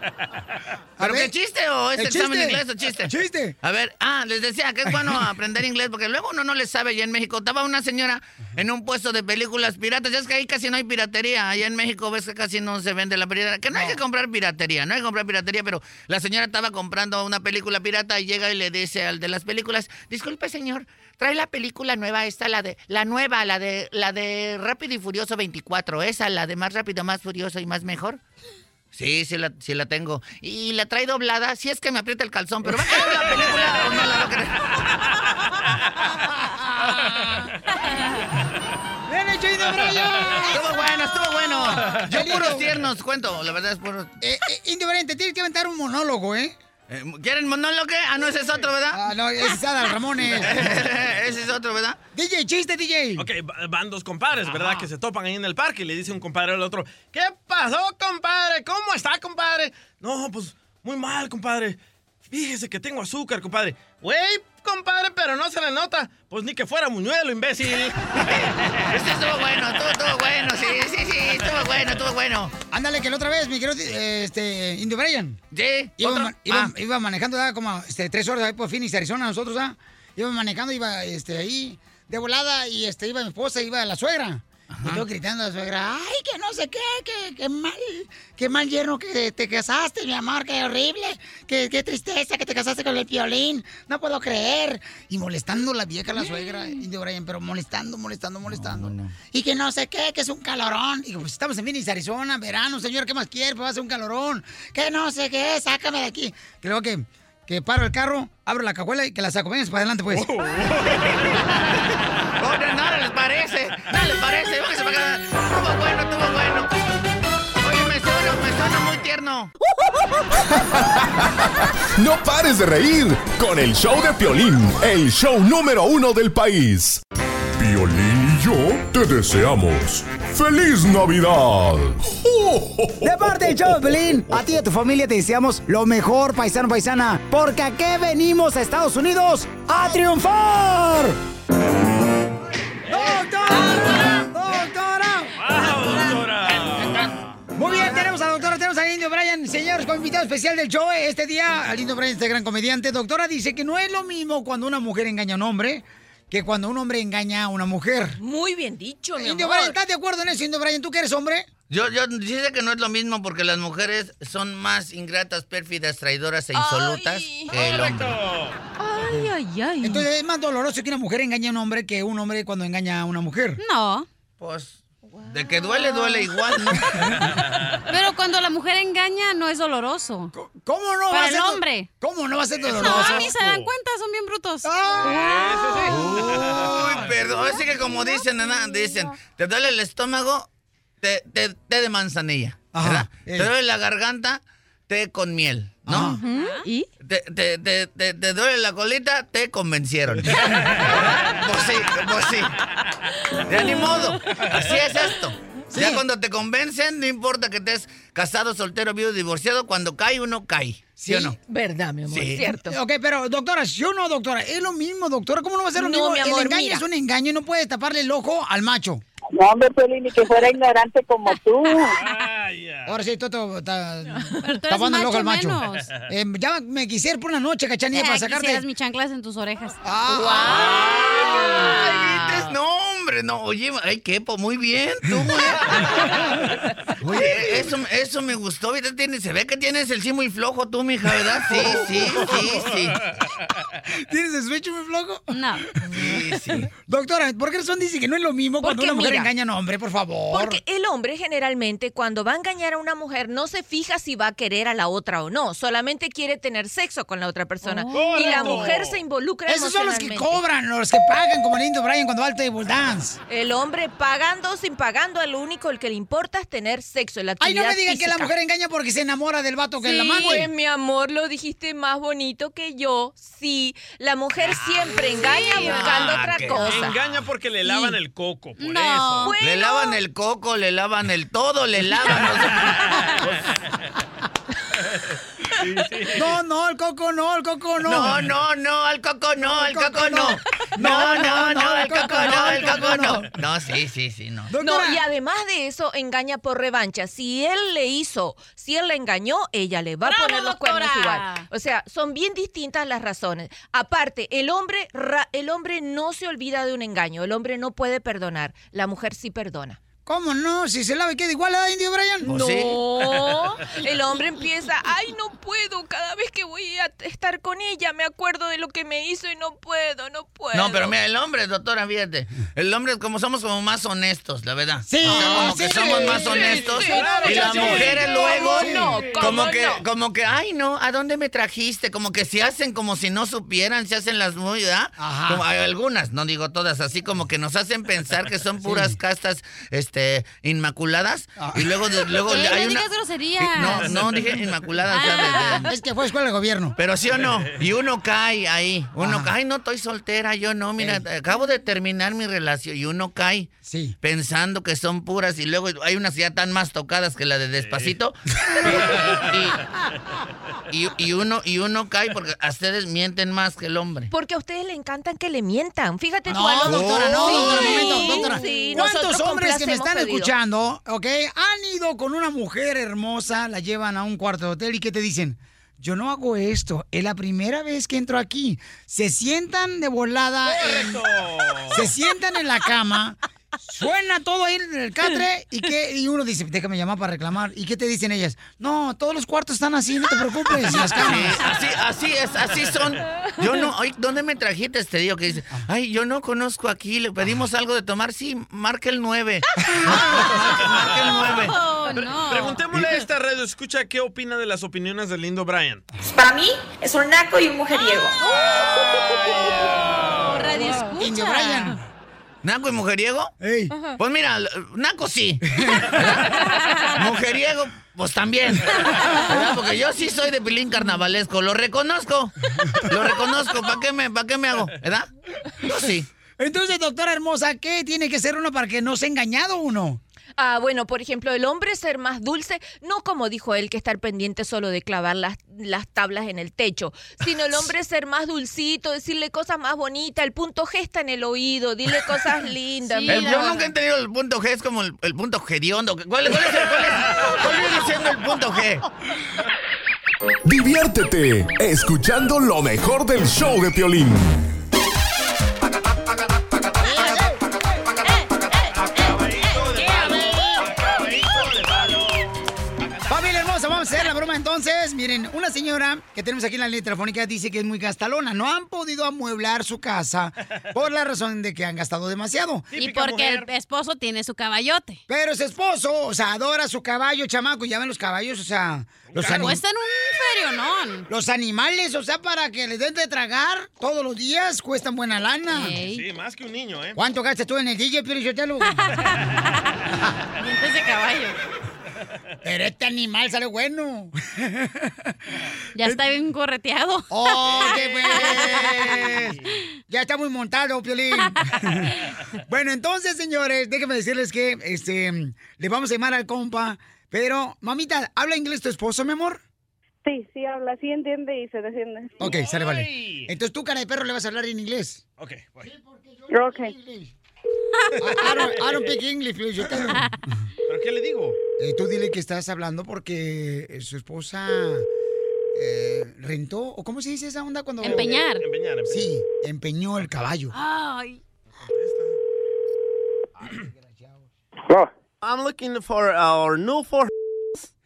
Speaker 12: pero
Speaker 29: ver,
Speaker 12: qué chiste o es
Speaker 29: el
Speaker 12: examen de
Speaker 29: chiste.
Speaker 12: inglés o chiste
Speaker 29: Chiste.
Speaker 12: a ver ah les decía que es bueno aprender inglés porque luego uno no le sabe ya en México estaba una señora en un puesto de películas piratas ya es que ahí casi no hay piratería allá en México ves que casi no se vende la piratería que no hay que comprar piratería no hay que comprar piratería pero la señora estaba comprando una película pirata y llega y le dice al de las películas disculpe señor trae la película nueva esta la de la nueva la de la de Rápido y Furioso 24 esa la de más rápido más furioso y más mejor Sí, sí la, sí la tengo. Y la trae doblada, si es que me aprieta el calzón, pero va a quedar la película o no la va a
Speaker 3: ¡Bien hecho, Indio Brian!
Speaker 12: Estuvo bueno, estuvo bueno. Yo
Speaker 3: Lindo.
Speaker 12: puros tiernos cuento, la verdad es puro...
Speaker 3: Eh, eh, Indio Brian, te tienes que aventar un monólogo, ¿eh?
Speaker 12: Eh, ¿Quieren monólogo? Ah, no, ese es otro, ¿verdad?
Speaker 3: Ah, no, ese es Adal Ramones.
Speaker 12: ese es otro, ¿verdad?
Speaker 3: DJ, chiste, DJ.
Speaker 4: Ok, va- van dos compadres, ¿verdad? Que se topan ahí en el parque y le dice un compadre al otro, ¿qué pasó, compadre? ¿Cómo está, compadre? No, pues muy mal, compadre. Fíjese que tengo azúcar, compadre. Güey, compadre, pero no se le nota. Pues ni que fuera muñuelo, imbécil.
Speaker 12: Este estuvo bueno, estuvo, estuvo bueno, sí, sí, sí, estuvo bueno, estuvo bueno.
Speaker 3: Ándale, que la otra vez, mi querido eh, este, Indio Brian.
Speaker 12: Sí.
Speaker 3: Iba,
Speaker 12: ¿Otro?
Speaker 3: ma- iba-
Speaker 12: Ah.
Speaker 3: iba manejando, ¿verdad? como este, tres horas ahí por Phoenix, Arizona, nosotros, ¿ah? Iba manejando, iba este, ahí de volada y este, iba mi esposa, iba la suegra. Y tú gritando a la suegra, ay, que no sé qué, que, que mal, qué mal yerno que te casaste, mi amor, qué horrible, que- qué, tristeza que te casaste con el violín, no puedo creer. Y molestando la vieja, la suegra,
Speaker 12: Mm.
Speaker 3: y de Brian, pero molestando, molestando, molestando. Y que no sé qué, que es un calorón. Digo, pues estamos en Phoenix, Arizona, verano, señor, ¿qué más quiere? Pues va a ser un calorón. Que no sé qué, sácame de aquí. Creo que, que paro el carro, abro la cajuela y que la saco. Venga, para adelante, pues.
Speaker 12: Hombre, nada les parece. Nada les parece. Váyanse para acá. Estuvo bueno, estuvo bueno. Oye, me suena, me suena muy tierno.
Speaker 11: No pares de reír con el show de Piolín, el show número uno del país. Piolín y yo te deseamos feliz Navidad.
Speaker 26: De parte del show de Pelín, a ti y a tu familia te deseamos lo mejor, paisano, paisana, porque aquí venimos a Estados Unidos a triunfar.
Speaker 3: ¡Doctora! ¡Doctora! Muy bien, tenemos a la doctora, tenemos al Indio Brian. Señores, con invitado especial del show eh, este día, al Indio Brian, este gran comediante. Doctora dice que no es lo mismo cuando una mujer engaña a un hombre que cuando un hombre engaña a una mujer.
Speaker 5: Muy bien dicho, mi
Speaker 3: Indio
Speaker 5: amor.
Speaker 3: Brian, ¿estás de acuerdo en eso, Indio Brian? ¿Tú que eres hombre?
Speaker 12: Yo, yo dice que no es lo mismo porque las mujeres son más ingratas, pérfidas, traidoras e insolutas que el hombre.
Speaker 3: Ay, ay, ay. Entonces es más doloroso que una mujer engañe a un hombre que un hombre cuando engaña a una mujer.
Speaker 6: No.
Speaker 12: Pues, de que duele, duele igual, ¿no?
Speaker 6: Pero cuando la mujer engaña no es doloroso.
Speaker 3: ¿Cómo no?
Speaker 6: Para
Speaker 3: va a
Speaker 6: el
Speaker 3: ser do-
Speaker 6: hombre.
Speaker 3: ¿Cómo no va a ser
Speaker 6: No,
Speaker 3: doloroso?
Speaker 6: ni se dan cuenta, son bien brutos.
Speaker 12: Ah. Uy, perdón, así que como dicen, ¿verdad? dicen, te duele el estómago, té te, té de manzanilla,
Speaker 10: Ah,
Speaker 12: ¿verdad? Te duele la garganta, té con miel, ¿no?
Speaker 6: ¿Y?
Speaker 12: Te, te- te- te- te duele la colita, te convencieron. ¿Verdad? pues sí, pues sí. Ya ni modo, así es esto. Ya cuando te convencen, no importa que estés casado, soltero, viudo, divorciado, cuando cae uno cae, ¿sí, o no?
Speaker 5: Verdad, mi
Speaker 12: amor, Sí. cierto.
Speaker 3: Ok, pero doctora, yo no, doctora, es lo mismo, doctora, ¿cómo no va a ser lo
Speaker 5: No,
Speaker 3: mismo?
Speaker 5: mi amor,
Speaker 3: el engaño
Speaker 5: mira.
Speaker 3: es un engaño y no puedes taparle el ojo al macho.
Speaker 2: No, hombre, Piolín, ni que fuera ignorante como tú.
Speaker 3: Ahora sí, Toto está
Speaker 6: tú eres
Speaker 3: tapando el ojo al
Speaker 6: macho
Speaker 3: macho.
Speaker 6: menos.
Speaker 3: Eh, ya me quisiera por una noche, cachanilla,
Speaker 6: Eh,
Speaker 3: para sacarte. Ah.
Speaker 6: quisieras mis chanclas en tus orejas.
Speaker 12: Ay, dices, no, hombre, no, oye, ay, quepo, muy bien, tú, güey. Oye, eso, eso me gustó, ¿verdad? Tiene- se ve que tienes el sí muy flojo tú, mija, ¿verdad? Sí, sí, sí, sí.
Speaker 3: ¿Tienes el switch muy flojo?
Speaker 6: No.
Speaker 3: Doctora, ¿por qué razón dice que no es lo mismo cuando
Speaker 5: Porque
Speaker 3: una mujer
Speaker 5: mira,
Speaker 3: engaña a un hombre, por favor?
Speaker 5: Porque el hombre generalmente cuando va a engañar a una mujer no se fija si va a querer a la otra o no, solamente quiere tener sexo con la otra persona y la
Speaker 3: Correcto.
Speaker 5: mujer se involucra
Speaker 3: Esos son los que
Speaker 5: emocionalmente.
Speaker 3: cobran, los que pagan, como el Indio Brian cuando va al table dance.
Speaker 5: El hombre pagando o sin pagando, lo único el que le importa es tener sexo, la
Speaker 3: Ay, no me
Speaker 5: actividad
Speaker 3: digan que la
Speaker 5: física.
Speaker 3: mujer engaña porque se enamora del vato que la amante.
Speaker 5: Pues, mi amor, lo dijiste más bonito que yo. Sí, la mujer
Speaker 3: Ah,
Speaker 5: siempre engaña buscando
Speaker 4: Ah,
Speaker 5: otra
Speaker 4: que
Speaker 5: cosa.
Speaker 4: Engaña porque le lavan el coco, por
Speaker 5: No.
Speaker 4: eso.
Speaker 5: Bueno.
Speaker 12: Le lavan el coco, le lavan el todo, le lavan. o
Speaker 3: No, no, el coco no, el coco no.
Speaker 12: No, no, no, al coco no, al coco no. No, no, no, al coco no, al coco no. No, sí, sí, sí, no.
Speaker 5: No, y además de eso, engaña por revancha. Si él le hizo, si él la engañó, ella le va a
Speaker 6: ¡Bravo,
Speaker 5: poner los
Speaker 6: doctora!
Speaker 5: cuernos igual. O sea, son bien distintas las razones. Aparte, el hombre, ra- el hombre no se olvida de un engaño. El hombre no puede perdonar. La mujer sí perdona.
Speaker 3: ¿Cómo no? Si se lava y queda igual a Indio Brian.
Speaker 5: Pues sí. No. El hombre empieza, ay, no puedo, cada vez que voy a estar con ella me acuerdo de lo que me hizo y no puedo, no puedo.
Speaker 12: No, pero mira, el hombre, doctora, fíjate. El hombre, como somos como más honestos, la verdad.
Speaker 3: Sí,
Speaker 12: O sea, como que sí, somos más sí, honestos. sí, claro y que las sí. mujeres ¿Cómo luego. no? ¿Cómo como que, no? como que, ay, no, ¿a dónde me trajiste? Como que se hacen como si no supieran, se hacen las muy, ¿verdad? Ajá. Como hay algunas, no digo todas, así como que nos hacen pensar que son puras castas, este, inmaculadas. Y luego, de- luego
Speaker 6: Ey,
Speaker 12: hay
Speaker 6: no
Speaker 12: una.
Speaker 6: digas groserías.
Speaker 3: Eh,
Speaker 12: No, no dije inmaculada. o sea, de- de-
Speaker 3: Ah. Es que fue escuela de gobierno.
Speaker 12: Pero sí o no, y uno cae ahí, uno cae, "Ay, no estoy soltera, yo no, mira, acabo de terminar mi relación y uno cae pensando que son puras y luego hay unas ya tan más tocadas que la de despacito y, y uno y uno cae porque a ustedes mienten más que el hombre.
Speaker 5: Porque a ustedes le encantan que le mientan. Fíjate tú
Speaker 12: No,
Speaker 5: a los-
Speaker 12: doctora, no,
Speaker 5: Sí,
Speaker 12: doctora,
Speaker 3: Un momento, doctora.
Speaker 5: sí,
Speaker 3: ¿Cuántos
Speaker 5: nosotros
Speaker 3: hombres que me
Speaker 5: complacemos
Speaker 3: están
Speaker 5: pedidos.
Speaker 3: escuchando, ok, han ido con una mujer hermosa, la llevan a un cuarto de hotel y qué te dicen? Yo no hago esto, es la primera vez que entro aquí. Se sientan de volada, en- se sientan en la cama Suena todo ahí en el catre y que y uno dice, déjame llamar para reclamar. ¿Y qué te dicen ellas? No, todos los cuartos están así, no te preocupes. Las camas.
Speaker 12: Sí, así, así es, así son. Yo no, ay, ¿dónde me trajiste este tío que dice, ay, yo no conozco aquí, le pedimos algo de tomar? Sí, marca el 9. marca el 9.
Speaker 4: Pre-
Speaker 12: no.
Speaker 4: Preguntémosle a esta red, escucha qué opina de las opiniones de Lindo Bryan.
Speaker 7: Para mí es un naco y un mujeriego.
Speaker 6: Radio escucha.
Speaker 12: Indio Brian. ¿Naco y mujeriego?
Speaker 6: Ajá.
Speaker 12: Pues mira, l- Naco sí. mujeriego, pues también. ¿Verdad? Porque yo sí soy de pilín carnavalesco, lo reconozco. Lo reconozco, ¿para qué me, para qué me hago? ¿Verdad? Yo sí.
Speaker 3: Entonces, doctora hermosa, ¿qué tiene que ser uno para que no sea engañado uno?
Speaker 5: Ah, bueno, por ejemplo, el hombre ser más dulce, no como dijo él, que estar pendiente solo de clavar las, las tablas en el techo, sino el hombre ser más dulcito, decirle cosas más bonitas, el punto G está en el oído, dile cosas lindas.
Speaker 12: El-
Speaker 5: mira.
Speaker 12: yo nunca he tenido el punto G, es como el, el punto hediondo. ¿Cuál, cuál, es, el- cuál, es, cuál viene siendo el punto G?
Speaker 11: Diviértete escuchando lo mejor del show de Piolín.
Speaker 3: Familia hermosa, vamos a hacer la broma entonces. Miren, una señora que tenemos aquí en la línea telefónica dice que es muy gastalona. No han podido amueblar su casa por la razón de que han gastado demasiado.
Speaker 6: Y porque el esposo tiene su caballote.
Speaker 3: Pero su esposo, o sea, adora su caballo, chamaco. Ya ven los caballos, o sea, los
Speaker 6: carro.
Speaker 3: animales.
Speaker 6: Cuestan un ferionón.
Speaker 3: Los animales, o sea, para que les den de tragar todos los días, cuestan buena lana.
Speaker 4: Sí, más que un niño, ¿eh?
Speaker 3: ¿Cuánto gastas tú en el DJ, Pirichotelo?
Speaker 6: Dientes de caballo.
Speaker 3: Pero este animal sale bueno.
Speaker 6: Ya está bien correteado.
Speaker 3: ¡Oye, pues! Ya está muy montado, Piolín. bueno, entonces, señores, déjenme decirles que este, le vamos a llamar al compa. Pero, mamita, ¿habla inglés tu esposo, mi amor?
Speaker 15: Sí, sí habla, sí entiende y se defiende.
Speaker 3: Ok, sale, vale. Entonces tú, cara de perro, le vas a hablar en inglés.
Speaker 4: Ok,
Speaker 15: Ok.
Speaker 3: I don't, I don't speak English, please, yo tengo.
Speaker 4: ¿Pero qué le digo?
Speaker 3: Eh, tú dile que estás hablando porque eh, su esposa eh, rentó, o cómo se dice esa onda cuando... Eh,
Speaker 6: Empeñar.
Speaker 4: Empeñar, empeñar.
Speaker 3: Sí, empeñó el caballo.
Speaker 6: Ay.
Speaker 4: I'm looking for our new four.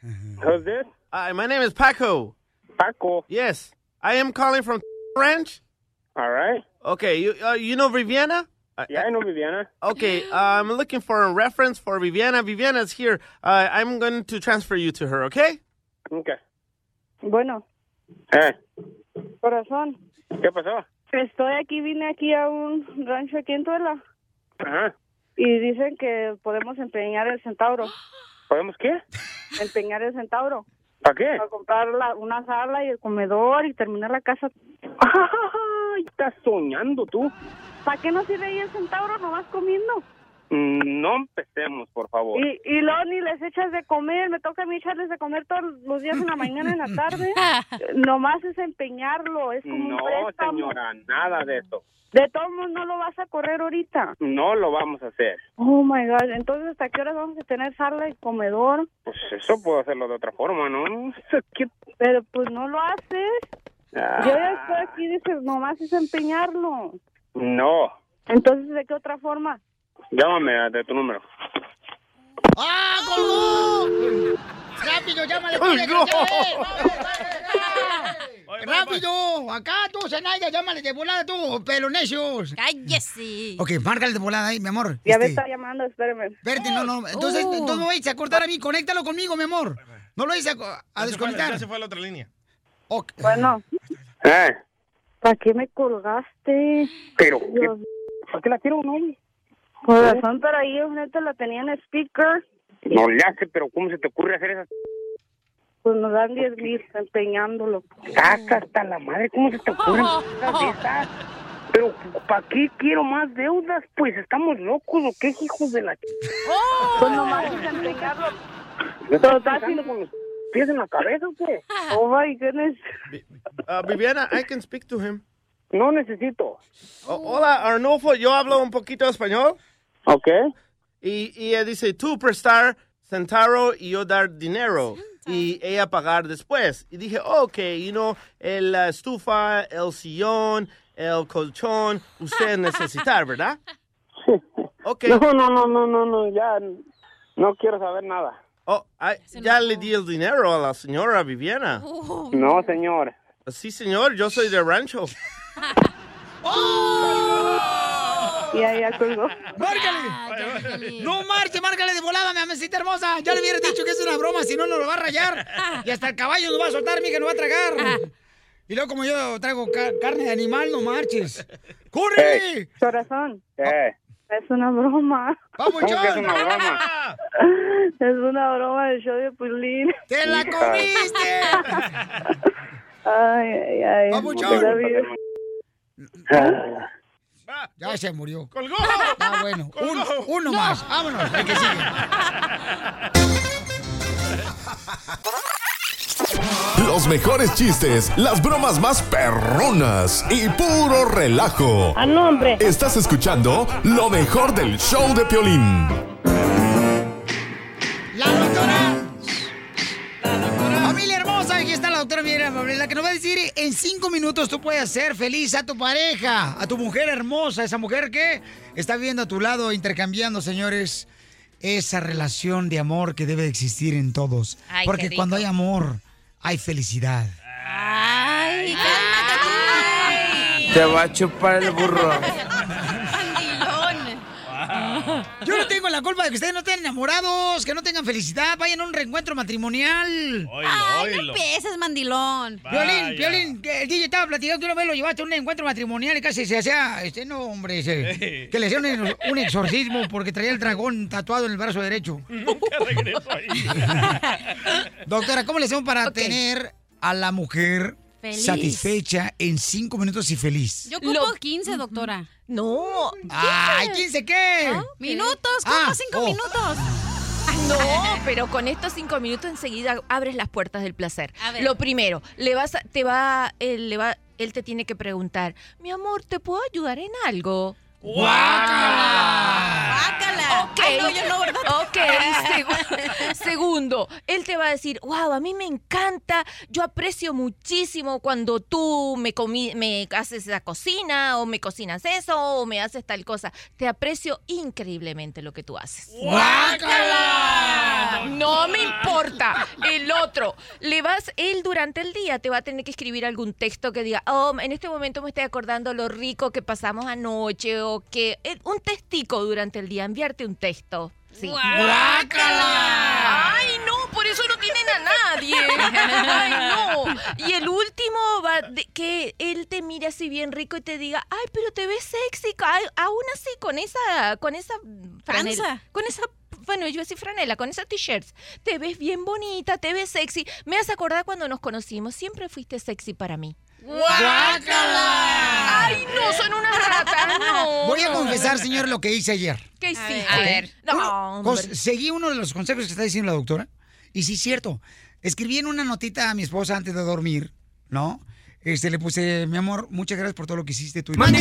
Speaker 4: Who's this? Uh, my name is Paco. Paco. Yes, I am calling from Ranch. All right. Okay, you uh, you know Viviana? Yeah, I know Viviana. Okay, uh, I'm looking for a reference for Viviana. Viviana's here. Uh, I'm going to transfer you to her. Okay? Okay.
Speaker 15: Bueno, corazón,
Speaker 16: ¿Qué pasó?
Speaker 15: estoy aquí, vine aquí a un rancho aquí en Tuela
Speaker 16: Ajá.
Speaker 15: y dicen que podemos empeñar el centauro.
Speaker 16: ¿Podemos qué?
Speaker 15: Empeñar el centauro.
Speaker 16: ¿Para qué?
Speaker 15: Para comprar la- una sala y el comedor y terminar la casa.
Speaker 16: Ay, estás soñando tú.
Speaker 15: ¿Para qué nos sirve ahí el centauro? No vas comiendo.
Speaker 16: Mm, No empecemos, por favor.
Speaker 15: Y, y luego ni les echas de comer, me toca a mí echarles de comer todos los días en la mañana, en la tarde. Nomás es empeñarlo, es como
Speaker 16: No,
Speaker 15: un préstamo.
Speaker 16: señora, nada de eso.
Speaker 15: De todos modos no lo vas a correr ahorita.
Speaker 16: No lo vamos a hacer.
Speaker 15: Oh my god, entonces hasta qué horas vamos a tener sala y comedor?
Speaker 16: Pues eso puedo hacerlo de otra forma, ¿no?
Speaker 15: Pero pues no lo haces. Yo ya
Speaker 16: Ah,
Speaker 15: estoy aquí, dices, nomás es empeñarlo.
Speaker 16: no,
Speaker 15: Entonces, ¿de qué otra forma?
Speaker 16: llámame de tu número.
Speaker 3: ¡Ah, colgó! ¡Rápido, llámale!
Speaker 16: ¡Colgó!
Speaker 3: ¡Colgó! ¡Rápido! Acá tú, Zenaida, llámale de volada tú, pelonecios.
Speaker 6: ¡Cállese!
Speaker 3: Ok, márcale de volada ahí, mi amor.
Speaker 15: Ya me
Speaker 3: Este,
Speaker 15: está llamando, espérame.
Speaker 3: Espérate, no, no. Entonces,
Speaker 5: Uh.
Speaker 15: Oh.
Speaker 3: entonces no vayas a cortar a mí. Conéctalo conmigo, mi amor. No lo vayas a, co- a desconectar.
Speaker 4: se fue a la otra línea.
Speaker 15: Bueno. ¿Para qué me colgaste?
Speaker 16: Eh. Pero,
Speaker 15: Dios.
Speaker 16: ¿para qué la quiero, ¿Eh? no?
Speaker 15: Corazón, pero ahí neta la tenían en speaker.
Speaker 16: No le hace, pero ¿cómo se te ocurre hacer esas
Speaker 15: Pues nos dan 10 mil empeñándolo.
Speaker 16: Saca hasta la madre, ¿cómo se te ocurren cosas de esas? Pero, ¿para qué quiero más deudas? Pues estamos locos, ¿o qué hijos de la ch...
Speaker 15: Pues nomás es empeñarlo.
Speaker 16: ¿No estás pensando con los pies en la cabeza o qué?
Speaker 15: Oh my goodness.
Speaker 4: Uh, Viviana, I can speak to him.
Speaker 16: No necesito.
Speaker 4: O- hola, Arnulfo, yo hablo un poquito español.
Speaker 16: Ok.
Speaker 4: Y, y ella dice, tú prestar centavo y yo dar dinero. Y ella pagar después. Y dije, ok, you know, el la estufa, el sillón, el colchón, usted necesitar, ¿verdad? Ok.
Speaker 19: No, no, no, no, no, no, ya no quiero saber nada.
Speaker 4: Oh, ay, ya le di el dinero a la señora Viviana.
Speaker 19: No, señor.
Speaker 4: Sí, señor, yo soy de rancho. ¡Oh!
Speaker 19: Y ahí acordó.
Speaker 3: ¡Márcale! ¡No marche, márcale de volada, mi amecita hermosa! Ya le hubiera dicho que es una broma, si no, nos lo va a rayar. Y hasta el caballo nos va a soltar, mija, nos va a tragar. Y luego,
Speaker 15: Eh,
Speaker 3: como yo traigo car- carne de animal, no marches. ¡Córrele!
Speaker 19: Corazón. ¿Qué?
Speaker 16: Eh.
Speaker 17: Es una broma.
Speaker 3: ¡Vamos,
Speaker 19: ¿Cómo que es una broma?
Speaker 17: Es una broma del show de Pulín.
Speaker 3: ¡Te
Speaker 19: la comiste!
Speaker 17: ay, ay, ay.
Speaker 15: pues,
Speaker 19: Papuchón.
Speaker 3: Ah. Ya se murió.
Speaker 4: ¡Colgó!
Speaker 3: Ah, bueno. Un- uno más. Vámonos. el que sigue.
Speaker 11: Los mejores chistes, las bromas más perronas y puro relajo.
Speaker 17: ¡A nombre!
Speaker 11: Estás escuchando lo mejor del show de Piolín.
Speaker 3: Familia hermosa, aquí está la doctora Miriam Gabriel, la que nos va a decir en cinco minutos tú puedes hacer feliz a tu pareja, a tu mujer hermosa, esa mujer que está viendo a tu lado, intercambiando, señores, esa relación de amor que debe de existir en todos.
Speaker 5: Ay, qué
Speaker 3: Porque
Speaker 5: rico.
Speaker 3: cuando hay amor, hay felicidad.
Speaker 5: Ay,
Speaker 3: Ah,
Speaker 5: cálmate tú.
Speaker 3: Te va a chupar el burro.
Speaker 6: Mandilón.
Speaker 3: Yo no tengo la culpa de que ustedes no estén enamorados, que no tengan felicidad, vayan a un reencuentro matrimonial.
Speaker 6: Ay, no peses, mandilón.
Speaker 3: Violín, Violín, que el DJ estaba platicando que una vez lo llevaste a un encuentro matrimonial y casi se hacía, este no, hombre, se-
Speaker 6: Ey.
Speaker 3: que le hacían un, un exorcismo porque traía el dragón tatuado en el brazo derecho.
Speaker 4: Nunca regreso ahí.
Speaker 3: Doctora, ¿cómo le hacemos para tener a la mujer
Speaker 6: Feliz.
Speaker 3: satisfecha en cinco minutos y feliz?
Speaker 6: Yo ocupo 15, doctora.
Speaker 5: No.
Speaker 3: Ay, ¿15 qué?
Speaker 6: Minutos, ¿cómo
Speaker 5: Ah,
Speaker 6: cinco
Speaker 5: oh.
Speaker 6: minutos?
Speaker 5: No, pero con estos cinco minutos enseguida abres las puertas del placer.
Speaker 6: A ver.
Speaker 5: Lo primero, le vas a- te va, él le va, él te tiene que preguntar, mi amor, ¿te puedo ayudar en algo? Ah. Ok.
Speaker 6: Ay, Ah, no, yo no, ¿verdad? Ah.
Speaker 5: Ok, segu- segundo, él te va a decir, wow, a mí me encanta, yo aprecio muchísimo cuando tú me, comi- me haces esa cocina o me cocinas eso o me haces tal cosa. Te aprecio increíblemente lo que tú haces. No me importa. El otro, le vas, él durante el día te va a tener que escribir algún texto que diga, oh, en este momento me estoy acordando lo rico que pasamos anoche o que eh, un testico durante el día, enviarte un texto. Sí. ¡Ay, no! Por eso no tienen a nadie. ¡Ay, no! Y el último va de- que él te mire así bien rico y te diga, ¡ay, pero te ves sexy! Ay, aún así, con esa, con esa franela-
Speaker 6: Panza.
Speaker 5: Con esa, bueno, yo así franela, con esas t-shirts. Te ves bien bonita, te ves sexy. Me has acordado cuando nos conocimos, siempre fuiste sexy para mí. ¡Ay, no! Son unas ratas, no.
Speaker 3: Voy a
Speaker 5: no.
Speaker 3: confesar, señor, lo que hice ayer.
Speaker 5: ¿Qué hiciste?
Speaker 3: Ok.
Speaker 5: No,
Speaker 3: Cons-
Speaker 5: hombre.
Speaker 3: seguí uno de los consejos que está diciendo la doctora. Y sí, es cierto. Escribí en una notita a mi esposa antes de dormir, ¿no? Este, le puse, mi amor, muchas gracias por todo lo que hiciste tú. y- Oh.
Speaker 4: Está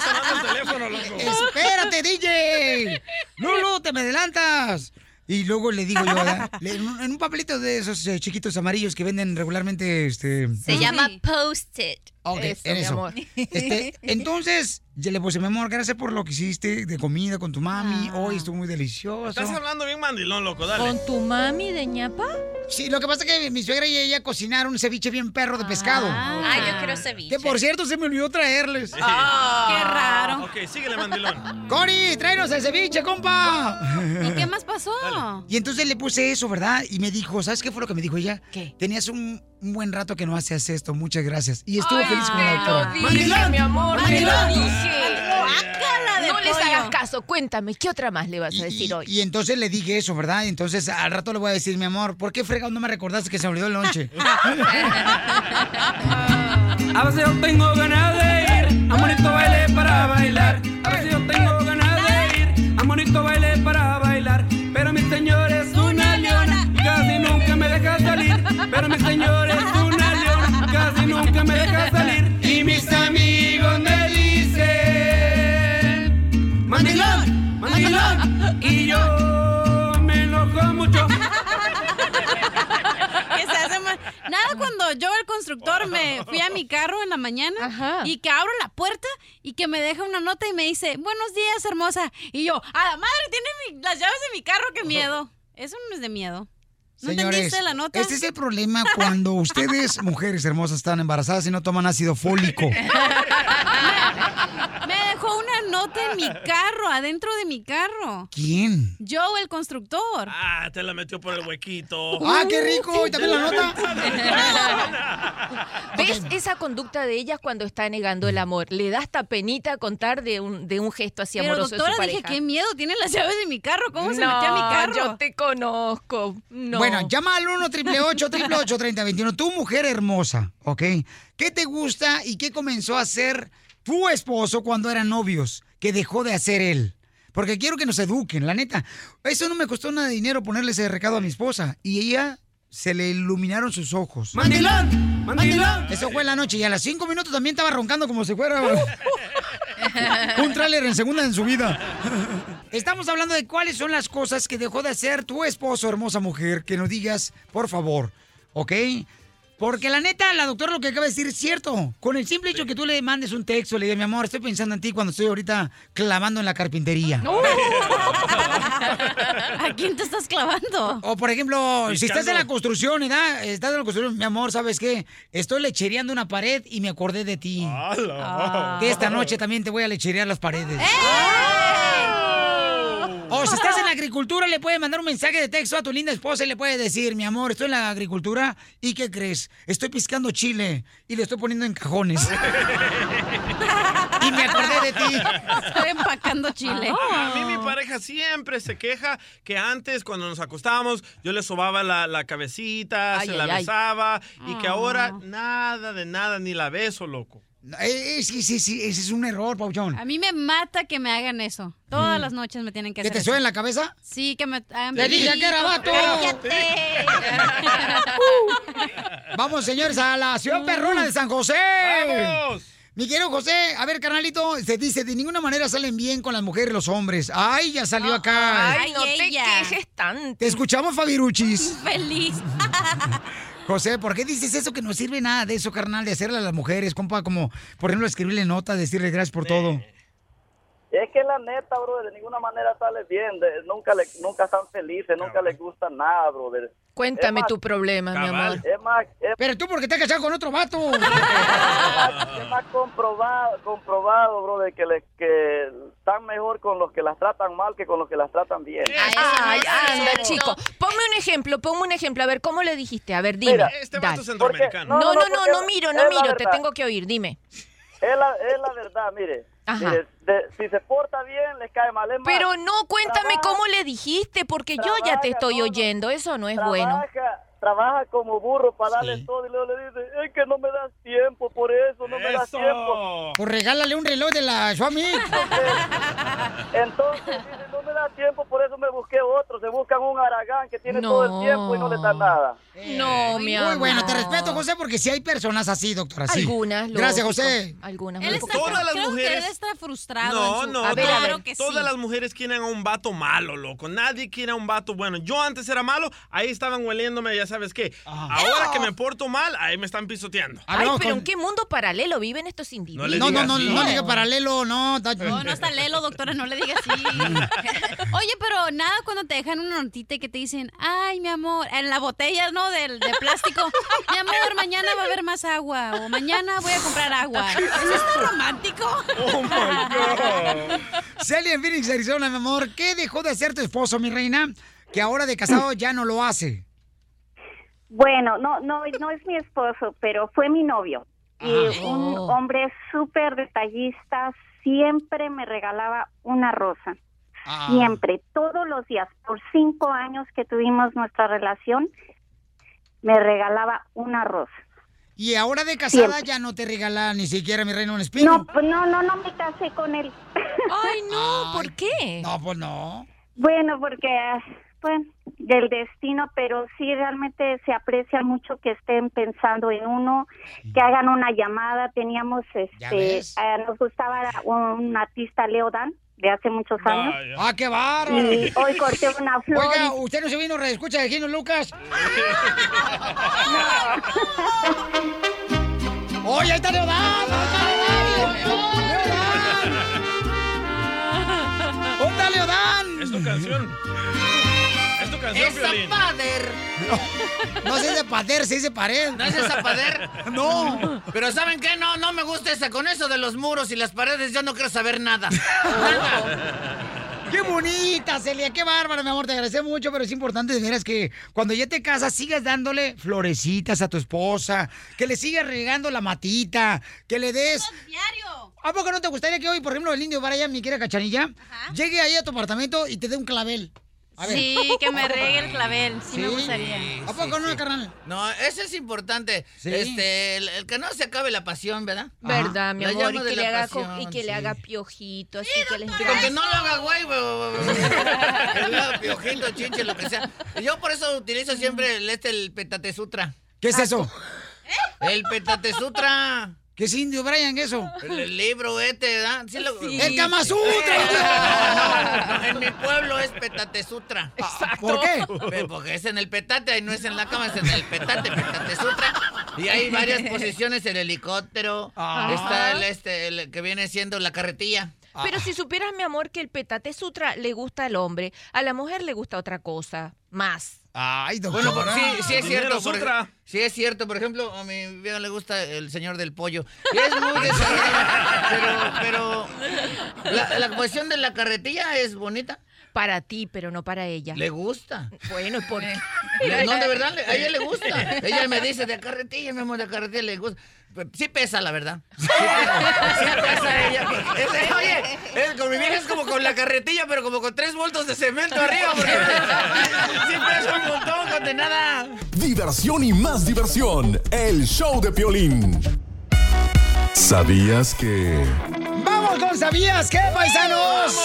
Speaker 4: sonando el teléfono, loco.
Speaker 3: ¡Espérate, DJ! ¡No, no, te me adelantas! Y luego le digo yo, ¿verdad? Le- en un- en un papelito de esos eh, chiquitos amarillos que venden regularmente, este...
Speaker 10: Ah,
Speaker 20: Se llama Post-it.
Speaker 3: Ah, Ok, en eso. Este, entonces, yo le puse, mi amor, gracias por lo que hiciste de comida con tu mami. Hoy estuvo muy delicioso.
Speaker 4: Estás hablando bien mandilón, loco, dale.
Speaker 5: ¿Con tu mami de ñapa?
Speaker 3: Sí, lo que pasa es que mi suegra y ella cocinaron un ceviche bien perro de pescado.
Speaker 20: Ah, yo quiero ceviche.
Speaker 3: Que por cierto, se me olvidó traerles.
Speaker 20: Ah. Qué raro.
Speaker 4: Ok, síguele, mandilón.
Speaker 3: ¡Cori, tráenos el ceviche, compa!
Speaker 6: ¿Y qué más pasó?
Speaker 3: Y entonces le puse eso, ¿verdad? Y me dijo, ¿sabes qué fue lo que me dijo ella? ¿Qué? Tenías un, un buen rato que no hacías esto, muchas gracias. Y estuvo
Speaker 5: Ay,
Speaker 3: feliz con la
Speaker 5: te lo
Speaker 3: doctora.
Speaker 5: dije, mi amor, te lo
Speaker 3: ¡Mandilón!
Speaker 5: dije.
Speaker 10: Ah,
Speaker 6: de
Speaker 5: No les
Speaker 6: pollo.
Speaker 5: hagas caso, cuéntame, ¿qué otra más le vas a decir hoy?
Speaker 3: Y entonces le dije eso, ¿verdad? Y entonces al rato le voy a decir, mi amor, ¿por qué fregado no me recordaste que se me olvidó el lonche?
Speaker 5: Ah,
Speaker 10: A veces yo tengo ganas de ir a un bonito baile para bailar. A veces yo tengo ganas de ir a un bonito baile para bailar. Pero mi señor es una leona, casi nunca me deja salir. Pero mi señor es una leona, casi nunca me deja salir. Y mis amigos me dicen, mandilón, mandilón. Y yo me enojo mucho.
Speaker 6: Que se hace mal. Nada cuando cuando yo, el constructor, me fui a mi carro en la mañana y que abro la puerta y que me deja una nota y me dice, buenos días, hermosa. Y yo, a la madre, tiene mi- las llaves de mi carro, qué miedo. Eso no es de miedo. ¿No
Speaker 3: Señores,
Speaker 6: entendiste la nota?
Speaker 3: este es el problema cuando ustedes, mujeres hermosas, están embarazadas y no toman ácido fólico.
Speaker 6: Me dejó una nota en mi carro, adentro de mi carro.
Speaker 3: ¿Quién?
Speaker 6: Yo, el constructor.
Speaker 4: Ah, te la metió por el huequito.
Speaker 6: Ah, qué rico, ¿y también la
Speaker 5: ¿Ves esa conducta de ellas cuando está negando el amor? Le da hasta penita contar de un, de un gesto así
Speaker 6: Pero
Speaker 5: amoroso de
Speaker 6: doctora,
Speaker 5: su
Speaker 6: dije,
Speaker 5: pareja.
Speaker 6: qué miedo, tiene las llaves de mi carro, ¿cómo se
Speaker 5: No,
Speaker 6: metió a mi carro?
Speaker 5: yo te conozco. No.
Speaker 3: Bueno, llama al 1 888 3021 Tu mujer hermosa, ¿ok? ¿Qué te gusta y qué comenzó a hacer tu esposo cuando eran novios? Que dejó de hacer él. Porque quiero que nos eduquen, la neta. Eso no me costó nada de dinero ponerle ese recado a mi esposa. Y ella se le iluminaron sus ojos.
Speaker 10: ¡Mandilón! ¡Mandilón! Uh.
Speaker 3: Eso fue en la noche. Y a las cinco minutos también estaba roncando como si fuera un tráiler en segunda en su vida. Estamos hablando de cuáles son las cosas que dejó de hacer tu esposo, hermosa mujer, que nos digas, por favor, ¿ok? Porque la neta, la doctora lo que acaba de decir es cierto. Con el simple hecho que tú le mandes un texto, le digas, mi amor, estoy pensando en ti cuando estoy ahorita clavando en la carpintería.
Speaker 6: ¿A quién te estás clavando?
Speaker 3: O por ejemplo, si
Speaker 6: Piscando.
Speaker 3: estás en la construcción, ¿verdad? Estás en la construcción, mi amor, ¿sabes qué? Estoy lechereando una pared y me acordé de ti.
Speaker 10: ¡Hala!
Speaker 3: Que esta noche también te voy a lecherear las paredes.
Speaker 6: ¡Eh!
Speaker 3: O si estás en la agricultura, le puedes mandar un mensaje de texto a tu linda esposa y le puedes decir, mi amor, estoy en la agricultura y ¿qué crees? Estoy piscando chile y le estoy poniendo en cajones. y me acordé de ti.
Speaker 6: Estoy empacando chile.
Speaker 4: Ah,
Speaker 6: Oh.
Speaker 4: A mí mi pareja siempre se queja que antes cuando nos acostábamos yo le sobaba la, la cabecita,
Speaker 3: Ay,
Speaker 4: se
Speaker 3: ay,
Speaker 4: la
Speaker 3: ay.
Speaker 4: besaba y que
Speaker 3: Ah.
Speaker 4: ahora nada de nada ni la beso, loco.
Speaker 3: Eh, eh, sí, sí, sí, ese es un error, Pauchón.
Speaker 6: A mí me mata que me hagan eso. Todas
Speaker 3: Mm.
Speaker 6: las noches me tienen que
Speaker 3: ¿Que
Speaker 6: hacer
Speaker 3: te
Speaker 6: eso.
Speaker 3: suene la cabeza?
Speaker 6: Sí, que me hagan
Speaker 3: ¡Le dije
Speaker 6: piquito,
Speaker 3: que era vato!
Speaker 6: ¡Cállate!
Speaker 3: Vamos, señores, a la ciudad perrona de San José.
Speaker 10: ¡Vamos!
Speaker 3: Mi querido José, a ver, carnalito, se dice, de ninguna manera salen bien con las mujeres los hombres. Ay, ya salió acá.
Speaker 5: Ay, no te quejes tanto.
Speaker 3: Te escuchamos, Fabiruchis.
Speaker 6: Feliz.
Speaker 3: José, ¿por qué dices eso que no sirve nada de eso, carnal, de hacerle a las mujeres, compa? Como, por ejemplo, escribirle nota, decirle gracias por todo.
Speaker 1: Es que la neta, brother, de ninguna manera sale bien. de- nunca, le, nunca están felices, nunca les gusta nada, brother.
Speaker 5: Cuéntame
Speaker 1: Es
Speaker 5: tu problema, mi
Speaker 1: Cabal.
Speaker 5: amor.
Speaker 1: Es más,
Speaker 3: Pero tú porque te has casado con otro vato.
Speaker 1: más- es más comprobado, comprobado, brother, que, le, que están mejor con los que las tratan mal que con los que las tratan bien.
Speaker 5: Ay, anda, chico. Ponme un ejemplo, ponme un ejemplo. A ver, ¿cómo le dijiste? A ver, dime.
Speaker 1: Mira,
Speaker 5: Dale.
Speaker 1: No, no,
Speaker 5: No, no,
Speaker 1: no,
Speaker 5: no,
Speaker 1: porque
Speaker 5: no miro,
Speaker 1: es
Speaker 5: no
Speaker 1: la
Speaker 5: miro. Te
Speaker 1: verdad.
Speaker 5: tengo que oír, dime.
Speaker 1: Es la, es la verdad, mire.
Speaker 5: Ajá.
Speaker 1: Mire, de- si se porta bien, les cae mal. Es más,
Speaker 5: Pero no, cuéntame cómo le dijiste, porque yo ya te estoy oyendo. Eso no es bueno.
Speaker 1: trabaja, trabaja como burro para darle todo y luego le dice, es que no me das tiempo por eso, no me das
Speaker 3: Eso.
Speaker 1: tiempo.
Speaker 3: Pues regálale un reloj de la Xiaomi.
Speaker 1: Entonces dice, no me da tiempo, por eso me busqué otro. Se buscan un aragán que tiene
Speaker 3: No.
Speaker 1: todo el tiempo y no le da nada.
Speaker 5: No, mi amor.
Speaker 3: Muy bueno, te respeto, José, porque sí hay personas así, doctora. sí.
Speaker 5: Algunas, lógico.
Speaker 3: Gracias, José.
Speaker 5: Algunas.
Speaker 6: Él está,
Speaker 5: Todas las
Speaker 6: creo que
Speaker 5: mujeres-
Speaker 6: él está frustrado.
Speaker 4: No,
Speaker 6: en su-
Speaker 4: no,
Speaker 6: a ver,
Speaker 4: to-
Speaker 6: claro que sí.
Speaker 4: todas las mujeres quieren a un vato malo, loco. Nadie quiere a un vato bueno. Yo antes era malo, ahí estaban hueliéndome, ya sabes qué.
Speaker 3: Ah.
Speaker 4: Ahora que me porto mal, ahí me están pisoteando.
Speaker 5: Ay, pero ¿en qué mundo paralelo viven estos individuos?
Speaker 4: le No, digas no, no, así. no le digas
Speaker 3: paralelo, no.
Speaker 6: No, no está lelo, doctora, no le digas así. Oye, pero nada cuando te dejan una notita y que te dicen, ay, mi amor, en la botella, ¿no? Del de plástico. Mi amor, mañana va a haber más agua o mañana voy a comprar agua. ¿Eso está romántico?
Speaker 4: Oh
Speaker 3: Celia en Phoenix, Arizona, mi amor. ¿Qué dejó de hacer tu esposo, mi reina? Que ahora de casado ya no lo hace.
Speaker 25: Bueno, no, no, no es mi esposo, pero fue mi novio. Y un hombre súper detallista, siempre me regalaba una rosa. Siempre, todos los días, por cinco años que tuvimos nuestra relación, me regalaba una rosa.
Speaker 3: Y ahora de casada
Speaker 25: Siempre.
Speaker 3: ya no te regala ni siquiera mi reina un espino.
Speaker 25: No, pues, no, no, no me casé con él.
Speaker 5: Ay, no, ¿por qué?
Speaker 3: No, pues no.
Speaker 25: Bueno, porque, ah, bueno, del destino, pero sí realmente se aprecia mucho que estén pensando en uno, que hagan una llamada. Teníamos, este,
Speaker 22: ves?
Speaker 25: ah, nos gustaba un artista, Leo Dan, de hace muchos años.
Speaker 3: ¡Ah, qué bárbaro!
Speaker 25: Y hoy corté una flor.
Speaker 3: Oiga, usted no se vino, reescucha de Gino Lucas. ¡Oye, ahí está Leodán! ¡Onda, Leodán!
Speaker 4: Es tu canción. Es tu canción,
Speaker 3: ¡Es
Speaker 4: Piolín.
Speaker 12: Zapader.
Speaker 3: No, no se dice pader, se dice pared.
Speaker 12: ¿No es el zapader?
Speaker 3: No.
Speaker 12: Pero ¿saben qué? No, no me gusta esa. Con eso de los muros y las paredes yo no quiero saber nada. Nada.
Speaker 3: ¡Qué bonita, Celia! ¡Qué bárbara, mi amor! Te agradezco mucho, pero es importante de veras que cuando ya te casas sigas dándole florecitas a tu esposa, que le sigas regando la matita, que le des...
Speaker 6: Diario.
Speaker 3: ¿A poco no te gustaría que hoy, por ejemplo, el indio para allá, mi querida cachanilla, llegue ahí a tu apartamento y te dé un clavel? A ver.
Speaker 6: Sí, que me
Speaker 3: ¿A poco
Speaker 6: regue el
Speaker 3: no?
Speaker 6: clavel. Sí, me
Speaker 3: Sí.
Speaker 6: gustaría.
Speaker 3: ¿A poco no, carnal?
Speaker 12: No, eso es importante. Este, el, el que no se acabe la pasión, ¿verdad?
Speaker 5: ¿Verdad, mi
Speaker 12: La
Speaker 5: amor? Y
Speaker 12: llama
Speaker 5: que,
Speaker 12: de
Speaker 5: le
Speaker 12: la
Speaker 5: haga, co-
Speaker 12: pasión,
Speaker 5: y que le
Speaker 12: sí.
Speaker 5: haga piojito, así que le...
Speaker 12: Sí, con que no lo haga güey, güey, güey, güey. Que le haga piojito, chinche, lo que sea. Yo por eso utilizo siempre el, este, el Petate Sutra.
Speaker 3: ¿Qué es eso?
Speaker 12: El Petate Sutra.
Speaker 3: ¿Qué es indio, Brian, eso?
Speaker 12: El, el libro este, ¿verdad? Sí lo-
Speaker 3: ¡El Kama Sutra,
Speaker 12: No, en mi pueblo es Petate Sutra.
Speaker 3: ¿Por qué?
Speaker 12: Pues Porque es en el petate y no es en la cama, es en el petate, petate sutra. Y hay varias posiciones, el helicóptero,
Speaker 5: Ah.
Speaker 12: está el, este, el que viene siendo la carretilla.
Speaker 5: Pero si supieras, mi amor, que el petate sutra le gusta al hombre, a la mujer le gusta otra cosa, más.
Speaker 3: Ay,
Speaker 12: Bueno, por- sí, sí es cierto. Por,
Speaker 5: Sutra.
Speaker 12: sí es cierto, por ejemplo, a mi vieja le gusta el señor del pollo. Es muy desagradable, pero, pero la, la pues, cuestión de la carretilla es bonita.
Speaker 5: Para ti, pero no para ella.
Speaker 12: Le gusta.
Speaker 5: Bueno, ¿por qué?
Speaker 12: Le- No, de verdad, le- a ella le gusta. Ella me dice, de carretilla, mi amor, de carretilla le gusta. Pero Sí pesa, la verdad. Sí pesa, sí pesa ella. porque- es- oye, es- con mi vieja es como con la carretilla, pero como con tres voltos de cemento arriba. Porque sí pesa un montón, condenada.
Speaker 11: Diversión y más diversión. El show de Piolín. ¿Sabías que...
Speaker 3: ¡Vamos con Sabías qué, paisanos!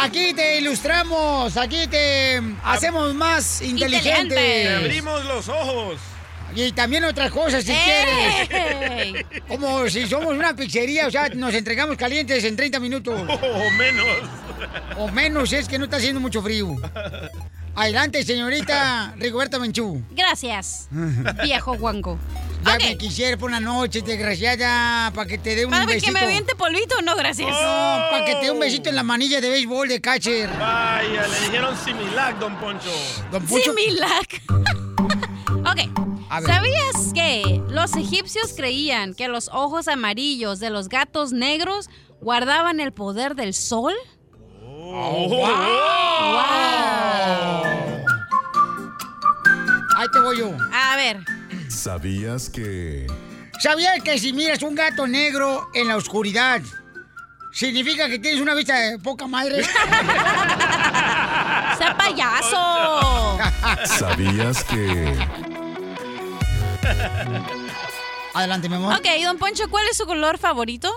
Speaker 3: Aquí te ilustramos, aquí te hacemos más inteligentes.
Speaker 4: Te abrimos los ojos.
Speaker 3: Y también otras cosas si
Speaker 6: ¡Eh!
Speaker 4: ¡Ey!
Speaker 3: quieres. Como si somos una pizzería, o sea, nos entregamos calientes en 30 minutos.
Speaker 4: O menos.
Speaker 3: O menos, es que no está haciendo mucho frío. Adelante, señorita Rigoberta Menchú.
Speaker 6: Gracias, viejo guango.
Speaker 3: Ya me quisiera por una noche, desgraciada, para que te dé un
Speaker 6: ¿Para que
Speaker 3: besito.
Speaker 6: me aviente polvito? No, gracias.
Speaker 3: No, para que te dé un besito en la manilla de béisbol de catcher.
Speaker 4: Vaya, le dijeron similac, don Poncho.
Speaker 3: Don Poncho.
Speaker 6: Similac. ok.
Speaker 4: A ver.
Speaker 6: ¿Sabías que los egipcios creían que los ojos amarillos de los gatos negros guardaban el poder del sol?
Speaker 4: Oh,
Speaker 3: Ahí te voy yo.
Speaker 6: A ver.
Speaker 11: ¿Sabías que...
Speaker 3: ¿Sabías que si miras un gato negro en la oscuridad, significa que tienes una vista de poca madre?
Speaker 6: ¡Sea payaso!
Speaker 11: ¿Sabías que...
Speaker 3: Adelante, mi amor.
Speaker 6: Ok, don Poncho, ¿cuál es su color favorito?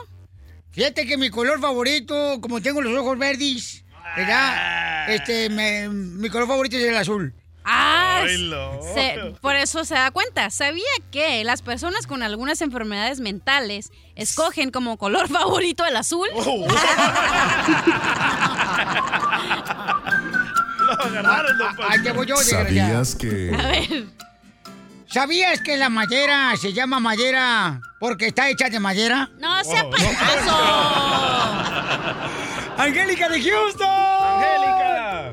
Speaker 3: Fíjate que mi color favorito, como tengo los ojos verdes, ¿verdad? Este, me- mi color favorito es el azul.
Speaker 6: Ah,
Speaker 3: Ay,
Speaker 6: s-
Speaker 3: lo-
Speaker 6: se- por eso se da cuenta. Sabía que las personas con algunas enfermedades mentales escogen como color favorito el azul.
Speaker 4: agarraron, don
Speaker 3: Ah, Ahí te voy yo, desgraciado.
Speaker 11: ¿Sabías que...
Speaker 6: ver.
Speaker 3: ¿Sabías que la madera se llama madera porque está hecha de madera?
Speaker 6: No sea
Speaker 3: ¡Angélica de Houston!
Speaker 4: ¡Angélica!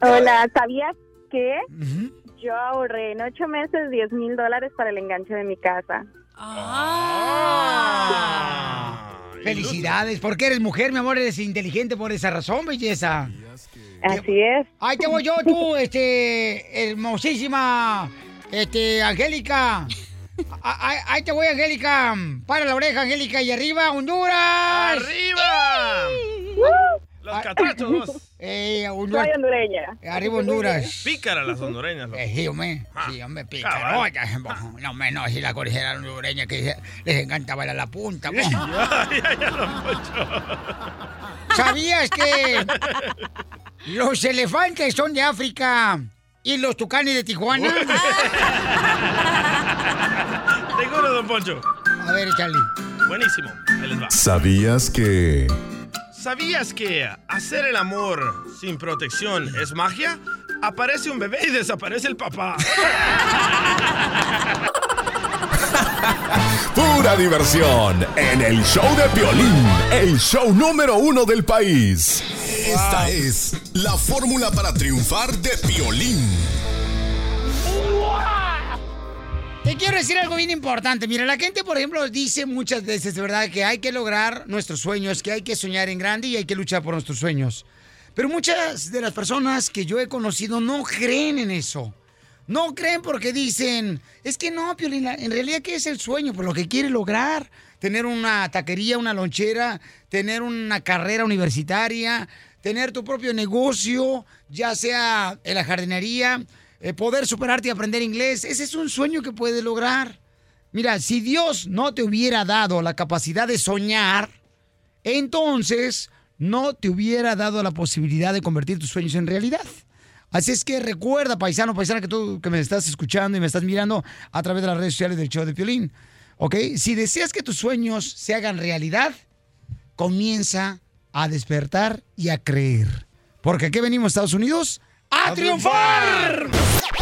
Speaker 25: Hola, ¿sabías que yo ahorré en ocho meses 10 mil dólares para el enganche de mi casa?
Speaker 3: Felicidades, porque eres mujer, mi amor, eres inteligente por esa razón, belleza.
Speaker 25: Así es.
Speaker 3: Ahí te voy yo, tú, este, hermosísima, este, Angélica. A- a- Ahí te voy, Angélica. Para la oreja, Angélica, y arriba, Honduras.
Speaker 4: ¡Arriba! Los catrachos.
Speaker 3: Eh, Honduras.
Speaker 4: Soy hondureña.
Speaker 3: Arriba, Honduras. Eh,
Speaker 4: Pícaras las hondureñas. loco. Ah,
Speaker 3: Sí, hombre, sí, hombre,
Speaker 4: Cabal.
Speaker 3: picaroya. No, hombre, no, si la corrigera hondureña que les encanta bailar la punta. mo. ¿Sabías que los elefantes son de África y los tucanes de Tijuana?
Speaker 4: Seguro, don Poncho.
Speaker 3: A ver, Charlie.
Speaker 4: Buenísimo. Ahí les va.
Speaker 11: ¿Sabías que...
Speaker 4: ¿Sabías que hacer el amor sin protección es magia? Aparece un bebé y desaparece el papá.
Speaker 11: Pura diversión en el show de Piolín, el show número uno del país. Esta es la fórmula para triunfar de Piolín.
Speaker 3: Te quiero decir algo bien importante. Mira, la gente, por ejemplo, dice muchas veces, ¿verdad?, que hay que lograr nuestros sueños, que hay que soñar en grande y hay que luchar por nuestros sueños. Pero muchas de las personas que yo he conocido no creen en eso. No creen porque dicen, es que no, Piolina, en realidad, ¿qué es el sueño? Por lo que quiere lograr. Tener una taquería, una lonchera, tener una carrera universitaria, tener tu propio negocio, ya sea en la jardinería, eh, poder superarte y aprender inglés. Ese es un sueño que puedes lograr. Mira, si Dios no te hubiera dado la capacidad de soñar, entonces no te hubiera dado la posibilidad de convertir tus sueños en realidad. Así es que recuerda, paisano, paisana, que tú que me estás escuchando y me estás mirando a través de las redes sociales del show de Piolín. ¿Ok? Si deseas que tus sueños se hagan realidad, comienza a despertar y a creer. Porque aquí venimos, Estados Unidos, a, triunfar.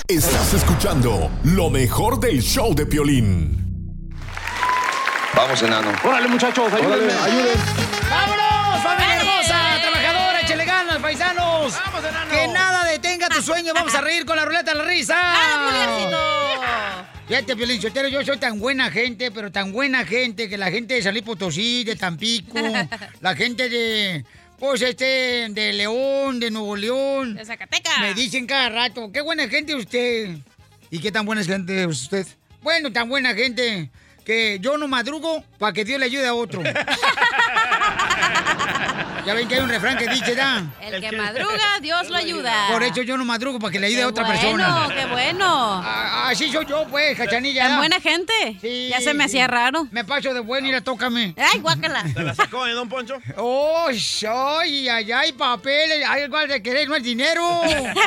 Speaker 11: Estás escuchando lo mejor del show de Piolín.
Speaker 21: Vamos, enano.
Speaker 11: Órale, muchachos,
Speaker 21: ayúdenme.
Speaker 3: ¡Vámonos, familia
Speaker 21: ¡Dale!
Speaker 3: hermosa! ¡Trabajadora, échale ganas, paisanos! ¡Que nada detenga tu sueño! ¡Vamos a reír con la ruleta de la risa! Fíjate, Piolín Sotelo, yo soy tan buena gente, pero tan buena gente, que la gente de Salí Potosí, de Tampico, la gente de, pues este, de León, de Nuevo León.
Speaker 6: De Zacatecas.
Speaker 3: Me dicen cada rato, qué buena gente usted. ¿Y qué tan buena es gente usted? Bueno, tan buena gente que yo no madrugo para que Dios le ayude a otro. ya ven que hay un refrán que dice, ¿da?
Speaker 6: El que madruga, Dios lo ayuda.
Speaker 3: Por hecho, yo no madrugo para que le ayude
Speaker 6: Qué
Speaker 3: a otra
Speaker 6: bueno,
Speaker 3: persona.
Speaker 6: qué bueno.
Speaker 3: Ah, así soy yo, pues, cachanilla.
Speaker 6: Tan
Speaker 3: ¿da?
Speaker 6: buena gente. ya se me
Speaker 3: sí.
Speaker 6: hacía raro.
Speaker 3: Me paso de bueno y la tócame.
Speaker 6: Ay, guácala.
Speaker 4: ¿Te la sacó, eh, don Poncho?
Speaker 3: ¡Oh, ay, ay, ay, papeles! ¡Ay, igual de querer, no es dinero!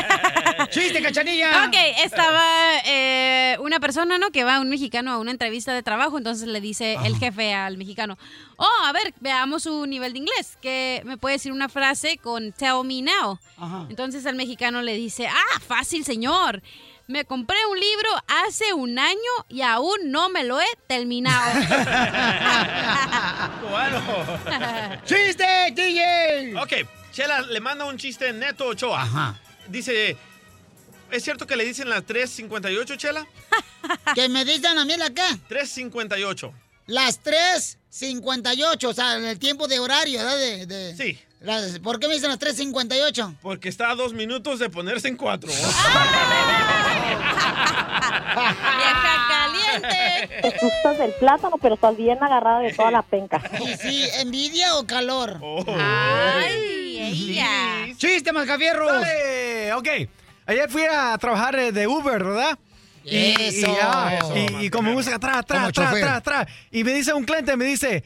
Speaker 3: ¡Chiste, cachanilla!
Speaker 6: Ok, estaba eh, una persona, ¿no? Que va un mexicano a una entrevista de trabajo, entonces le dice el jefe al mexicano, oh, a ver, veamos su nivel de inglés, que me puede decir una frase con tell me now.
Speaker 22: Ajá.
Speaker 6: Entonces el mexicano le dice, ah, fácil, señor. Me compré un libro hace un año y aún no me lo he terminado.
Speaker 3: ¡Chiste, DJ!
Speaker 4: Ok, Chela le manda un chiste neto Ochoa. Dice, ¿es cierto que le dicen las 3.58, Chela?
Speaker 3: ¿Que me dicen a mí la qué?
Speaker 4: 3.58.
Speaker 3: Las 3.58, o sea, el tiempo de horario, ¿verdad? De,
Speaker 4: Sí.
Speaker 3: ¿Por qué me dicen las 3.58?
Speaker 4: Porque está a dos minutos de ponerse en cuatro.
Speaker 6: ¡Vieja caliente!
Speaker 2: Te gustas del plátano, pero estás bien agarrada de toda la penca.
Speaker 3: ¿Y sí, envidia o calor?
Speaker 6: ¡Ay, ella!
Speaker 3: ¡Chiste, Mascafierros!
Speaker 8: Dale, ok. Ayer fui a trabajar eh, de Uber, ¿verdad? Y- y
Speaker 3: Eso.
Speaker 8: ya,
Speaker 3: Eso,
Speaker 8: y- Y, como música, tra, tra,
Speaker 3: Como
Speaker 8: tra,
Speaker 3: chofer.
Speaker 8: tra, tra. Y me dice un cliente, me dice,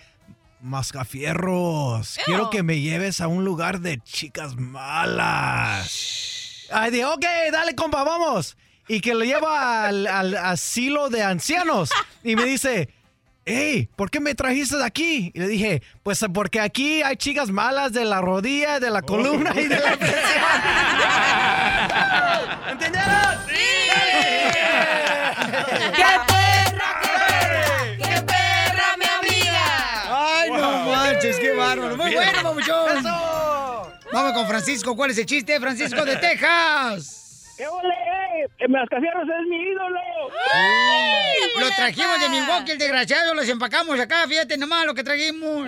Speaker 8: Mascafierros, quiero que me lleves a un lugar de chicas malas. Ahí dije, ok, dale, compa, vamos. Y que lo lleva al, al asilo de ancianos. Y me dice, hey, ¿por qué me trajiste de aquí? Y le dije, pues porque aquí hay chicas malas de la rodilla, de la columna y de la...
Speaker 10: ¿Entendieron?
Speaker 8: ¡Qué
Speaker 10: ¡Qué perra, mi amiga!
Speaker 3: ¡Ay, no manches! ¡Qué bárbaro! ¡Muy
Speaker 10: Bien.
Speaker 3: bueno, papuchón! Vamos con Francisco. ¿Cuál es el chiste? Francisco de Texas.
Speaker 23: ¡Qué ole! ¡Mascafierros es mi ídolo!
Speaker 3: Lo trajimos de Milwaukee, el desgraciado. Los empacamos acá. Fíjate nomás lo que trajimos.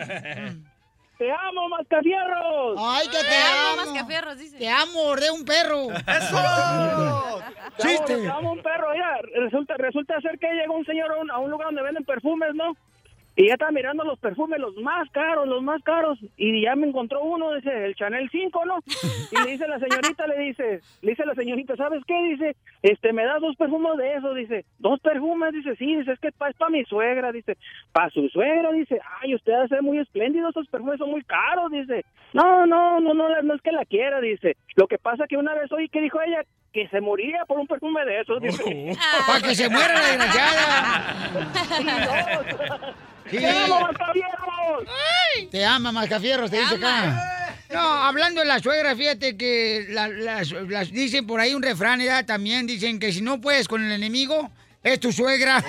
Speaker 23: ¡Te amo, Mascafierros!
Speaker 3: ¡Ay, que te, amo! ¡Te amo, mordé un perro!
Speaker 23: ¡Eso!
Speaker 3: ¡Chiste!
Speaker 23: Te amo un perro, ya. Resulta, resulta ser que llega un señor a un, a un lugar donde venden perfumes, ¿no? Y ya está mirando los perfumes, los más caros, los más caros. Y ya me encontró uno, dice, el Chanel 5, ¿no? Y le dice la señorita, le dice, le dice la señorita, ¿sabes qué? Dice, este, me das dos perfumes de eso, dice, dos perfumes, dice, sí, dice, es que pa- es para mi suegra, dice, para su suegra, dice, ay, usted hace muy espléndido, esos perfumes son muy caros, dice. No, no, no, no, la- no es que la quiera, dice. Lo que pasa que una vez oí que dijo ella que se moría por un perfume de esos, dice.
Speaker 3: ¡Para que se muera la desgraciada!
Speaker 23: Sí, dos.
Speaker 3: Sí.
Speaker 23: ¡Te amo, Mascafierros!
Speaker 3: Te ama, Mascafierros, te dice acá. No, hablando de la suegra, fíjate que la- las, las- dicen por ahí un refrán, ¿verdad? también dicen que si no puedes con el enemigo, es tu suegra.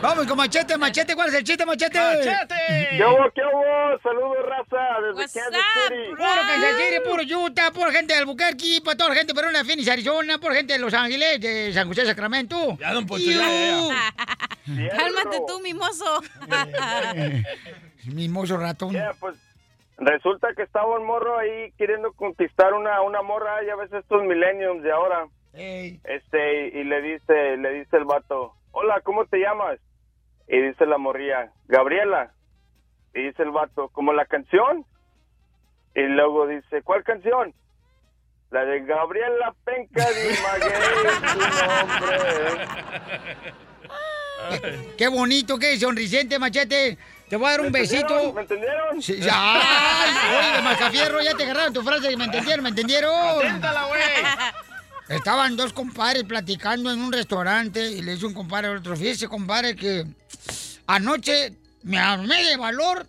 Speaker 3: Vamos con machete, machete, ¿cuál es el chiste, machete?
Speaker 30: ¡Machete! ¿Qué
Speaker 3: Yo
Speaker 30: hubo,
Speaker 3: qué hubo? Saludos, raza, desde Kansas City. Puro Kansas City, puro Utah, pura gente de Albuquerque, para toda la gente de Perona, Phoenix, Arizona, por gente de Los Ángeles, de San José, Sacramento. Ya, don
Speaker 6: Poncho, ya, ya, Cálmate tú, mimoso.
Speaker 3: Mimoso ratón.
Speaker 26: pues, Resulta que estaba un morro ahí queriendo conquistar una, una morra, ya ves estos millenniums de ahora. Este, y le dice, le dice el vato, hola, ¿cómo te llamas? Y dice la morría, Gabriela. Y dice el vato, ¿como la canción? Y luego dice, ¿cuál canción? La de Gabriela Penca de
Speaker 3: Qué bonito, qué sonrisente, machete. Te voy a dar un
Speaker 26: ¿Me
Speaker 3: besito.
Speaker 26: entendieron? ¿Me entendieron?
Speaker 3: Sí, ya. Ay, Oye, Mascafierro, ya te agarraron tu frase, ¿me entendieron? ¿Me entendieron? Estaban dos compadres platicando en un restaurante y le dice un compadre al otro, fíjese, compadre, que anoche me armé de valor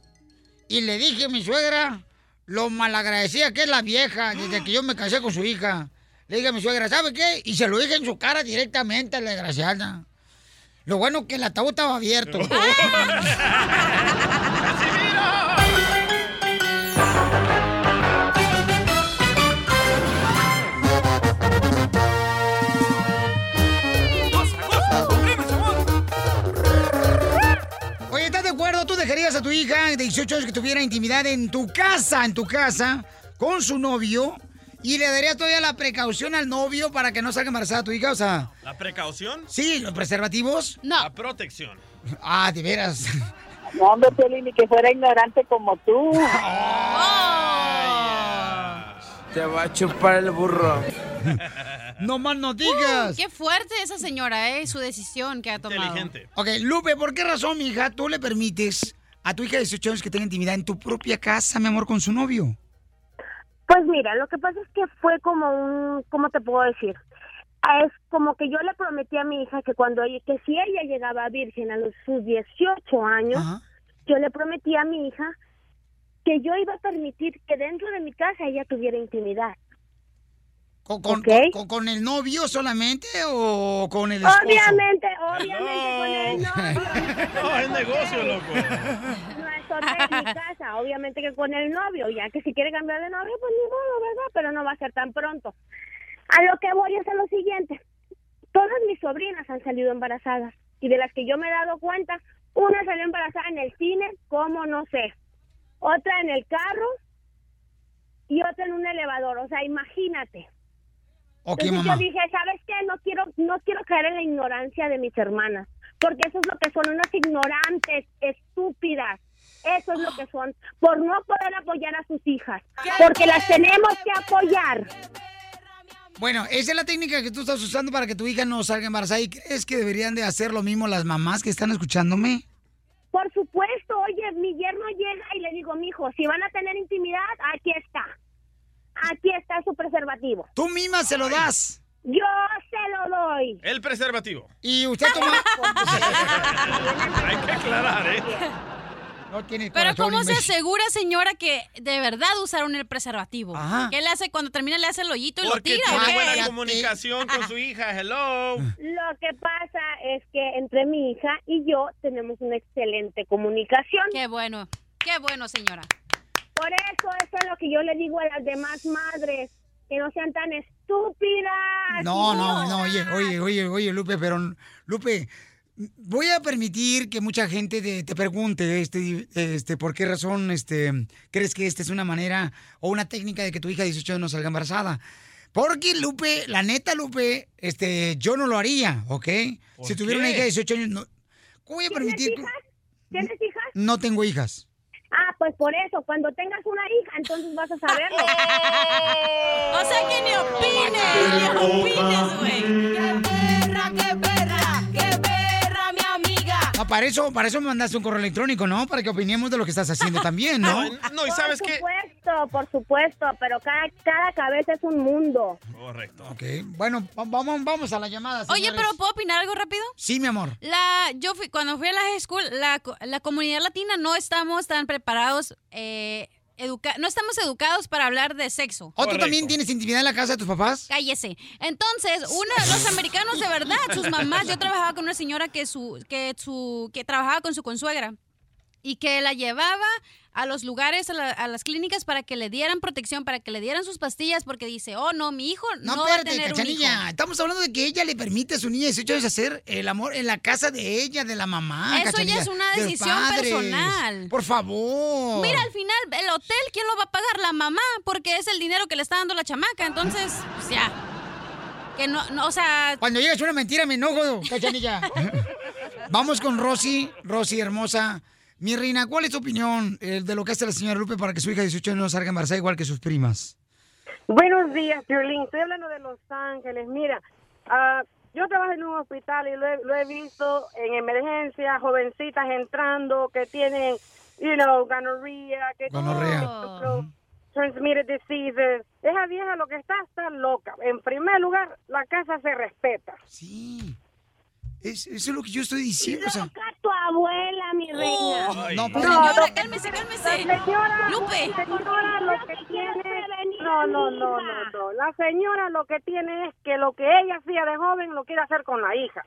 Speaker 3: y le dije a mi suegra lo malagradecida que es la vieja desde que yo me casé con su hija. Le dije a mi suegra, ¿sabe qué? Y se lo dije en su cara directamente a la desgraciada. Lo bueno que el ataúd estaba abierto. Oye, ¿estás de acuerdo? ¿Tú dejarías a tu hija de 18 años que tuviera intimidad en tu casa, en tu casa, con su novio? Y le darías todavía la precaución al novio para que no salga embarazada tu hija, o sea...
Speaker 4: ¿La precaución?
Speaker 3: Sí, los preservativos.
Speaker 6: No.
Speaker 4: La protección.
Speaker 3: Ah, de veras.
Speaker 31: No, hombre, Piolín, ni que fuera ignorante como tú.
Speaker 10: Te va a chupar el burro.
Speaker 3: no más no
Speaker 6: Uh, qué fuerte esa señora, ¿eh? Su decisión que ha tomado.
Speaker 3: Ok, Lupe, ¿por qué razón, mi hija, tú le permites a tu hija de 18 años que tenga intimidad en tu propia casa, mi amor, con su novio?
Speaker 7: Pues mira, lo que pasa es que fue como un, ¿cómo te puedo decir? Ah, Es como que yo le prometí a mi hija que cuando ella, que si ella llegaba virgen a los sus 18 años, yo le prometí a mi hija que yo iba a permitir que dentro de mi casa ella tuviera intimidad.
Speaker 3: ¿Con, con- con- con el novio solamente o con el esposo?
Speaker 7: Obviamente, obviamente con el
Speaker 4: No, es negocio, loco.
Speaker 7: No es sorteo en mi casa, obviamente que con el novio, ya que si quiere cambiar de novio, pues ni modo, ¿verdad? Pero no va a ser tan pronto. A lo que voy es a lo siguiente. Todas mis sobrinas han salido embarazadas y de las que yo me he dado cuenta, una salió embarazada en el cine, como no sé, otra en el carro y otra en un elevador, o sea, imagínate.
Speaker 3: Ok,
Speaker 7: Entonces
Speaker 3: mamá.
Speaker 7: yo dije, ¿sabes qué? No quiero, no quiero caer en la ignorancia de mis hermanas, porque eso es lo que son unas ignorantes, estúpidas. Eso es lo que son, por no poder apoyar a sus hijas, porque las tenemos que apoyar.
Speaker 3: Bueno, esa es la técnica que tú estás usando para que tu hija no salga embarazada. ¿Y crees que deberían de hacer lo mismo las mamás que están escuchándome?
Speaker 7: Por supuesto, oye, mi yerno llega y le digo, mijo, si van a tener intimidad, aquí está. Aquí está su preservativo.
Speaker 3: Tú misma se lo das.
Speaker 7: Yo se lo doy.
Speaker 4: El preservativo.
Speaker 3: Y usted toma...
Speaker 4: Hay que aclarar, ¿eh?
Speaker 3: No tiene
Speaker 6: Pero
Speaker 3: corazón,
Speaker 6: ¿cómo se
Speaker 3: imbécil.
Speaker 6: asegura, señora, que de verdad usaron el preservativo? ¿Qué le hace cuando termina? ¿Le hace el hoyito y
Speaker 4: Porque
Speaker 6: lo ¿eh? tira? ¿o
Speaker 4: tiene
Speaker 6: qué?
Speaker 4: buena comunicación con su hija. Hello.
Speaker 7: Lo que pasa es que entre mi hija y yo tenemos una excelente comunicación.
Speaker 6: Qué bueno, qué bueno, señora.
Speaker 7: Por eso, eso es lo que yo le digo a las demás madres, que no sean tan estúpidas.
Speaker 3: No, no, no, oye, oye, oye, oye, Lupe, pero Lupe, voy a permitir que mucha gente te, te pregunte este, este, por qué razón este, crees que esta es una manera o una técnica de que tu hija de 18 años no salga embarazada. Porque Lupe, la neta, Lupe, este, yo no lo haría, ¿ok? Si tuviera una
Speaker 7: qué?
Speaker 3: hija de 18 años, no, ¿cómo voy a permitir? que-
Speaker 7: ¿Tienes hijas?
Speaker 3: No tengo hijas.
Speaker 7: Ah, pues por eso, cuando tengas una hija, entonces vas a saberlo.
Speaker 6: o sea que ni opines, ni opines, güey.
Speaker 7: ¡Qué perra, qué perra, qué perra, mi amiga!
Speaker 3: Ah, para eso, para eso me mandaste un correo electrónico, ¿no? Para que opinemos de lo que estás haciendo también, ¿no?
Speaker 4: No, y sabes qué?
Speaker 7: supuesto, por supuesto, pero cada, cada cabeza es un mundo.
Speaker 4: Correcto.
Speaker 3: Ok, bueno, va- vamos, vamos a la llamada.
Speaker 6: Oye,
Speaker 3: señores.
Speaker 6: pero ¿puedo opinar algo rápido?
Speaker 3: Sí, mi amor.
Speaker 6: La, yo fui, cuando fui a la high school, la, co- la comunidad latina no estamos tan preparados, eh, educa- no estamos educados para hablar de sexo.
Speaker 3: ¿O Oh, tú también tienes intimidad en la casa de tus papás?
Speaker 6: Cállese. Entonces, uno de los americanos de verdad, sus mamás, yo trabajaba con una señora que su que su que trabajaba con su consuegra y que la llevaba a los lugares, a, la- a las clínicas para que le dieran protección, para que le dieran sus pastillas porque dice, "Oh, no, mi hijo no,
Speaker 3: No,
Speaker 6: va a
Speaker 3: espérate,
Speaker 6: tener un hijo."
Speaker 3: Cachanilla. Estamos hablando de que ella le permite a su niña de 18 años hacer el amor en la casa de ella, de la mamá.
Speaker 6: Eso ya
Speaker 3: Cachanilla,
Speaker 6: es una
Speaker 3: de los
Speaker 6: decisión
Speaker 3: padres.
Speaker 6: personal.
Speaker 3: Por favor.
Speaker 6: Mira, al final el hotel quién lo va a pagar la mamá porque es el dinero que le está dando la chamaca, entonces, pues ya. Que no, no, o sea,
Speaker 3: Cuando llegas una mentira me enojo, Cachanilla. Vamos con Rosy, Rosy hermosa. Mi reina, ¿cuál es tu opinión eh, de lo que hace la señora Lupe para que su hija de 18 años no salga embarazada igual que sus primas?
Speaker 17: Buenos días, Piolín. Estoy hablando de Los Ángeles. Mira, ah, yo trabajo en un hospital y lo he, lo he visto en emergencias, jovencitas entrando que tienen, you know, gonorrhea, que
Speaker 3: Gonorrea. Oh.
Speaker 17: tienen transmitted diseases. Esa vieja lo que está, está loca. En primer lugar, la casa se respeta.
Speaker 3: Sí. Es- eso es lo que yo estoy diciendo. o sea.
Speaker 7: Tu abuela, mi reina.
Speaker 3: Ay. No,
Speaker 7: pero
Speaker 3: pues- Señora,
Speaker 6: cálmese,
Speaker 7: cálmese.
Speaker 17: señora,
Speaker 7: Lupe.
Speaker 17: señora, lo que tiene... No, no, no, no, no. La señora lo que tiene es que lo que ella hacía de joven lo quiere hacer con la hija.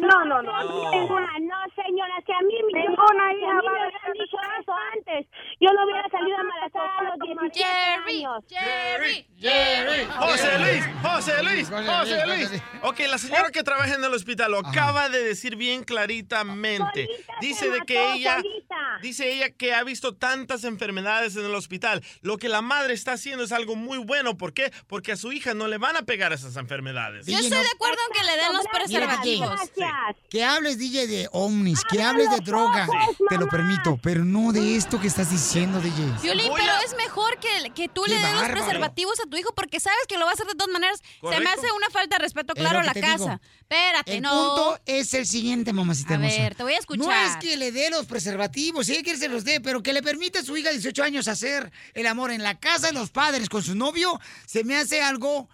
Speaker 17: No, no, no.
Speaker 7: No, señora, no, señora, que a mí mi
Speaker 17: Ninguna
Speaker 7: que a
Speaker 17: hija
Speaker 7: mí me
Speaker 17: va a
Speaker 7: hubieran dicho eso antes. Yo no hubiera salido embarazada a los 17 años.
Speaker 6: Jerry,
Speaker 7: Jerry.
Speaker 4: José Luis, José Luis,
Speaker 7: José
Speaker 4: José
Speaker 7: Luis,
Speaker 4: Luis. Ok, la señora que trabaja en el hospital lo acaba de decir bien claritamente. Dice de que
Speaker 7: mató,
Speaker 4: ella
Speaker 7: solita.
Speaker 4: dice ella que ha visto tantas enfermedades en el hospital. Lo que la madre está haciendo es algo muy bueno, ¿por qué? Porque a su hija no le van a pegar esas enfermedades.
Speaker 6: yo estoy de acuerdo en que le den los
Speaker 3: Mira,
Speaker 6: preservativos.
Speaker 3: DJ, que hables, DJ, de ovnis, que hables de droga, te lo permito, pero no de esto que estás diciendo, DJ.
Speaker 6: Violín, pero es mejor que, que tú
Speaker 3: Qué
Speaker 6: le des los
Speaker 3: bárbaro.
Speaker 6: preservativos a tu hijo porque sabes que lo va a hacer de todas maneras. Se me
Speaker 3: Correcto.
Speaker 6: hace una falta de respeto,
Speaker 3: Es
Speaker 6: claro,
Speaker 3: lo
Speaker 6: a
Speaker 3: que
Speaker 6: la
Speaker 3: te
Speaker 6: casa.
Speaker 3: digo.
Speaker 6: Espérate,
Speaker 3: El
Speaker 6: no.
Speaker 3: punto es el siguiente, mamacita
Speaker 6: A
Speaker 3: hermosa.
Speaker 6: ver, te voy a escuchar.
Speaker 3: No es que le dé los preservativos, sí que se los dé, pero que le permita a su hija de 18 años hacer el amor en la casa de los padres con su novio, se me hace algo.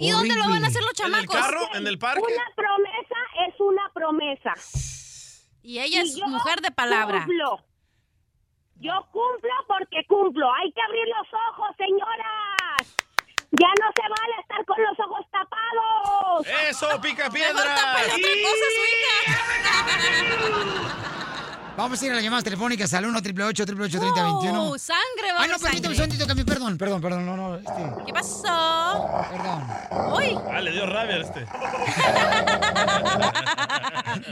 Speaker 6: ¿Y dónde lo van a hacer los
Speaker 4: ¿En el
Speaker 6: chamacos?
Speaker 4: carro? ¿En el parque?
Speaker 7: Una promesa es una promesa.
Speaker 6: Y ella es
Speaker 7: yo
Speaker 6: mujer de palabra.
Speaker 7: Cumplo. Yo cumplo porque cumplo. Hay que abrir los ojos, señoras. Ya no se vale estar con los ojos tapados.
Speaker 4: Eso, pica piedra.
Speaker 3: Vamos a ir a las llamadas telefónicas al 1 888 888
Speaker 6: Oh, sangre, va
Speaker 3: Ay, no,
Speaker 6: la sangre.
Speaker 3: permítame un segundito, Cami, perdón, perdón, perdón, no, no. este,
Speaker 6: ¿Qué pasó?
Speaker 3: Perdón.
Speaker 6: Uy.
Speaker 4: Ah, le dio rabia a este.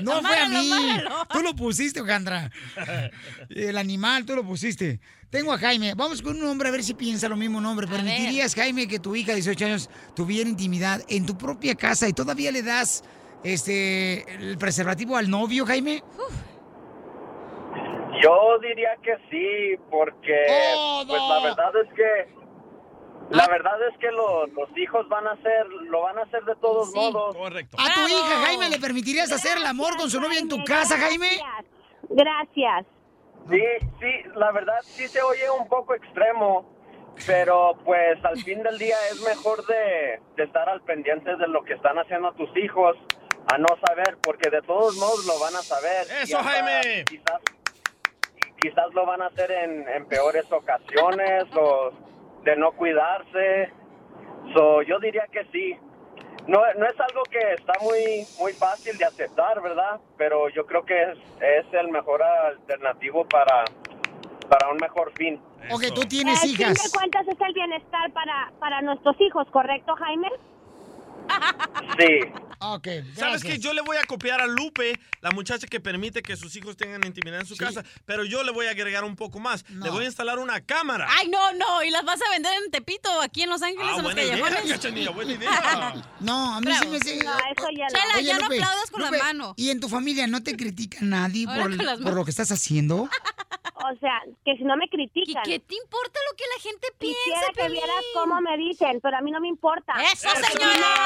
Speaker 3: No fue a
Speaker 4: Amárralo,
Speaker 3: mí.
Speaker 4: amárralo.
Speaker 3: Tú lo pusiste, Ojandra. El animal, tú lo pusiste. Tengo a Jaime. Vamos con un hombre a ver si piensa lo mismo un hombre. ¿Permitirías, Jaime, que tu hija de 18 años tuviera intimidad en tu propia casa y todavía le das este el preservativo al novio, Jaime?
Speaker 26: Yo diría que sí, porque pues la verdad es que la verdad es que lo- los hijos van a hacer lo van a hacer de todos modos.
Speaker 4: Correcto.
Speaker 3: ¿A tu hija, Jaime, le permitirías hacer el amor con su novia en tu casa, Jaime?
Speaker 7: Gracias.
Speaker 26: Sí, sí, la verdad sí se oye un poco extremo, pero pues al fin del día es mejor de, de estar al pendiente de lo que están haciendo tus hijos a no saber, porque de todos modos lo van a saber. Y
Speaker 4: Eso,
Speaker 26: hasta
Speaker 4: Jaime.
Speaker 26: Quizás, quizás lo van a hacer en, en peores ocasiones o de no cuidarse. So, yo diría que sí. No, no es algo que está muy, muy fácil de aceptar, ¿verdad? Pero yo creo que es, es el mejor alternativo para, para un mejor fin.
Speaker 3: Ok, tú
Speaker 7: Al fin Eh, de cuentas es el bienestar para, para nuestros hijos, ¿correcto, Jaime?
Speaker 26: Sí.
Speaker 3: Ok,
Speaker 4: ¿Sabes que Yo le voy a copiar a Lupe, la muchacha que permite que sus hijos tengan intimidad en su casa, pero yo le voy a agregar un poco más. Le voy a instalar una cámara.
Speaker 6: Ay, no, no. ¿Y las vas a vender en Tepito aquí en Los Ángeles
Speaker 4: Ah,
Speaker 6: en los
Speaker 4: buena idea,
Speaker 6: callejones?
Speaker 4: Cachanilla, buena idea.
Speaker 3: No, a mí
Speaker 6: Bravo.
Speaker 3: sí me hace-
Speaker 6: No, eso ya lo- Chela,
Speaker 3: Oye,
Speaker 6: ya no
Speaker 3: Lupe,
Speaker 6: aplaudas con la
Speaker 3: Lupe,
Speaker 6: mano.
Speaker 3: ¿Y en tu familia no te critica nadie
Speaker 6: Ahora
Speaker 3: por,
Speaker 6: con las
Speaker 3: por lo
Speaker 6: manos.
Speaker 3: que estás haciendo?
Speaker 7: O sea, que si no me critican.
Speaker 6: ¿Qué te importa lo que la gente piensa,
Speaker 7: Quisiera que
Speaker 6: Piolín?
Speaker 7: vieras cómo me dicen, pero a mí no me importa.
Speaker 6: ¡Eso,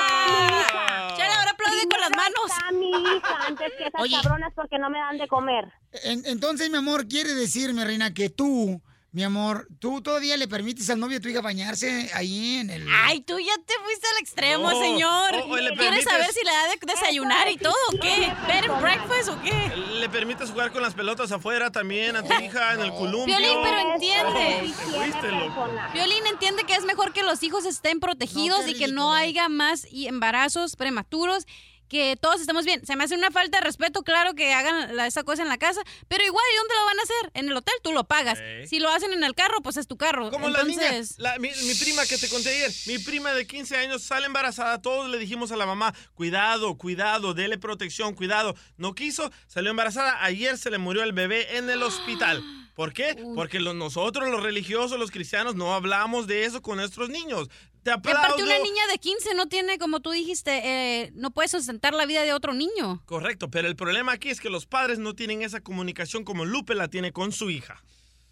Speaker 6: señora! Chela, ahora aplaude con las manos.
Speaker 7: A mi hija, antes que esas cabronas porque no me dan de comer.
Speaker 3: En- entonces, mi amor, quiere decirme, reina, que tú Mi amor, ¿tú todavía le permites al novio de tu hija bañarse ahí en el...
Speaker 6: Ay, tú ya te fuiste al extremo,
Speaker 3: Oh,
Speaker 6: señor.
Speaker 3: oh, oh, ¿le
Speaker 6: ¿Quieres
Speaker 3: permites?
Speaker 6: saber si le da de desayunar y todo o qué? ¿Bed and breakfast o qué?
Speaker 4: ¿Le permites jugar con las pelotas afuera también a tu hija en el columpio?
Speaker 6: Violín, pero entiende.
Speaker 4: Oh, te fuiste, loco.
Speaker 6: Violín entiende que es mejor que los hijos estén protegidos
Speaker 3: No, qué
Speaker 6: y que no haya más y embarazos prematuros, que todos estamos bien. Se me hace una falta de respeto, claro, que hagan la- esa cosa en la casa, pero igual, ¿y dónde lo van a hacer? En el hotel tú lo pagas.
Speaker 4: Ey.
Speaker 6: Si lo hacen en el carro, pues es tu carro.
Speaker 4: Como la niña,
Speaker 6: Entonces,
Speaker 4: la- mi, mi prima que te conté ayer, mi prima de 15 años sale embarazada, todos le dijimos a la mamá, cuidado, cuidado, dele protección, cuidado. No quiso, salió embarazada, ayer se le murió el bebé en el hospital. ¿Por qué? Porque los- nosotros, los religiosos, los cristianos, no hablamos de eso con nuestros niños. Te
Speaker 6: Y
Speaker 4: aplaudo.
Speaker 6: aparte, una niña de 15 no tiene, como tú dijiste, eh, no puede sustentar la vida de otro niño.
Speaker 4: Correcto, pero el problema aquí es que los padres no tienen esa comunicación como Lupe la tiene con su hija.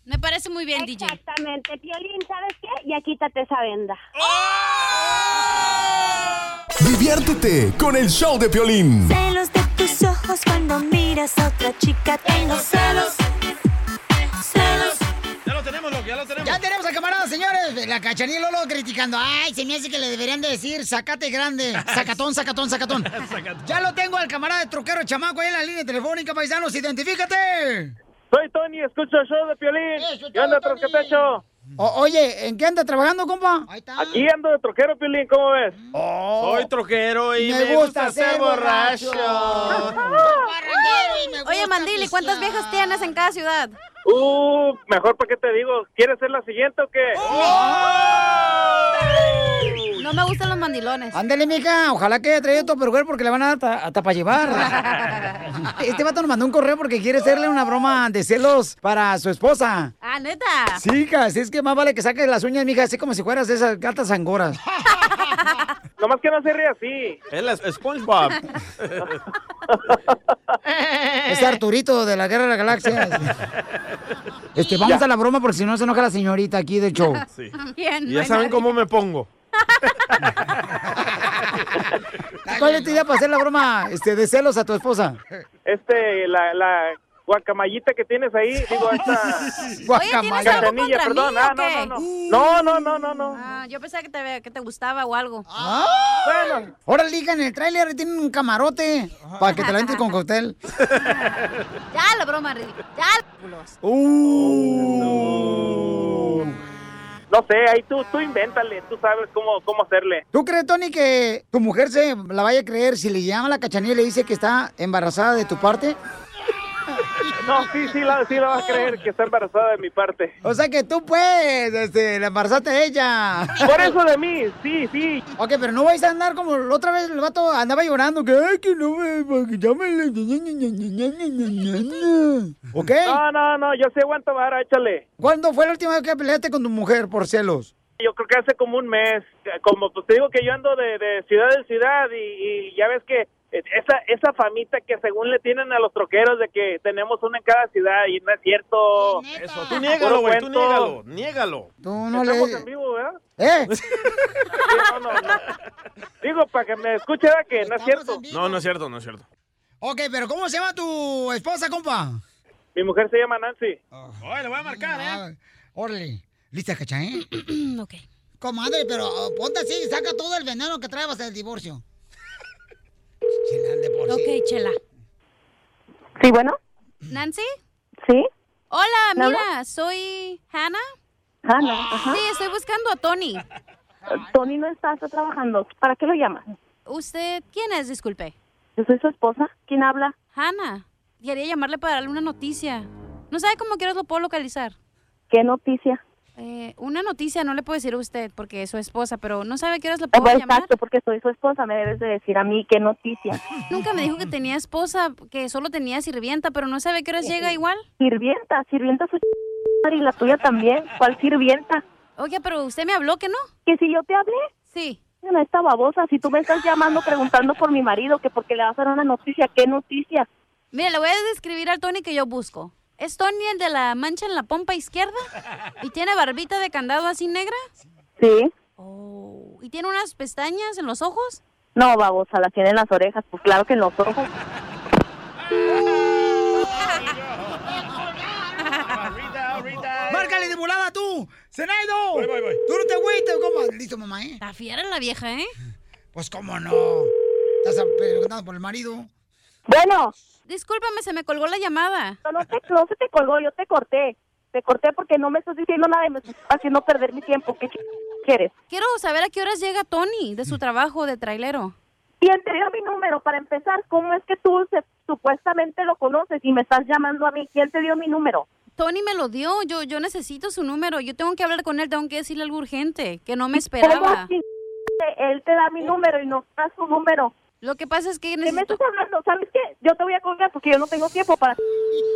Speaker 6: Me parece muy bien,
Speaker 7: DJ. Exactamente. Piolín, ¿sabes qué? Ya quítate esa venda.
Speaker 11: Diviértete con el show de Piolín.
Speaker 15: Celos de tus ojos cuando miras a otra chica. Tengo celos. Celos.
Speaker 4: Ya lo tenemos, loco, ya lo tenemos.
Speaker 3: Ya tenemos al camarada, señores. La cachanilla y Lolo criticando. Ay, se me hace que le deberían de decir, sacate grande. Sacatón, sacatón, sacatón. ya lo tengo al camarada de troquero chamaco ahí en la línea telefónica, paisanos. Identifícate.
Speaker 16: Soy Tony, escucho el show de Piolín. ¿Qué onda, Troscapecho?
Speaker 3: oye, ¿en qué anda trabajando, compa?
Speaker 16: Aquí ando de troquero, Piolín, ¿cómo ves?
Speaker 2: Oh,
Speaker 4: Soy troquero y
Speaker 16: Oh. Me
Speaker 4: me,
Speaker 16: gusta
Speaker 4: gusta,
Speaker 16: ser
Speaker 4: ser borracho.
Speaker 6: Oye, Mandili, ¿cuántas viejas tienes en cada ciudad?
Speaker 16: Uh, mejor para qué te digo, ¿quieres ser la siguiente o qué?
Speaker 4: ¡Oh!
Speaker 6: No me gustan los mandilones.
Speaker 3: Ándale, mija, ojalá que haya traído tu perugel porque le van a dar ta- hasta para llevar. Este vato nos mandó un correo porque quiere hacerle una broma de celos para su esposa.
Speaker 6: Ah, neta.
Speaker 3: Sí, hija, así es que más vale que saques las uñas, mija, así como si fueras de esas gatas angoras.
Speaker 16: Nomás que no se ríe así.
Speaker 4: Es la SpongeBob.
Speaker 3: Ese Arturito de la Guerra de las Galaxias. Este, vamos
Speaker 4: Ya.
Speaker 3: a la broma porque si no se enoja la señorita aquí del show.
Speaker 4: Sí.
Speaker 6: ¿Quién?
Speaker 4: Y ya saben cómo me pongo.
Speaker 3: ¿Cuál es tu idea para hacer la broma este, de celos a tu esposa?
Speaker 16: Este, la, la guacamayita que tienes ahí, digo, esta...
Speaker 6: ¿Tienes algo
Speaker 16: Cachanilla,
Speaker 6: contra
Speaker 16: perdón.
Speaker 6: mí
Speaker 16: Ah,
Speaker 6: o
Speaker 16: no,
Speaker 6: qué?
Speaker 16: no, no. No, no, no, no, no.
Speaker 6: Ah, yo pensaba que te, que te gustaba o algo.
Speaker 3: Bueno. Ahora liga en el tráiler, tienen un camarote para que te la entres con cóctel.
Speaker 6: Ya la broma, ridícula. Ya culos.
Speaker 3: Uh.
Speaker 16: No sé, ahí tú, tú invéntale, tú sabes cómo, cómo hacerle.
Speaker 3: ¿Tú crees, Tony, que tu mujer se la vaya a creer si le llama a la cachanilla y le dice que está embarazada de tu parte?
Speaker 16: No, sí, sí, la, sí la vas a creer que está embarazada de mi parte.
Speaker 3: O sea que tú, pues, este, la embarazaste a ella.
Speaker 16: Por eso de mí, sí, sí.
Speaker 3: Ok, pero no vais a andar como la otra vez el vato andaba llorando, que, ay, que no me, que ya me le- ¿Ok?
Speaker 16: No, no, no, yo sí aguanto vara, échale.
Speaker 3: ¿Cuándo fue la última vez que peleaste con tu mujer por celos?
Speaker 16: Yo creo que hace como un mes, como pues te digo que yo ando de, de ciudad en ciudad y, y ya ves que eh, esa, esa famita que según le tienen a los troqueros de que tenemos una en cada ciudad y no es cierto.
Speaker 4: Eso, tú niégalo, güey, tú niégalo, niégalo.
Speaker 3: Tú
Speaker 16: no
Speaker 3: no
Speaker 16: Estamos
Speaker 3: le...
Speaker 16: en vivo, ¿verdad?
Speaker 3: ¿Eh?
Speaker 16: No, no, no. Digo, para que me escuche, ¿verdad? Que no es cierto.
Speaker 4: No, no es cierto, no es cierto.
Speaker 3: Ok, pero ¿cómo se llama tu esposa, compa?
Speaker 16: Mi mujer se llama Nancy.
Speaker 4: Oye, le voy a marcar,
Speaker 3: ¿eh? Órale. ¿Lista, cacha, eh?
Speaker 6: ok.
Speaker 3: Comadre, pero oh, ponte así y saca todo el veneno que traebas del divorcio.
Speaker 6: Ok, Chela.
Speaker 2: Sí, bueno,
Speaker 6: ¿Nancy?
Speaker 2: sí.
Speaker 6: Hola,
Speaker 2: ¿Me
Speaker 6: mira, soy Hannah.
Speaker 2: Hannah, ajá.
Speaker 6: Sí, estoy buscando a Tony.
Speaker 2: Ah, Tony no está, está trabajando. ¿Para qué lo llamas?
Speaker 6: ¿Usted quién es? Disculpe.
Speaker 2: Yo soy su esposa. ¿Quién habla?
Speaker 6: Hannah. Quería llamarle para darle una noticia. No sabe cómo quieres lo puedo localizar.
Speaker 2: ¿Qué noticia?
Speaker 6: Eh, una noticia no le puedo decir a usted porque es su esposa, pero no sabe a qué horas le
Speaker 2: Ah,
Speaker 6: puedo
Speaker 2: bueno,
Speaker 6: llamar.
Speaker 2: exacto, porque soy su esposa, me debes de decir a mí qué noticia.
Speaker 6: Nunca me dijo que tenía esposa, que solo tenía sirvienta, pero no sabe a qué horas llega igual.
Speaker 2: Sirvienta, sirvienta su madre y la tuya también. ¿Cuál sirvienta?
Speaker 6: Oiga, pero usted me habló que no.
Speaker 2: ¿Que si yo te hablé?
Speaker 6: Sí.
Speaker 2: Bueno, esta babosa, si tú me estás llamando preguntando por mi marido, que porque le vas a dar una noticia, ¿qué noticia?
Speaker 6: Mire, le voy a describir al Tony que yo busco. ¿Es Tony el de la mancha en la pompa izquierda? ¿Y tiene barbita de candado así negra?
Speaker 2: Sí.
Speaker 6: ¿Y tiene unas pestañas en los ojos?
Speaker 2: No, babosa, la tiene en las orejas, pues claro que en los ojos.
Speaker 3: ¡Márcale de volada! ¡Zenaido!
Speaker 4: Voy, voy, voy.
Speaker 3: ¡Tú no te agüites, compa! Listo, mamá, ¿eh?
Speaker 6: La fiera la vieja, ¿eh?
Speaker 3: Pues cómo no. Estás preguntando por el marido.
Speaker 2: Bueno.
Speaker 6: Discúlpame, se me colgó la llamada.
Speaker 2: No, no, te, no se te colgó, yo te corté. Te corté porque no me estás diciendo nada y me estás haciendo perder mi tiempo. ¿Qué ch- quieres?
Speaker 6: Quiero saber a qué horas llega Tony de su trabajo de trailero.
Speaker 2: ¿Quién te dio mi número? Para empezar, ¿cómo es que tú se- supuestamente lo conoces y me estás llamando a mí? ¿Quién te dio mi número?
Speaker 6: Tony me lo dio, yo, yo necesito su número, yo tengo que hablar con él, tengo que decirle algo urgente, que no me esperaba.
Speaker 2: ¿Cómo ching- Él te da mi número y no te da su número.
Speaker 6: Lo que pasa es que
Speaker 2: ¿Qué me estás hablando? ¿Sabes qué? Yo te voy a colgar porque yo no tengo tiempo para... Ah.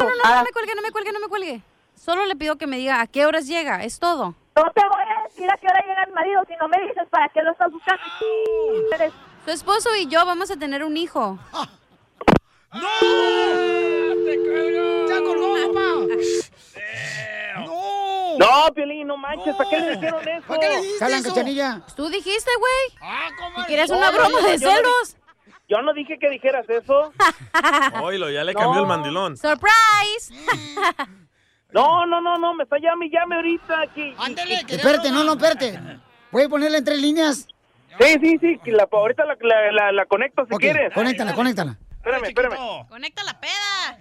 Speaker 6: No, no,
Speaker 3: Ah.
Speaker 6: no, no me cuelgue, no me cuelgue, no me cuelgue. Solo le pido que me diga a qué horas llega, es todo.
Speaker 2: No te voy a decir a qué hora llega el marido si no me dices para qué lo estás buscando.
Speaker 6: Su esposo y yo vamos a tener un hijo.
Speaker 3: Ah, ¡No! ¡Te cuelgo! ¡Ya colgó, papá! ¡No!
Speaker 23: No, Piolín, no manches, ¿para qué le hicieron eso?
Speaker 3: ¿Para qué
Speaker 2: Oh.
Speaker 3: le dijiste Calan, eso? cachanilla.
Speaker 6: Pues tú dijiste, güey.
Speaker 3: Ah,
Speaker 6: ¿Y querías una broma de celos?
Speaker 23: Yo no dije que dijeras eso.
Speaker 4: Oilo, ya le cambió el mandilón.
Speaker 6: ¡Surprise!
Speaker 3: ¿Eh?
Speaker 23: No, no, no, no, me está llame, y llame ahorita aquí.
Speaker 3: Espérate, no, no, espérate. ¿Puedes ponerla en tres líneas?
Speaker 23: Sí, sí, sí, que la, ahorita la, la, la, la conecto si
Speaker 3: Ok,
Speaker 23: quieres.
Speaker 3: Conéctala, conéctala.
Speaker 23: Espérame, espérame.
Speaker 6: Conecta la peda.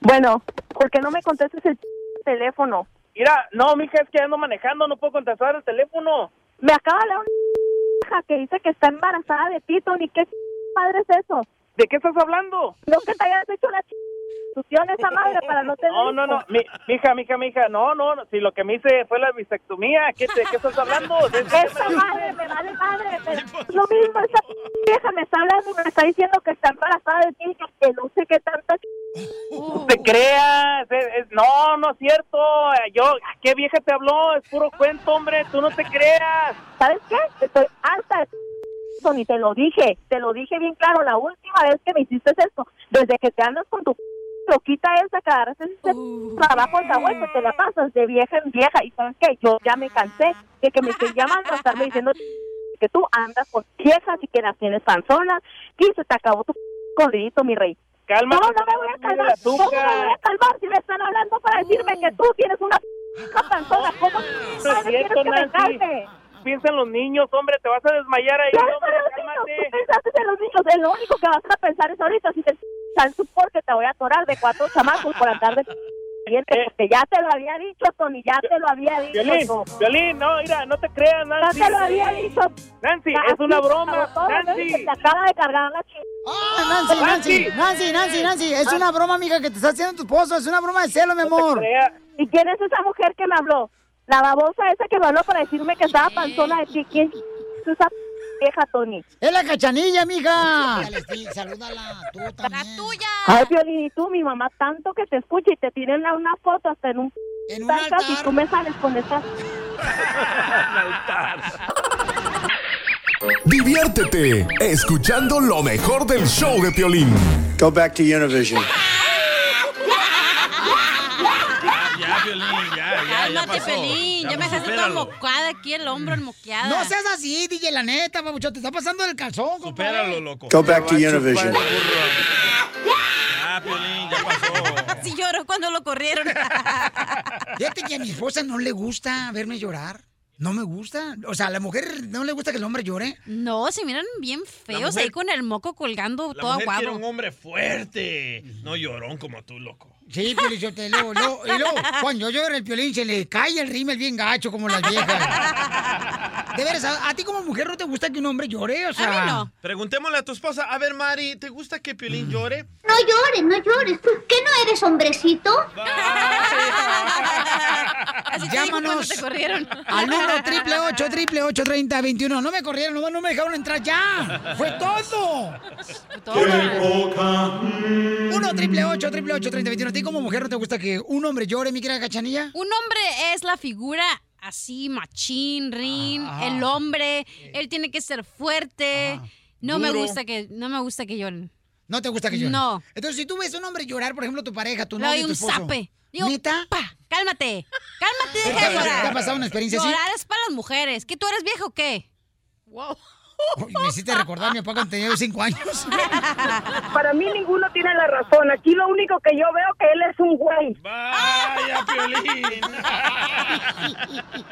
Speaker 2: Bueno, ¿por qué no me contestas el teléfono?
Speaker 23: Mira, no, mija, es que ando manejando, no puedo contestar el teléfono.
Speaker 2: Me acaba de hablar una hija que dice que está embarazada de ti, Tony. ¿Qué madre es eso?
Speaker 23: ¿De qué estás hablando?
Speaker 2: No que te hayas hecho la institución esa madre para no tener...
Speaker 23: No, no, no, mi, mija, mija, mija, no, no, no, si lo que me hice fue la bisectomía, ¿qué, te- qué estás hablando?
Speaker 2: Esa madre, me vale madre, pero es lo mismo, esa vieja me está hablando y me está diciendo que está embarazada de ti, que- que no sé qué tanta...
Speaker 23: No te creas, es- es- no, no es cierto, eh, yo, ¿qué vieja te habló? Es puro cuento, hombre, tú no te creas.
Speaker 2: ¿Sabes qué? Estoy harta de Tony, te lo dije, te lo dije bien claro la última vez que me hiciste esto, desde que te andas con tu loquita esa que agarras ese trabajo en la vuelta, te la pasas de vieja en vieja y sabes qué, yo ya me cansé de que me estén llamando a estarme diciendo que tú andas con viejas y que las tienes panzonas y se te acabó tu corridito, mi rey.
Speaker 23: Calma.
Speaker 2: ¿Cómo no me voy a calmar? ¿Cómo no me voy a calmar si me están hablando para decirme que tú tienes una panzona? ¿Cómo
Speaker 23: No es
Speaker 2: madre, tienes
Speaker 23: cierto,
Speaker 2: que
Speaker 23: Nancy.
Speaker 2: vengarme?
Speaker 23: Piensa en los niños, hombre, te vas a desmayar ahí,
Speaker 2: Ya
Speaker 23: hombre,
Speaker 2: están los
Speaker 23: cálmate.
Speaker 2: niños, tú pensaste en los niños, en lo único que vas a pensar es ahorita si te al porque te voy a atorar de cuatro chamacos por andar de caliente, porque ya te lo había dicho, Tony, ya te lo había dicho.
Speaker 23: Eh. Violín,
Speaker 2: no.
Speaker 23: Violín, no, mira, no te creas, Nancy.
Speaker 2: Ya te lo había dicho.
Speaker 23: Nancy,
Speaker 2: Nancy,
Speaker 23: es una broma.
Speaker 2: todo lo que
Speaker 23: Nancy.
Speaker 2: Te acaba de cargar la chica.
Speaker 3: Ah, Nancy, Nancy, Nancy, Nancy, Nancy, es una broma, amiga, que te está haciendo tu esposo, es una broma de celo, mi amor.
Speaker 2: ¿Y quién es esa mujer que me habló? La babosa esa que me habló para decirme que estaba panzona de ti. ¿Quién es esa vieja, Tony?
Speaker 3: Es la cachanilla, amiga.
Speaker 2: Salúdala, tú también. ¡La tuya! Ay, Violín, y tú, mi mamá, tanto que te escucha y te tienen a una foto hasta en un... En
Speaker 3: un
Speaker 2: Y tú me sales con esas...
Speaker 11: Diviértete escuchando lo mejor del show de Piolín. Go back to Univision.
Speaker 4: Ya, Piolín, ya, ya, ya
Speaker 6: Cálmate,
Speaker 4: pasó.
Speaker 6: Pelín. Ya, me
Speaker 4: pasó,
Speaker 6: dejaste toda
Speaker 4: supéralo.
Speaker 6: mocada aquí, el hombro enmoqueada.
Speaker 3: No seas así, DJ, la neta, papucho, te está pasando del calzón, compadre.
Speaker 4: Supéralo, loco.
Speaker 11: Go back to Univision.
Speaker 4: Ya, Ah, Piolín, ya pasó.
Speaker 6: Así lloró cuando lo corrieron.
Speaker 3: Fíjate que a mi esposa no le gusta verme llorar. No me gusta. O sea, a la mujer no le gusta que el hombre llore.
Speaker 6: No, se miran bien feos
Speaker 3: mujer-
Speaker 6: ahí con el moco colgando
Speaker 4: La
Speaker 6: todo
Speaker 4: mujer quiere un
Speaker 6: guapo.
Speaker 4: hombre fuerte, no llorón como tú, loco.
Speaker 3: Sí, Piolín, yo te lo, lo- y luego, cuando yo lloro el piolín, se le cae el rímel bien gacho como las viejas. De veras, a, a ti como mujer no te gusta que un hombre llore, o sea.
Speaker 4: Preguntémosle a tu esposa. A ver, Mari, ¿te gusta que
Speaker 3: Mm.
Speaker 4: Piolín llore?
Speaker 20: No llores, no llores. ¿Tú qué no eres hombrecito?
Speaker 3: Llámanos al número triple ocho triple ocho treinta veintiuno. No me corrieron, nomás no me dejaron entrar ya. Fue todo. Uno triple ocho triple ocho treinta veintiuno. ¿A ti como mujer no te gusta que un hombre llore, mi querida cachanilla?
Speaker 6: Un hombre es la figura así, machín, rin,
Speaker 3: Ah.
Speaker 6: el hombre. Él tiene que ser fuerte. Eh, No me
Speaker 3: Duro.
Speaker 6: gusta que, no me gusta que lloren.
Speaker 3: No te gusta que llore.
Speaker 6: No.
Speaker 3: Entonces, si tú ves a un hombre llorar, por ejemplo, tu pareja, tu
Speaker 6: Le doy
Speaker 3: novio, tu
Speaker 6: un
Speaker 3: esposo.
Speaker 6: zape. Digo, pa, cálmate. Cálmate,
Speaker 3: ¿Te
Speaker 6: deja de
Speaker 3: ha-
Speaker 6: llorar.
Speaker 3: te ha pasado una experiencia así?
Speaker 6: Llorar es para las mujeres. ¿Qué tú eres viejo o qué? Wow.
Speaker 3: Uy, Me hiciste recordar, mi papá cuando tenía yo cinco años.
Speaker 32: Para mí ninguno tiene la razón. Aquí lo único que yo veo que él es un güey.
Speaker 4: Vaya, Piolín.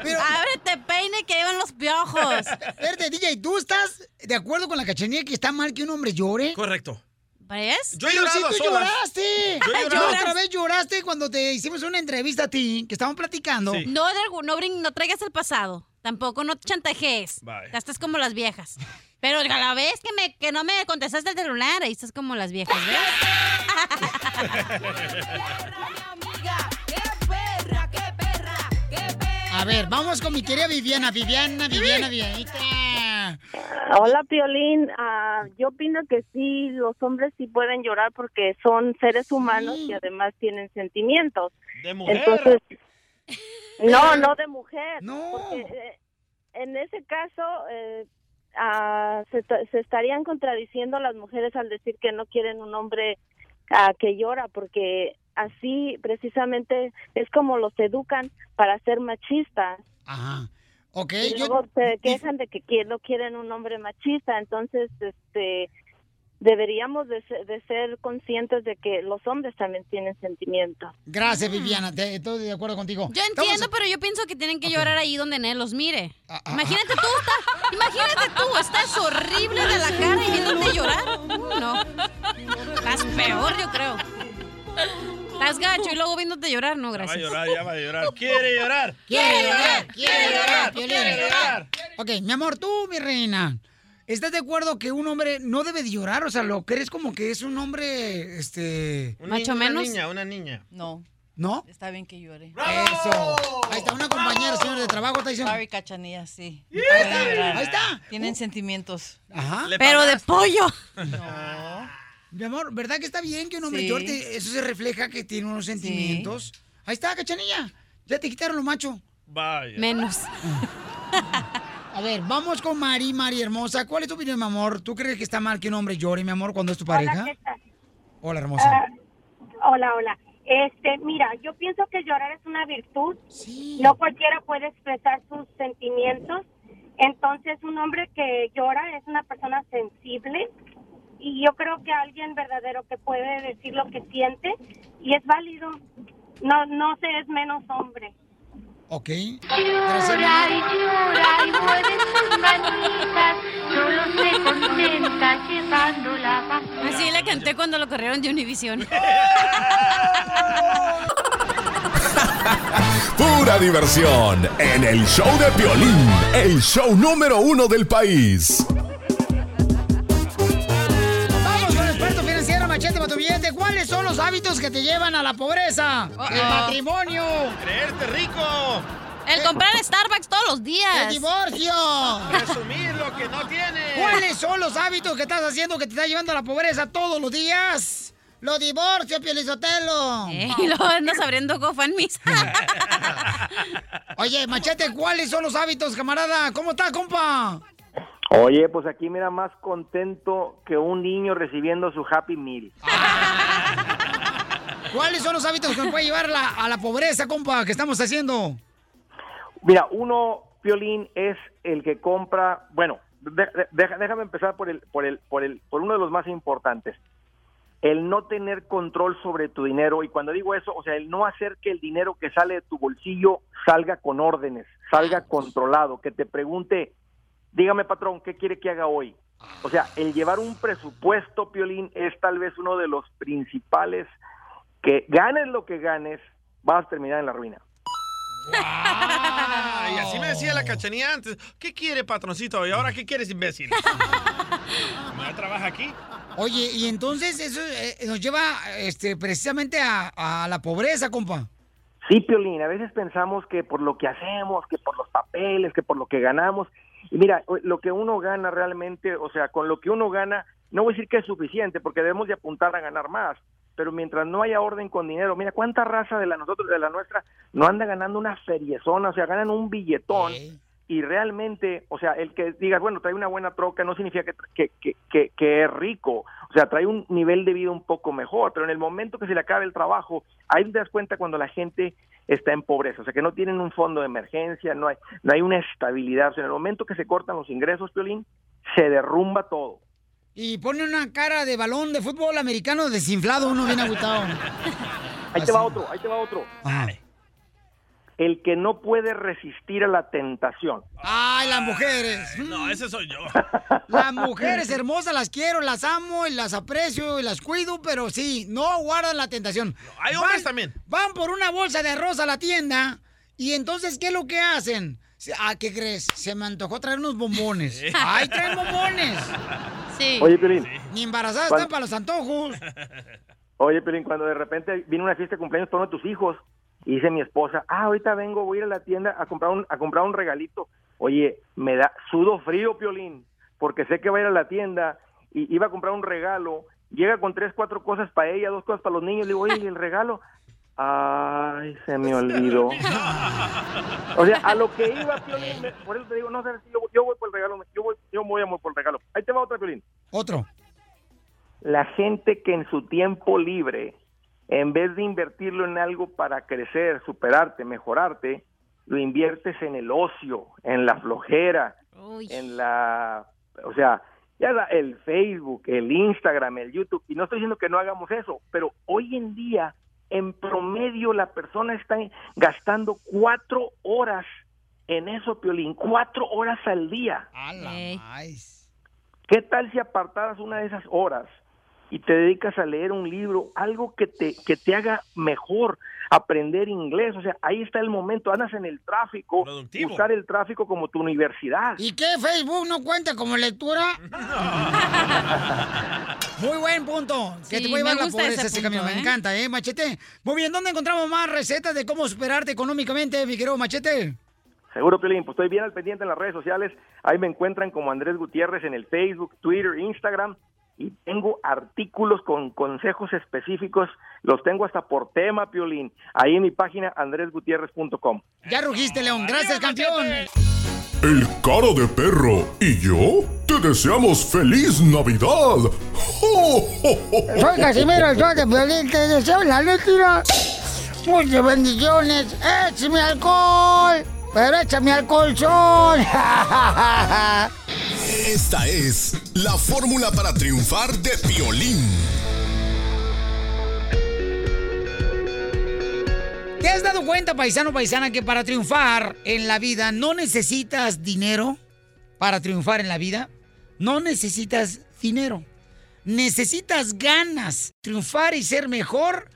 Speaker 6: Ábrete, peine, que llevan los piojos.
Speaker 3: Verte, DJ, ¿tú estás de acuerdo con la cachanilla que está mal que un hombre llore?
Speaker 4: Correcto.
Speaker 6: ¿Ves?
Speaker 4: Yo he llorado
Speaker 3: Pero sí,
Speaker 4: a
Speaker 3: tú
Speaker 4: solas.
Speaker 3: lloraste.
Speaker 4: Yo he llorado.
Speaker 3: otra vez lloraste cuando te hicimos una entrevista a ti, que estábamos platicando.
Speaker 6: No, de- no, brin- no traigas el pasado. Tampoco no te chantajees.
Speaker 3: Bye.
Speaker 6: Ya estás como las viejas. Pero a la vez que, me, que no me contestaste el celular, ahí estás como las viejas, ¿ves?
Speaker 3: A ver, vamos con mi querida Viviana, Viviana, Viviana, Vivianita.
Speaker 2: Hola, Piolín. Ah, yo opino que sí, los hombres sí pueden llorar porque son seres humanos y además tienen sentimientos.
Speaker 4: De mujer.
Speaker 2: Entonces, no, no de mujer.
Speaker 3: No.
Speaker 2: Porque, eh, en ese caso, eh, ah, se, ta- se estarían contradiciendo las mujeres al decir que no quieren un hombre ah, que llora, porque así precisamente es como los educan para ser machistas.
Speaker 3: Ajá. Ok,
Speaker 2: Y
Speaker 3: yo-
Speaker 2: luego se quejan de que qui- no quieren un hombre machista, entonces este deberíamos de ser, de ser conscientes de que los hombres también tienen sentimientos.
Speaker 3: Gracias, Viviana, te- estoy de acuerdo contigo.
Speaker 6: Yo entiendo, pero yo pienso que tienen que llorar ahí donde Nel los mire. Imagínate tú, está- imagínate tú, estás horrible de la cara y viéndote llorar. No. Estás peor, yo creo. Estás gacho y luego viéndote llorar,
Speaker 4: Va
Speaker 6: no,
Speaker 4: a
Speaker 6: gracias.
Speaker 4: llorar, ya va a llorar. ¿Quiere llorar?
Speaker 3: Quiere llorar, quiere llorar,
Speaker 4: Piolín.
Speaker 3: quiere llorar. Ok, mi amor, tú, mi reina, ¿estás de acuerdo que un hombre no debe de llorar? O sea, ¿lo crees como que es un hombre, este...
Speaker 4: Un niño, Una niña, una niña.
Speaker 10: No,
Speaker 3: ¿No?
Speaker 10: está bien que llore.
Speaker 3: Eso. Ahí está una compañera, señor, de trabajo, está diciendo... Uh.
Speaker 10: Sorry, cachanilla, sí.
Speaker 3: Yeah.
Speaker 10: Pueden llorar.
Speaker 3: Ahí está.
Speaker 10: Tienen sentimientos.
Speaker 3: Ajá.
Speaker 10: Le
Speaker 6: Pero de
Speaker 10: pagaste.
Speaker 6: pollo.
Speaker 3: Mi amor, ¿verdad que está bien que un hombre
Speaker 10: Sí.
Speaker 3: llore? Te- Eso se refleja que tiene unos sentimientos. Ahí está, cachanilla. Ya te quitaron lo macho.
Speaker 4: Vaya.
Speaker 3: A ver, vamos con Mari, Mari hermosa. ¿Cuál es tu opinión, mi amor? ¿Tú crees que está mal que un hombre llore, mi amor, cuando es tu pareja?
Speaker 7: ¿qué tal?
Speaker 3: Hola, hermosa.
Speaker 7: Ah, hola, hola. Este, mira, yo pienso que llorar es una virtud. No cualquiera puede expresar sus sentimientos. Entonces, un hombre que llora es una persona sensible y yo creo que alguien verdadero que puede decir lo que siente y es válido. No, no se es menos hombre.
Speaker 3: Ok.
Speaker 7: Llora y llora y mueve sus
Speaker 6: manitas, solo se contenta llevando Ah, la Así le canté cuando lo corrieron de Univision.
Speaker 11: Pura diversión en el show de Piolín, el show número uno del país.
Speaker 3: Vamos con el experto financiero Machete para tu billete. ¿Cuáles son los hábitos que te llevan a la pobreza? El matrimonio. Eh,
Speaker 4: Creerte rico.
Speaker 6: El comprar Starbucks todos los días.
Speaker 3: El divorcio.
Speaker 4: Presumir lo que no tienes.
Speaker 3: ¿Cuáles son los hábitos que estás haciendo que te está llevando a la pobreza todos los días? Los divorcios, Pielizotelo.
Speaker 6: Eh, y luego andas abriendo GoFundMe's.
Speaker 3: Oye, Machete, ¿cuáles son los hábitos, camarada? ¿Cómo está, compa?
Speaker 29: Oye, pues aquí mira más contento que un niño recibiendo su Happy Meal.
Speaker 3: ¿Cuáles son los hábitos que nos puede llevar la- a la pobreza, compa, que estamos haciendo?
Speaker 29: Mira, uno, Piolín, es el que compra, bueno, de- de- deja- déjame empezar por el, por el, por el, por uno de los más importantes. El no tener control sobre tu dinero, y cuando digo eso, o sea, el no hacer que el dinero que sale de tu bolsillo salga con órdenes, salga controlado, que te pregunte, dígame patrón, ¿qué quiere que haga hoy? O sea, el llevar un presupuesto, Piolín, es tal vez uno de los principales que ganes lo que ganes, vas a terminar en la ruina.
Speaker 4: Ah, y así me decía la cachanía antes. ¿Qué quiere, patroncito? ¿Y ahora qué quieres, imbécil? ¿Me trabaja aquí?
Speaker 3: Oye, y entonces eso eh, nos lleva este, precisamente a, a la pobreza, compa.
Speaker 29: Sí, Piolín, a veces pensamos que por lo que hacemos, que por los papeles, que por lo que ganamos. Y mira, lo que uno gana realmente, o sea, con lo que uno gana, no voy a decir que es suficiente, porque debemos de apuntar a ganar más. Pero mientras no haya orden con dinero, mira cuánta raza de la nosotros, de la nuestra, no anda ganando una feriezona, o sea, ganan un billetón. Y realmente, o sea, el que digas, bueno, trae una buena troca, no significa que, que, que, que, que es rico. O sea, trae un nivel de vida un poco mejor, pero en el momento que se le acabe el trabajo, ahí te das cuenta cuando la gente está en pobreza, o sea, que no tienen un fondo de emergencia, no hay, no hay una estabilidad. O sea, en el momento que se cortan los ingresos, Piolín, se derrumba todo.
Speaker 3: Y pone una cara de balón de fútbol americano desinflado, uno bien agotado.
Speaker 29: Ahí te va otro, ahí te va otro. El que no puede resistir a la tentación.
Speaker 3: ¡Ay, las mujeres!
Speaker 4: No, ese soy yo.
Speaker 3: Las mujeres hermosas las quiero, las amo y las aprecio y las cuido, pero sí, no guardan la tentación.
Speaker 4: hay hombres también.
Speaker 3: Van por una bolsa de arroz a la tienda y entonces, ¿qué es lo que hacen? Se- Ah, ¿qué crees? Se me antojó traer unos bombones. ¡Ay, traen bombones!
Speaker 6: Sí.
Speaker 29: Oye, Piolín.
Speaker 3: Ni embarazadas
Speaker 29: ¿Cuál?
Speaker 3: están para los antojos.
Speaker 29: Oye, Pelín, cuando de repente viene una fiesta de cumpleaños para uno de tus hijos y dice mi esposa, ah, ahorita vengo, voy a ir a la tienda a comprar un, a comprar un regalito. Oye, me da sudo frío, Piolín, porque sé que va a ir a la tienda y iba a comprar un regalo. Llega con tres, cuatro cosas para ella, dos cosas para los niños. Le digo, oye, ¿y el regalo? Ay, se me olvidó. O sea, a lo que iba, Piolín, me- por eso te digo, no sé si yo, yo voy por el regalo, yo voy, yo voy a morir por el regalo. Ahí te va otra, Piolín.
Speaker 3: Otro.
Speaker 29: La gente que en su tiempo libre, en vez de invertirlo en algo para crecer, superarte, mejorarte, lo inviertes en el ocio, en la flojera, en la, o sea, ya la- el Facebook, el Instagram, el YouTube, y no estoy diciendo que no hagamos eso, pero hoy en día, en promedio, la persona está en- gastando cuatro horas en eso, Piolín, cuatro horas al día. ¿Qué tal si apartaras una de esas horas y te dedicas a leer un libro, algo que te, que te haga mejor, aprender inglés? O sea, ahí está el momento, andas en el tráfico, usar el tráfico como tu universidad.
Speaker 3: ¿Y qué? ¿Facebook no cuenta como lectura? Muy buen punto. Que
Speaker 6: Sí,
Speaker 3: te puede llevar
Speaker 6: me
Speaker 3: la
Speaker 6: gusta
Speaker 3: pobreza
Speaker 6: ese
Speaker 3: ese
Speaker 6: punto,
Speaker 3: camino. Me
Speaker 6: ¿eh?
Speaker 3: encanta, ¿eh, Machete? Muy bien, ¿dónde encontramos más recetas de cómo superarte económicamente, mi querido Machete?
Speaker 29: Seguro, Piolín, pues estoy bien al pendiente en las redes sociales. Ahí me encuentran como Andrés Gutiérrez en el Facebook, Twitter, Instagram. Y tengo artículos con consejos específicos. Los tengo hasta por tema, Piolín. Ahí en mi página, andresgutierrez.com.
Speaker 3: Ya rugiste, León. Gracias, campeón.
Speaker 11: El cara de perro y yo te deseamos feliz Navidad.
Speaker 5: Soy Casimiro, yo de Violín, te deseo la letra.
Speaker 3: Pues
Speaker 5: Muchas bendiciones. Échame alcohol. Pero échame al colchón.
Speaker 11: Esta es la fórmula para triunfar de violín.
Speaker 3: ¿Te has dado cuenta, paisano paisana, que para triunfar en la vida no necesitas dinero? Para triunfar en la vida no necesitas dinero. Necesitas ganas, triunfar y ser mejor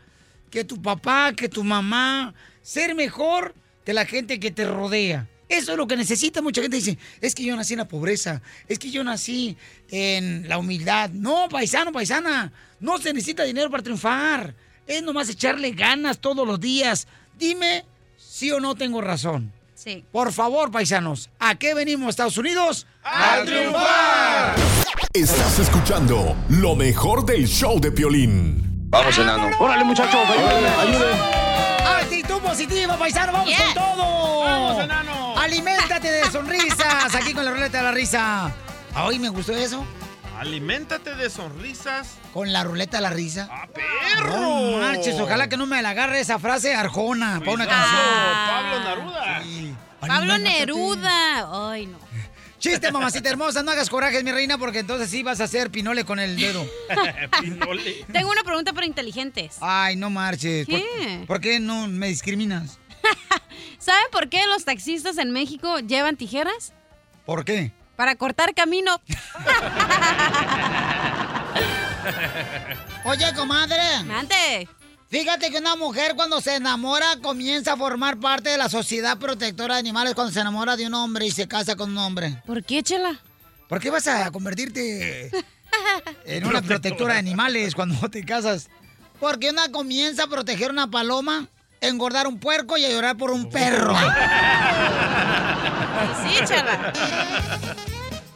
Speaker 3: que tu papá, que tu mamá, ser mejor que la gente que te rodea. Eso es lo que necesita. Mucha gente dice, es que yo nací en la pobreza, es que yo nací en la humildad. No, paisano, paisana, no se necesita dinero para triunfar. Es nomás echarle ganas todos los días. Dime si o no tengo razón.
Speaker 6: Sí.
Speaker 3: Por favor, paisanos, ¿a qué venimos, Estados Unidos?
Speaker 11: ¡A triunfar! Estás escuchando lo mejor del show de violín. Vamos, enano. Órale, muchachos, ayúdenme,
Speaker 3: Actitud positiva, paisano, vamos con todo.
Speaker 11: Vamos,
Speaker 3: enano. Aliméntate de sonrisas aquí con la ruleta de la risa. Ay, me gustó eso.
Speaker 4: Aliméntate de sonrisas.
Speaker 3: Con la ruleta de la risa. ¡Ah,
Speaker 4: perro!
Speaker 3: No marches, ojalá que no me la agarre esa frase arjona para una canción.
Speaker 4: Pablo Naruda.
Speaker 6: Pablo Neruda. Ay, no.
Speaker 3: Chiste, mamacita hermosa, no hagas corajes, mi reina, porque entonces sí vas a hacer pinole con el dedo.
Speaker 6: Tengo una pregunta para inteligentes.
Speaker 3: Ay, no marches. ¿Por-
Speaker 6: ¿Qué?
Speaker 3: ¿Por, qué no me discriminas?
Speaker 6: ¿Saben por qué los taxistas en México llevan tijeras?
Speaker 3: ¿Por qué?
Speaker 6: Para cortar camino.
Speaker 5: Oye, comadre.
Speaker 6: Mante.
Speaker 5: Fíjate que una mujer cuando se enamora comienza a formar parte de la sociedad protectora de animales cuando se enamora de un hombre y se casa con un hombre.
Speaker 6: ¿Por qué, Chela?
Speaker 3: ¿Por qué vas a convertirte en una protectora de animales cuando te casas?
Speaker 5: Porque una comienza a proteger una paloma, engordar un puerco y a llorar por un perro.
Speaker 6: Sí, Chela.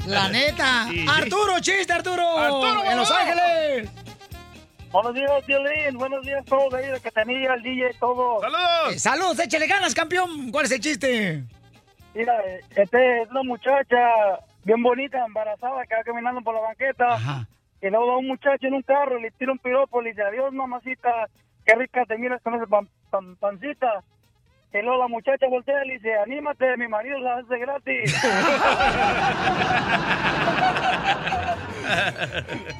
Speaker 3: La neta.
Speaker 5: Sí.
Speaker 3: Arturo, chiste, Arturo.
Speaker 5: Arturo,
Speaker 3: en Los
Speaker 5: bueno.
Speaker 3: Ángeles.
Speaker 8: Buenos días, Violín. Buenos días a todos ahí de Catanilla, al DJ, todo.
Speaker 5: Eh,
Speaker 3: ¡Saludos! saludos, échale ganas, campeón. ¿Cuál es el chiste?
Speaker 8: Mira, eh, este es una muchacha bien bonita, embarazada, que va caminando por la banqueta. Y luego va un muchacho en un carro, le tira un piropo, le dice, adiós, mamacita, qué rica te miras con esa pan- pan- pancita. Y luego la muchacha voltea y le dice, anímate, mi marido la hace gratis.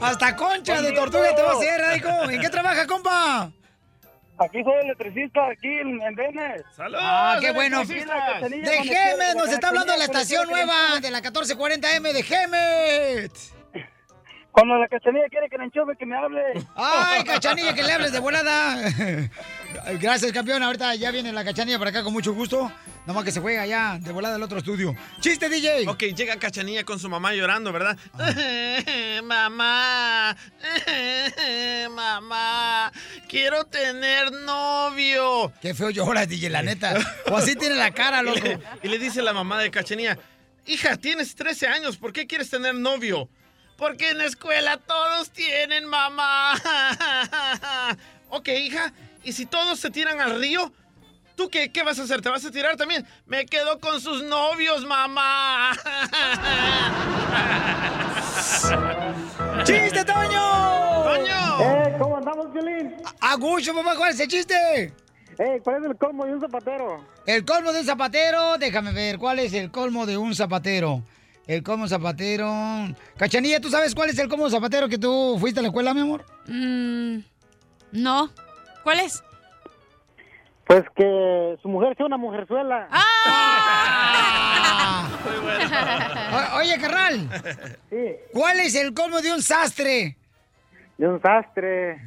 Speaker 3: Hasta concha de tortuga te va a hacer, ¿eh, Raico. ¿En qué trabaja, compa?
Speaker 33: Aquí soy electricista, aquí en, en Denver. ¡Saludos!
Speaker 3: Ah, qué bueno. De Gemet, nos está hablando de la estación nueva de la 1440M de Gemet.
Speaker 33: Cuando la cachanilla quiere que la enchufe, que me hable.
Speaker 3: Ay, cachanilla, que le hables de volada. Gracias, campeón. Ahorita ya viene la cachanilla para acá con mucho gusto. Nomás que se juega ya de volada al otro estudio. ¡Chiste, DJ!
Speaker 4: Ok, llega Cachanilla con su mamá llorando, ¿verdad?
Speaker 3: Ah.
Speaker 4: mamá, mamá, quiero tener novio.
Speaker 3: Qué feo lloras, DJ, la neta. O así tiene la cara,
Speaker 4: Y
Speaker 3: loco.
Speaker 4: le, y le dice la mamá de Cachanilla, hija, tienes 13 años, ¿por qué quieres tener novio? Porque en la escuela todos tienen mamá. ok, hija, ¿y si todos se tiran al río? ¿Tú qué, qué vas a hacer? ¿Te vas a tirar también? Me quedo con sus novios, mamá.
Speaker 3: ¡Chiste, Toño!
Speaker 4: ¡Toño!
Speaker 33: Eh, ¿Cómo andamos, Violín?
Speaker 3: ¡Agucho, papá! ¿Cuál es el chiste?
Speaker 33: Eh, ¿cuál es el colmo de un zapatero?
Speaker 3: El colmo de un zapatero, déjame ver, ¿cuál es el colmo de un zapatero? El colmo de un zapatero. Cachanilla, ¿tú sabes cuál es el colmo de un zapatero que tú fuiste a la escuela, mi amor?
Speaker 6: Mm, no. ¿Cuál es?
Speaker 33: Pues que su mujer sea una mujerzuela.
Speaker 3: Ah.
Speaker 6: ¡Ah!
Speaker 10: Ah.
Speaker 3: O- oye, carnal. ¿Cuál es el colmo de un sastre?
Speaker 33: De un sastre.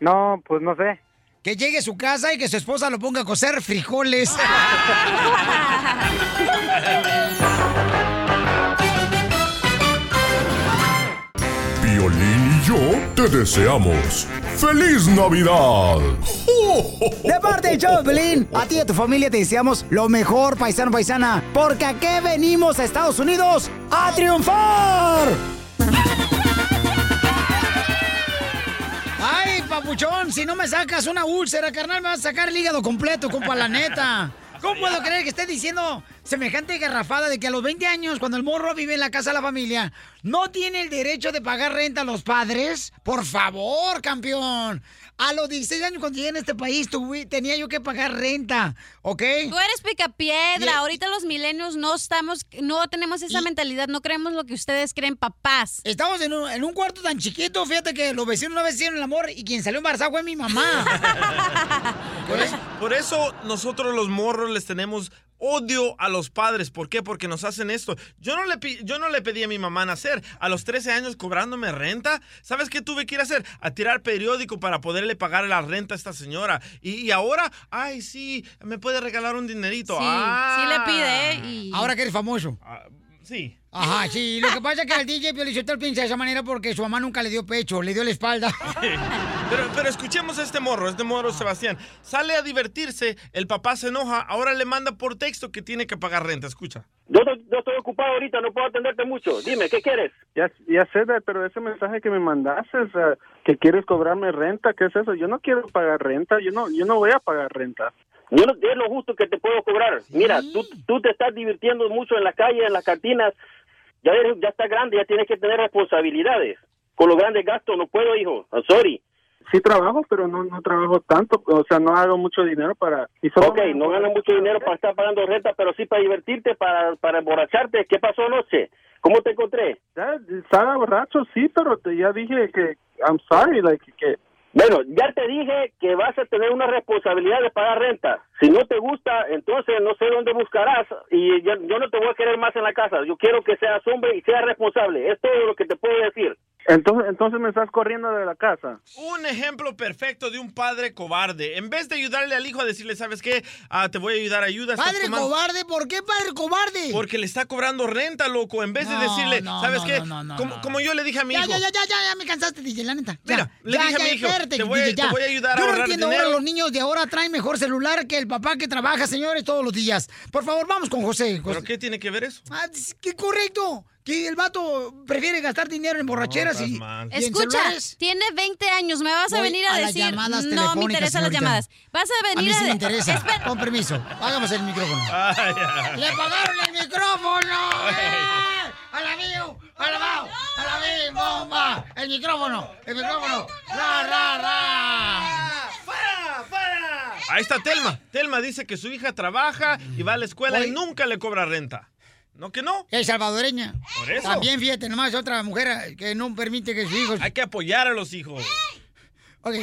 Speaker 33: No, pues no sé.
Speaker 3: Que llegue a su casa y que su esposa lo ponga a cocer frijoles.
Speaker 27: Piolín y yo te deseamos ¡Feliz Navidad!
Speaker 10: De parte de Choplin, a ti y a tu familia te deseamos lo mejor, paisano paisana, porque aquí venimos a Estados Unidos a triunfar.
Speaker 3: Ay, papuchón, si no me sacas una úlcera, carnal, me vas a sacar el hígado completo, compa, la neta. ¿Cómo puedo creer que esté diciendo semejante garrafada de que a los 20 años, cuando el morro vive en la casa de la familia, no tiene el derecho de pagar renta a los padres? Por favor, campeón. A los 16 años, cuando llegué en este país, tuve- tenía yo que pagar renta, ¿ok?
Speaker 6: Tú eres picapiedra. Ahorita los milenios no estamos, no tenemos esa mentalidad, no creemos lo que ustedes creen, papás.
Speaker 3: Estamos en un, en un cuarto tan chiquito, fíjate que los vecinos una vez hicieron el amor y quien salió embarazada fue mi mamá.
Speaker 4: Por eso, por eso nosotros los morros les tenemos odio a los padres. ¿Por qué? Porque nos hacen esto. Yo no le, pi- yo no le pedí a mi mamá nacer. A los 13 años cobrándome renta. ¿Sabes qué tuve que ir a hacer? A tirar periódico para poderle pagar la renta a esta señora. Y, y ahora, ay, sí, me puede regalar un dinerito. Ah.
Speaker 6: Sí, sí le pide, ¿eh? Y-
Speaker 3: Ahora que eres famoso.
Speaker 4: Sí.
Speaker 3: Ajá, sí. Lo que pasa es que al DJ Piolichotel piensa de esa manera porque su mamá nunca le dio pecho, le dio la espalda.
Speaker 4: Pero, pero escuchemos a este morro, este morro Sebastián. Sale a divertirse, el papá se enoja, ahora le manda por texto que tiene que pagar renta. Escucha.
Speaker 26: Yo, no- yo estoy ocupado ahorita, no puedo atenderte mucho. Dime, ¿qué quieres?
Speaker 28: Ya, ya sé, Dad, pero ese mensaje que me mandaste, o sea, que quieres cobrarme renta, ¿qué es eso? Yo no quiero pagar renta, yo no, yo no voy a pagar renta.
Speaker 26: Yo no, es lo justo que te puedo cobrar. Mira, tú, tú te estás divirtiendo mucho en la calle, en las cantinas. Ya eres, ya estás grande, ya tienes que tener responsabilidades. Con los grandes gastos no puedo, hijo. I'm sorry.
Speaker 28: Sí trabajo, pero no, no trabajo tanto, o sea, no hago mucho dinero para... Y solo
Speaker 26: Ok, no ganas mucho dinero para estar pagando renta, pero sí para divertirte, para, para emborracharte. ¿Qué pasó anoche? ¿Cómo te encontré?
Speaker 28: Ya, estaba borracho, sí, pero te, ya dije que I'm sorry, like, que...
Speaker 26: Bueno, ya te dije que vas a tener una responsabilidad de pagar renta. Si no te gusta, entonces no sé dónde buscarás y ya- yo no te voy a querer más en la casa. Yo quiero que seas hombre y seas responsable. Es todo lo que te puedo decir.
Speaker 28: Entonces, entonces me estás corriendo de la casa.
Speaker 4: Un ejemplo perfecto de un padre cobarde. En vez de ayudarle al hijo a decirle, ¿sabes qué? Ah, te voy a ayudar, ayuda. estás
Speaker 3: ¡Padre
Speaker 4: tomando-"
Speaker 3: cobarde! ¿Por qué padre cobarde?
Speaker 4: Porque le está cobrando renta, loco. En vez de
Speaker 3: No,
Speaker 4: decirle,
Speaker 3: no,
Speaker 4: ¿sabes
Speaker 3: no,
Speaker 4: qué?
Speaker 3: no, no, no,
Speaker 4: como,
Speaker 3: no.
Speaker 4: como yo le dije a mi
Speaker 3: ya,
Speaker 4: hijo.
Speaker 3: ya, ya, ya, ya, ya me cansaste, DJ, la neta.
Speaker 4: Mira,
Speaker 3: Ya,
Speaker 4: le
Speaker 3: ya,
Speaker 4: dije a
Speaker 3: ya,
Speaker 4: mi hijo,
Speaker 3: espérate,
Speaker 4: te voy a-
Speaker 3: DJ, ya.
Speaker 4: te voy a ayudar a
Speaker 3: Yo no
Speaker 4: ahorrar
Speaker 3: entiendo
Speaker 4: dinero.
Speaker 3: ahora los niños de ahora traen mejor celular que el papá que trabaja, señores, todos los días. Por favor, vamos con José. José.
Speaker 4: ¿Pero qué tiene que ver eso?
Speaker 3: Ah, es que correcto. Que el vato prefiere gastar dinero en borracheras
Speaker 4: estás
Speaker 3: y,
Speaker 4: mal.
Speaker 3: y en
Speaker 6: Escucha,
Speaker 3: celulares.
Speaker 6: tiene 20 años, me vas a
Speaker 3: Voy
Speaker 6: venir a,
Speaker 3: a las
Speaker 6: decir.
Speaker 3: llamadas
Speaker 6: no me
Speaker 3: telefónicas,
Speaker 6: interesan las
Speaker 3: señorita.
Speaker 6: llamadas. Vas a
Speaker 3: A mí
Speaker 6: venir
Speaker 3: sí
Speaker 6: a.
Speaker 3: me interesa.
Speaker 6: Espera,
Speaker 3: Con permiso. Hágame el micrófono.
Speaker 10: ¡Le pagaron el micrófono! ¡Eh! ¡A la bio! ¡A la bao! ¡A la bio, bomba! ¡El micrófono! ¡El micrófono! ¡Ra, ra, ra! ¡Fuera, fuera!
Speaker 4: Ahí está Telma. Telma dice que su hija trabaja y va a la escuela y nunca le cobra renta. ¿No que no?
Speaker 3: Es salvadoreña.
Speaker 4: Por eso.
Speaker 3: También, fíjate, nomás otra mujer eh, que no permite que sus hijos...
Speaker 4: Hay que apoyar a los hijos.
Speaker 3: Ok,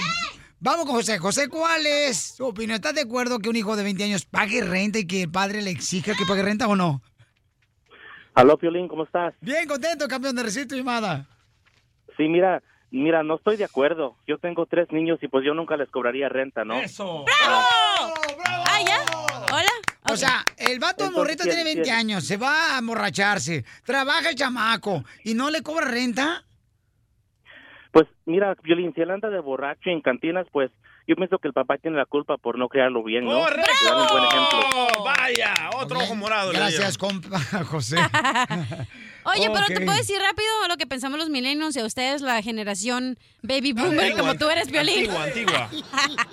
Speaker 3: vamos con José. José, ¿cuál es tu opinión? ¿Estás de acuerdo que un hijo de 20 años pague renta y que el padre le exija que pague renta o no?
Speaker 21: Aló, Piolín, ¿cómo estás?
Speaker 3: Bien contento, campeón de recito, llamada.
Speaker 21: Sí, mira, mira, no estoy de acuerdo. Yo tengo tres niños y pues yo nunca les cobraría renta, ¿no?
Speaker 4: Eso.
Speaker 6: Ah, ya. Hola.
Speaker 3: O sea, el vato
Speaker 21: Entonces,
Speaker 3: Ah, morrito
Speaker 21: sí,
Speaker 3: tiene
Speaker 21: sí,
Speaker 3: 20
Speaker 21: sí.
Speaker 3: años, se va a emborracharse, trabaja el chamaco y no le cobra renta.
Speaker 21: Pues mira, Piolín, si él anda de borracho en cantinas, pues yo pienso que el papá tiene la culpa por no crearlo bien, ¿no?
Speaker 4: ¡Correcto!
Speaker 21: Le dan un buen ejemplo.
Speaker 4: Oh, vaya, otro ojo morado. le
Speaker 3: Gracias,
Speaker 4: dieron.
Speaker 3: compa José.
Speaker 6: Oye, pero te
Speaker 3: Ok.
Speaker 6: puedo decir rápido lo que pensamos los millennials y a ustedes, la generación baby boomer,
Speaker 4: Antigua,
Speaker 6: como tú eres, Violín.
Speaker 4: Antigua, antigua.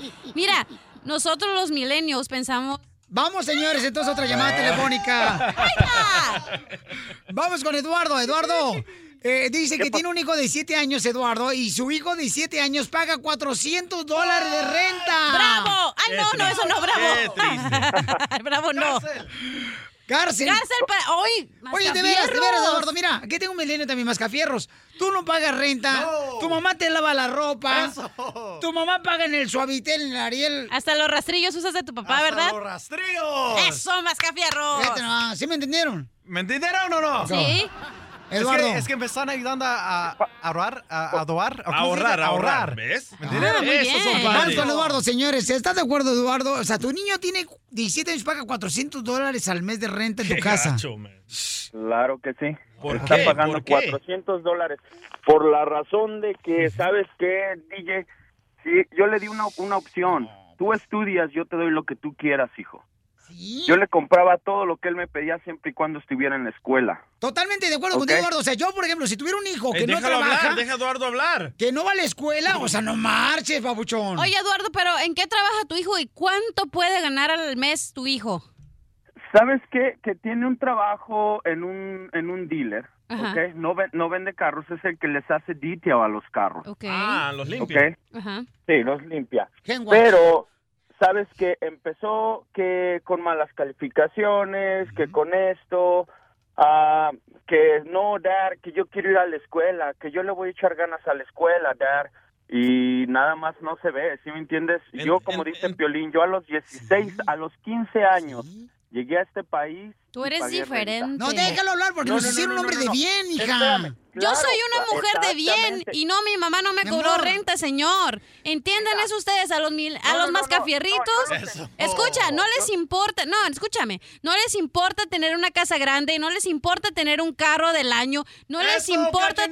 Speaker 6: Mira, nosotros los millennials pensamos...
Speaker 3: Vamos, señores, entonces otra
Speaker 10: Ah.
Speaker 3: llamada telefónica. Vamos con Eduardo. Eduardo eh, dice que tiene un hijo de 7 años, Eduardo, y su hijo de 7 años paga 400 dólares de renta.
Speaker 6: ¡Bravo! ¡Ah, no, no, eso no, bravo! ¡Bravo, no!
Speaker 3: ¡Cárcel!
Speaker 6: ¡Cárcel para hoy!
Speaker 3: Oye, de veras, de veras, Eduardo, mira, aquí tengo un milenio también, Mascafierros. Tú no pagas renta, tu mamá te lava la ropa, tu mamá paga en el suavitel, en el Ariel.
Speaker 6: Hasta los rastrillos usas de tu papá,
Speaker 3: Hasta
Speaker 6: ¿verdad?
Speaker 3: los
Speaker 4: rastrillos!
Speaker 6: ¡Eso, mascafierros!
Speaker 3: Fíjate nomás, ¿sí me entendieron?
Speaker 4: Ah, ¿Me entendieron o no?
Speaker 6: Sí.
Speaker 3: Eduardo.
Speaker 8: Es que, es que me están ayudando a, a- a ahorrar, a, a doar,
Speaker 4: A ahorrar, a ahorrar.
Speaker 3: Ah.
Speaker 4: ¿Ves? ¿Me entendieron? Esos son
Speaker 3: Vamos
Speaker 4: padres.
Speaker 3: con Eduardo, señores. ¿Estás de acuerdo, Eduardo? O sea, tu niño tiene 17 años, paga 400 dólares al mes de renta en tu
Speaker 21: Qué
Speaker 3: casa.
Speaker 21: gacho,
Speaker 26: Claro que sí.
Speaker 21: Está
Speaker 26: pagando
Speaker 21: pagando
Speaker 26: 400 dólares por la razón de que, ¿sabes qué, DJ? Sí, yo le di una, una opción. Tú estudias, yo te doy lo que tú quieras, hijo. Yo le compraba todo lo que él me pedía siempre y cuando estuviera en la escuela.
Speaker 3: Totalmente de acuerdo
Speaker 26: Ok.
Speaker 3: contigo, Eduardo. O sea, yo, por ejemplo, si tuviera un hijo que
Speaker 26: Ey,
Speaker 3: no
Speaker 26: déjalo hablar,
Speaker 3: trabaja,
Speaker 4: Eh, deja a Eduardo hablar.
Speaker 3: que no va a la escuela, o sea, no marches, babuchón.
Speaker 6: Oye, Eduardo, pero ¿en qué trabaja tu hijo y cuánto puede ganar al mes tu hijo?
Speaker 26: ¿Sabes qué? Que tiene un trabajo en un, en un dealer,
Speaker 6: Ajá.
Speaker 26: ¿ok? No, ve- no vende carros, es el que les hace detail a los carros.
Speaker 6: Ok.
Speaker 4: Ah, los
Speaker 26: Ok.
Speaker 4: limpia.
Speaker 6: Ajá.
Speaker 26: Sí, los limpia.
Speaker 4: guay.
Speaker 26: Pero, ¿sabes que Empezó que con malas calificaciones, que con esto, ah, que no, dar, que yo quiero ir a la escuela, que yo le voy a echar ganas a la escuela, dar. Y nada más no se ve, ¿sí me entiendes? yo, como dice Piolín, yo a los 16, a los 15 años, llegué a este país.
Speaker 6: Tú
Speaker 26: y
Speaker 6: eres
Speaker 26: pagué renta.
Speaker 6: diferente.
Speaker 3: No, déjalo hablar porque nos hicieron un hombre de bien, hija.
Speaker 26: Espérame,
Speaker 6: Yo
Speaker 26: claro,
Speaker 6: soy una
Speaker 26: claro,
Speaker 6: mujer de bien
Speaker 26: exactamente.
Speaker 6: y no, mi mamá no me
Speaker 26: Mi
Speaker 6: cobró
Speaker 26: amor.
Speaker 6: renta, señor. Entiendan eso ustedes, a los, mil, a los mascafierritos. Escucha, no les importa, no, escúchame, no les importa tener una casa grande, no les importa tener un carro del año, no les
Speaker 34: ¡Eso,
Speaker 6: importa
Speaker 34: Cachanilla!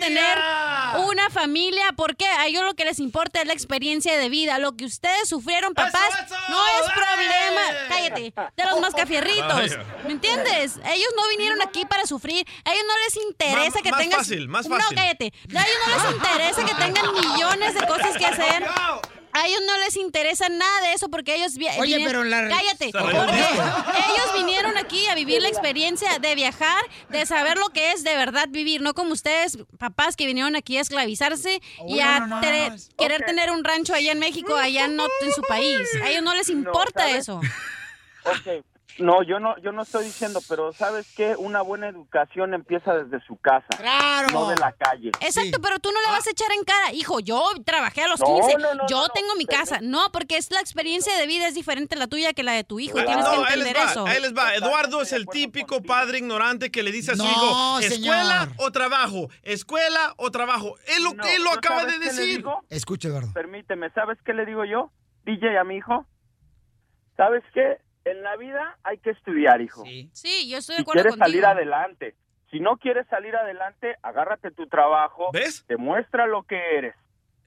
Speaker 6: tener una familia, porque a ellos lo que les importa es la experiencia de vida, lo que ustedes sufrieron, papás, no es problema, cállate, de los mascafierritos,
Speaker 4: Oh. Vaya.
Speaker 6: ¿me entiendes? Ellos no vinieron aquí para sufrir, a ellos no les interesa
Speaker 4: Más-
Speaker 6: que
Speaker 4: más
Speaker 6: tengas...
Speaker 4: fácil, más
Speaker 6: No,
Speaker 4: fácil.
Speaker 6: cállate, a ellos no les interesa que tengan millones de cosas que hacer. A ellos no les interesa nada de eso porque ellos... vi-
Speaker 3: Oye,
Speaker 6: vinieron-
Speaker 3: pero la-
Speaker 6: Cállate.
Speaker 3: Se
Speaker 6: porque
Speaker 3: arrepintió.
Speaker 6: ellos vinieron aquí a vivir la experiencia de viajar, de saber lo que es de verdad vivir, no como ustedes, papás, que vinieron aquí a esclavizarse y a
Speaker 3: Oh, no, no, no,
Speaker 6: tere-
Speaker 3: no, es-
Speaker 6: querer tener un rancho allá en México, allá no en su país. A ellos no les importa eso.
Speaker 26: Ok, No, yo no, yo no estoy diciendo, pero ¿sabes qué? Una buena educación empieza desde su casa.
Speaker 6: Claro.
Speaker 26: No de la calle.
Speaker 6: Exacto, pero tú no le
Speaker 4: Ah.
Speaker 6: vas a echar en cara, hijo, yo trabajé a los
Speaker 26: No,
Speaker 6: 15,
Speaker 26: no, no,
Speaker 6: yo
Speaker 26: no, no,
Speaker 6: tengo mi casa. No, porque es la experiencia de vida es diferente la tuya que la de tu hijo,
Speaker 4: Ah,
Speaker 6: tienes
Speaker 4: no,
Speaker 6: que
Speaker 4: ahí les
Speaker 6: entender
Speaker 4: va,
Speaker 6: eso.
Speaker 4: ahí les va. Eduardo es el típico padre ignorante que le dice a su
Speaker 6: No,
Speaker 4: hijo, escuela
Speaker 6: señor.
Speaker 4: o trabajo, escuela o trabajo. Es lo que él lo
Speaker 26: ¿no
Speaker 4: acaba de
Speaker 26: sabes qué le
Speaker 4: decir.
Speaker 26: digo?
Speaker 3: Escucha, Eduardo.
Speaker 26: Permíteme, ¿sabes qué le digo yo? DJ a mi hijo. ¿Sabes qué? En la vida hay que estudiar, hijo.
Speaker 6: Sí, yo estoy de
Speaker 26: Si
Speaker 6: acuerdo
Speaker 26: quieres
Speaker 6: contigo.
Speaker 26: salir adelante. Si no quieres salir adelante, agárrate tu trabajo.
Speaker 4: ¿Ves?
Speaker 26: Demuestra lo que eres.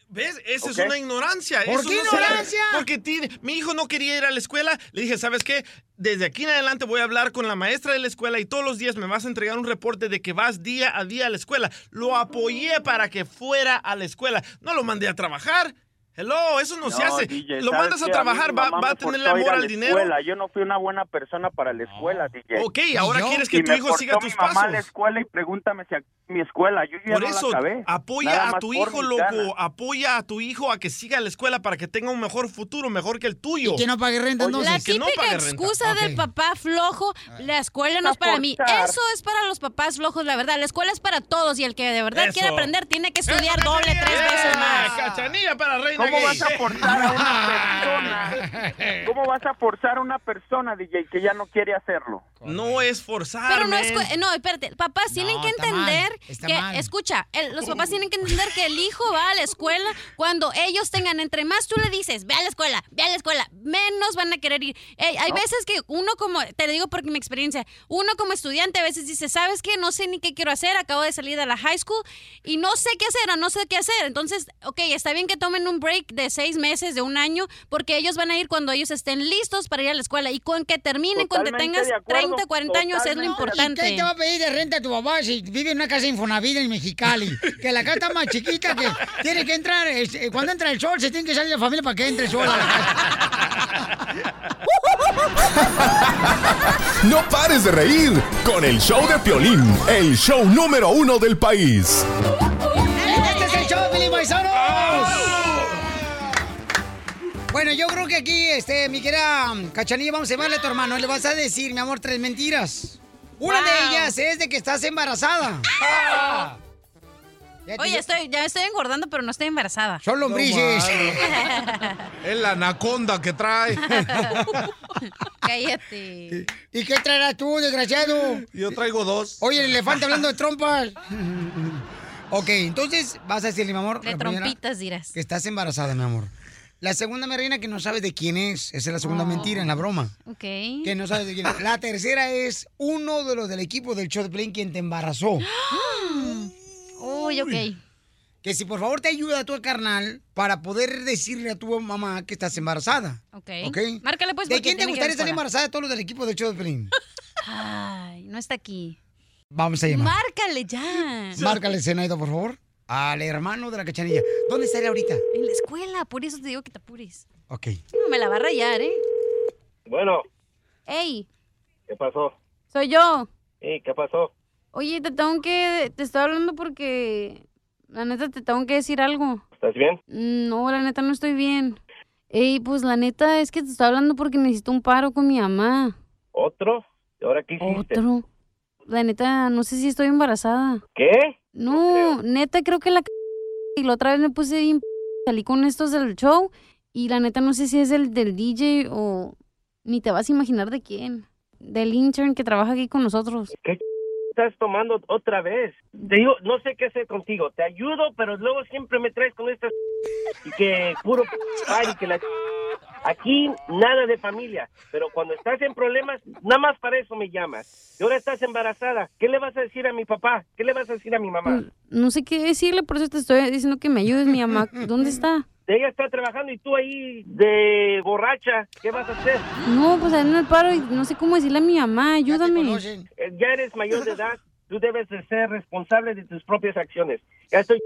Speaker 4: ¿Ves? Esa
Speaker 26: Ok.
Speaker 4: es una ignorancia.
Speaker 26: ¿Por
Speaker 4: Eso
Speaker 26: qué
Speaker 4: no se-
Speaker 26: ignorancia?
Speaker 4: Porque tiene- mi hijo no quería ir a la escuela. Le dije, ¿sabes qué? Desde aquí en adelante voy a hablar con la maestra de la escuela y todos los días me vas a entregar un reporte de que vas día a día a la escuela. Lo apoyé para que fuera a la escuela. No lo mandé a trabajar. Hello, eso no, se hace.
Speaker 26: DJ,
Speaker 4: Lo
Speaker 26: ¿sabes
Speaker 4: mandas a
Speaker 26: qué? mí
Speaker 4: trabajar,
Speaker 26: mi
Speaker 4: va,
Speaker 26: mamá
Speaker 4: va a
Speaker 26: me
Speaker 4: tener
Speaker 26: forzó ir
Speaker 4: amor
Speaker 26: a
Speaker 4: al
Speaker 26: la
Speaker 4: dinero.
Speaker 26: escuela. Yo no fui una buena persona para la escuela, DJ.
Speaker 4: Ok, ahora
Speaker 26: Y yo-
Speaker 4: quieres que
Speaker 26: y
Speaker 4: tu
Speaker 26: me
Speaker 4: hijo siga
Speaker 26: forzó
Speaker 4: tus
Speaker 26: mi mamá a la
Speaker 4: pasos.
Speaker 26: escuela y pregúntame si a- mi escuela, yo ya
Speaker 4: Por
Speaker 26: no la
Speaker 4: eso,
Speaker 26: acabé. Nada
Speaker 4: apoya a
Speaker 26: más
Speaker 4: tu
Speaker 26: por
Speaker 4: hijo,
Speaker 26: mis
Speaker 4: loco.
Speaker 26: ganas.
Speaker 4: Apoya a tu hijo a que siga la escuela para que tenga un mejor futuro, mejor que el tuyo.
Speaker 3: que no pague renta,
Speaker 4: Oye,
Speaker 6: La
Speaker 4: que no
Speaker 6: típica
Speaker 4: pague renta.
Speaker 6: excusa del papá flojo, la escuela no es para mí. Eso es para los papás flojos, la verdad. La escuela es para todos y el que de verdad
Speaker 4: Eso.
Speaker 6: quiere aprender tiene que estudiar doble, tres veces
Speaker 4: Ah,
Speaker 6: más.
Speaker 4: cachanilla para reina
Speaker 26: ¿Cómo
Speaker 4: gay.
Speaker 26: vas a forzar a una persona? ¿Cómo vas a forzar a una persona, DJ, que ya no quiere hacerlo?
Speaker 4: No es forzar.
Speaker 6: Pero no es... cu- No, espérate. Papás tienen que
Speaker 4: está mal,
Speaker 6: entender
Speaker 4: está
Speaker 6: que...
Speaker 4: mal.
Speaker 6: Escucha, el- los papás tienen que entender que el hijo va a la escuela cuando ellos tengan... Entre más tú le dices, ve a la escuela, ve a la escuela, menos van a querer ir. Eh, hay
Speaker 17: No.
Speaker 6: veces que uno como... Te lo digo porque mi experiencia. Uno como estudiante a veces dice, ¿sabes qué? No sé ni qué quiero hacer. Acabo de salir de la high school y no sé qué hacer, o no sé qué hacer. Entonces, ok, está bien que tomen un break de seis meses, de un año, porque ellos van a ir cuando ellos estén listos para ir a la escuela. Y con que terminen, con que
Speaker 3: Totalmente
Speaker 6: tengas
Speaker 3: de acuerdo,
Speaker 6: 30, 40 años, es lo
Speaker 3: ¿Y qué
Speaker 6: importante.
Speaker 3: te va a pedir de renta a tu papá si vive en una casa Infonavit en Mexicali? Que la casa está más chiquita que tiene que entrar... es- eh, cuando entra el sol, se tiene que salir la familia para que entre el sol a la casa.
Speaker 11: No pares de reír con el show de Piolín, el show número uno del país.
Speaker 3: ¡Este es el show de Piolín, paisanos! Bueno, yo creo que aquí, este, mi querida Cachanilla, vamos a llamarle a tu hermano. Le vas a decir, mi amor, tres mentiras. Una de
Speaker 6: Wow.
Speaker 3: ellas es de que estás embarazada.
Speaker 6: Oye, estoy, ya me estoy engordando, pero no estoy embarazada.
Speaker 3: Son lombrices.
Speaker 10: Es la anaconda que trae.
Speaker 6: Cállate.
Speaker 3: ¿Y qué traerás tú, desgraciado?
Speaker 10: Yo traigo dos.
Speaker 3: Oye, el elefante hablando de trompas. Ok, entonces vas a decirle, mi amor.
Speaker 6: De
Speaker 3: la primera,
Speaker 6: trompitas dirás.
Speaker 3: Que estás embarazada, mi amor. La segunda, mi reina, que no sabes de quién es. Esa es la
Speaker 6: Oh.
Speaker 3: segunda mentira en la broma.
Speaker 6: Ok.
Speaker 3: Que no sabes de quién es. La tercera es uno de los del equipo del show de Play quien te embarazó.
Speaker 6: Uy, ok.
Speaker 3: Que si por favor te ayuda a tu carnal para poder decirle a tu mamá que estás embarazada.
Speaker 6: Ok.
Speaker 3: ¿Ok?
Speaker 6: Márcale pues.
Speaker 3: ¿De
Speaker 6: porque
Speaker 3: quién te
Speaker 6: tiene que ir
Speaker 3: gustaría
Speaker 6: a la
Speaker 3: estar
Speaker 6: escuela.
Speaker 3: embarazada? de Todos los del equipo del show de Play.
Speaker 6: Ay, no está aquí.
Speaker 3: Vamos a llamar.
Speaker 6: Márcale ya.
Speaker 3: Márcale, Zenaido, por favor. Al hermano de la cachanilla. ¿Dónde estaría ahorita?
Speaker 6: En la escuela, por eso te digo que te apures.
Speaker 3: Ok.
Speaker 6: No, me la va a rayar, ¿eh?
Speaker 25: Bueno,
Speaker 6: Ey,
Speaker 25: ¿qué pasó?
Speaker 6: soy yo.
Speaker 25: Ey, ¿Qué pasó?
Speaker 6: Oye, te tengo que... Te estoy hablando porque... La neta, te tengo que decir algo.
Speaker 25: ¿Estás bien?
Speaker 6: Mm, No, la neta, no estoy bien. Ey, pues la neta es que te estoy hablando porque necesito un paro con mi mamá.
Speaker 25: ¿Otro? ¿Y ahora qué hiciste?
Speaker 6: Otro. La neta, no sé si estoy embarazada.
Speaker 25: ¿Qué?
Speaker 6: No, neta, creo que la... c- Y la otra vez me puse bien... p- Salí con estos del show y la neta no sé si es el del DJ o... Ni te vas a imaginar de quién. Del intern que trabaja aquí con nosotros.
Speaker 25: Estás tomando otra vez. Te digo, no sé qué hacer contigo. Te ayudo, pero luego siempre me traes con estas y que puro y que la aquí nada de familia, pero cuando estás en problemas, nada más para eso me llamas. Y ahora estás embarazada. ¿Qué le vas a decir a mi papá? ¿Qué le vas a decir a mi mamá?
Speaker 6: No sé qué decirle, por eso te estoy diciendo que me ayudes, mi mamá. ¿Dónde está?
Speaker 25: Ella está trabajando y tú ahí de borracha. ¿Qué vas a hacer?
Speaker 6: No, pues ahí en el paro y no sé cómo decirle a mi mamá, ayúdame.
Speaker 25: Eh, Ya eres mayor de edad, tú debes de ser responsable de tus propias acciones. Ya estoy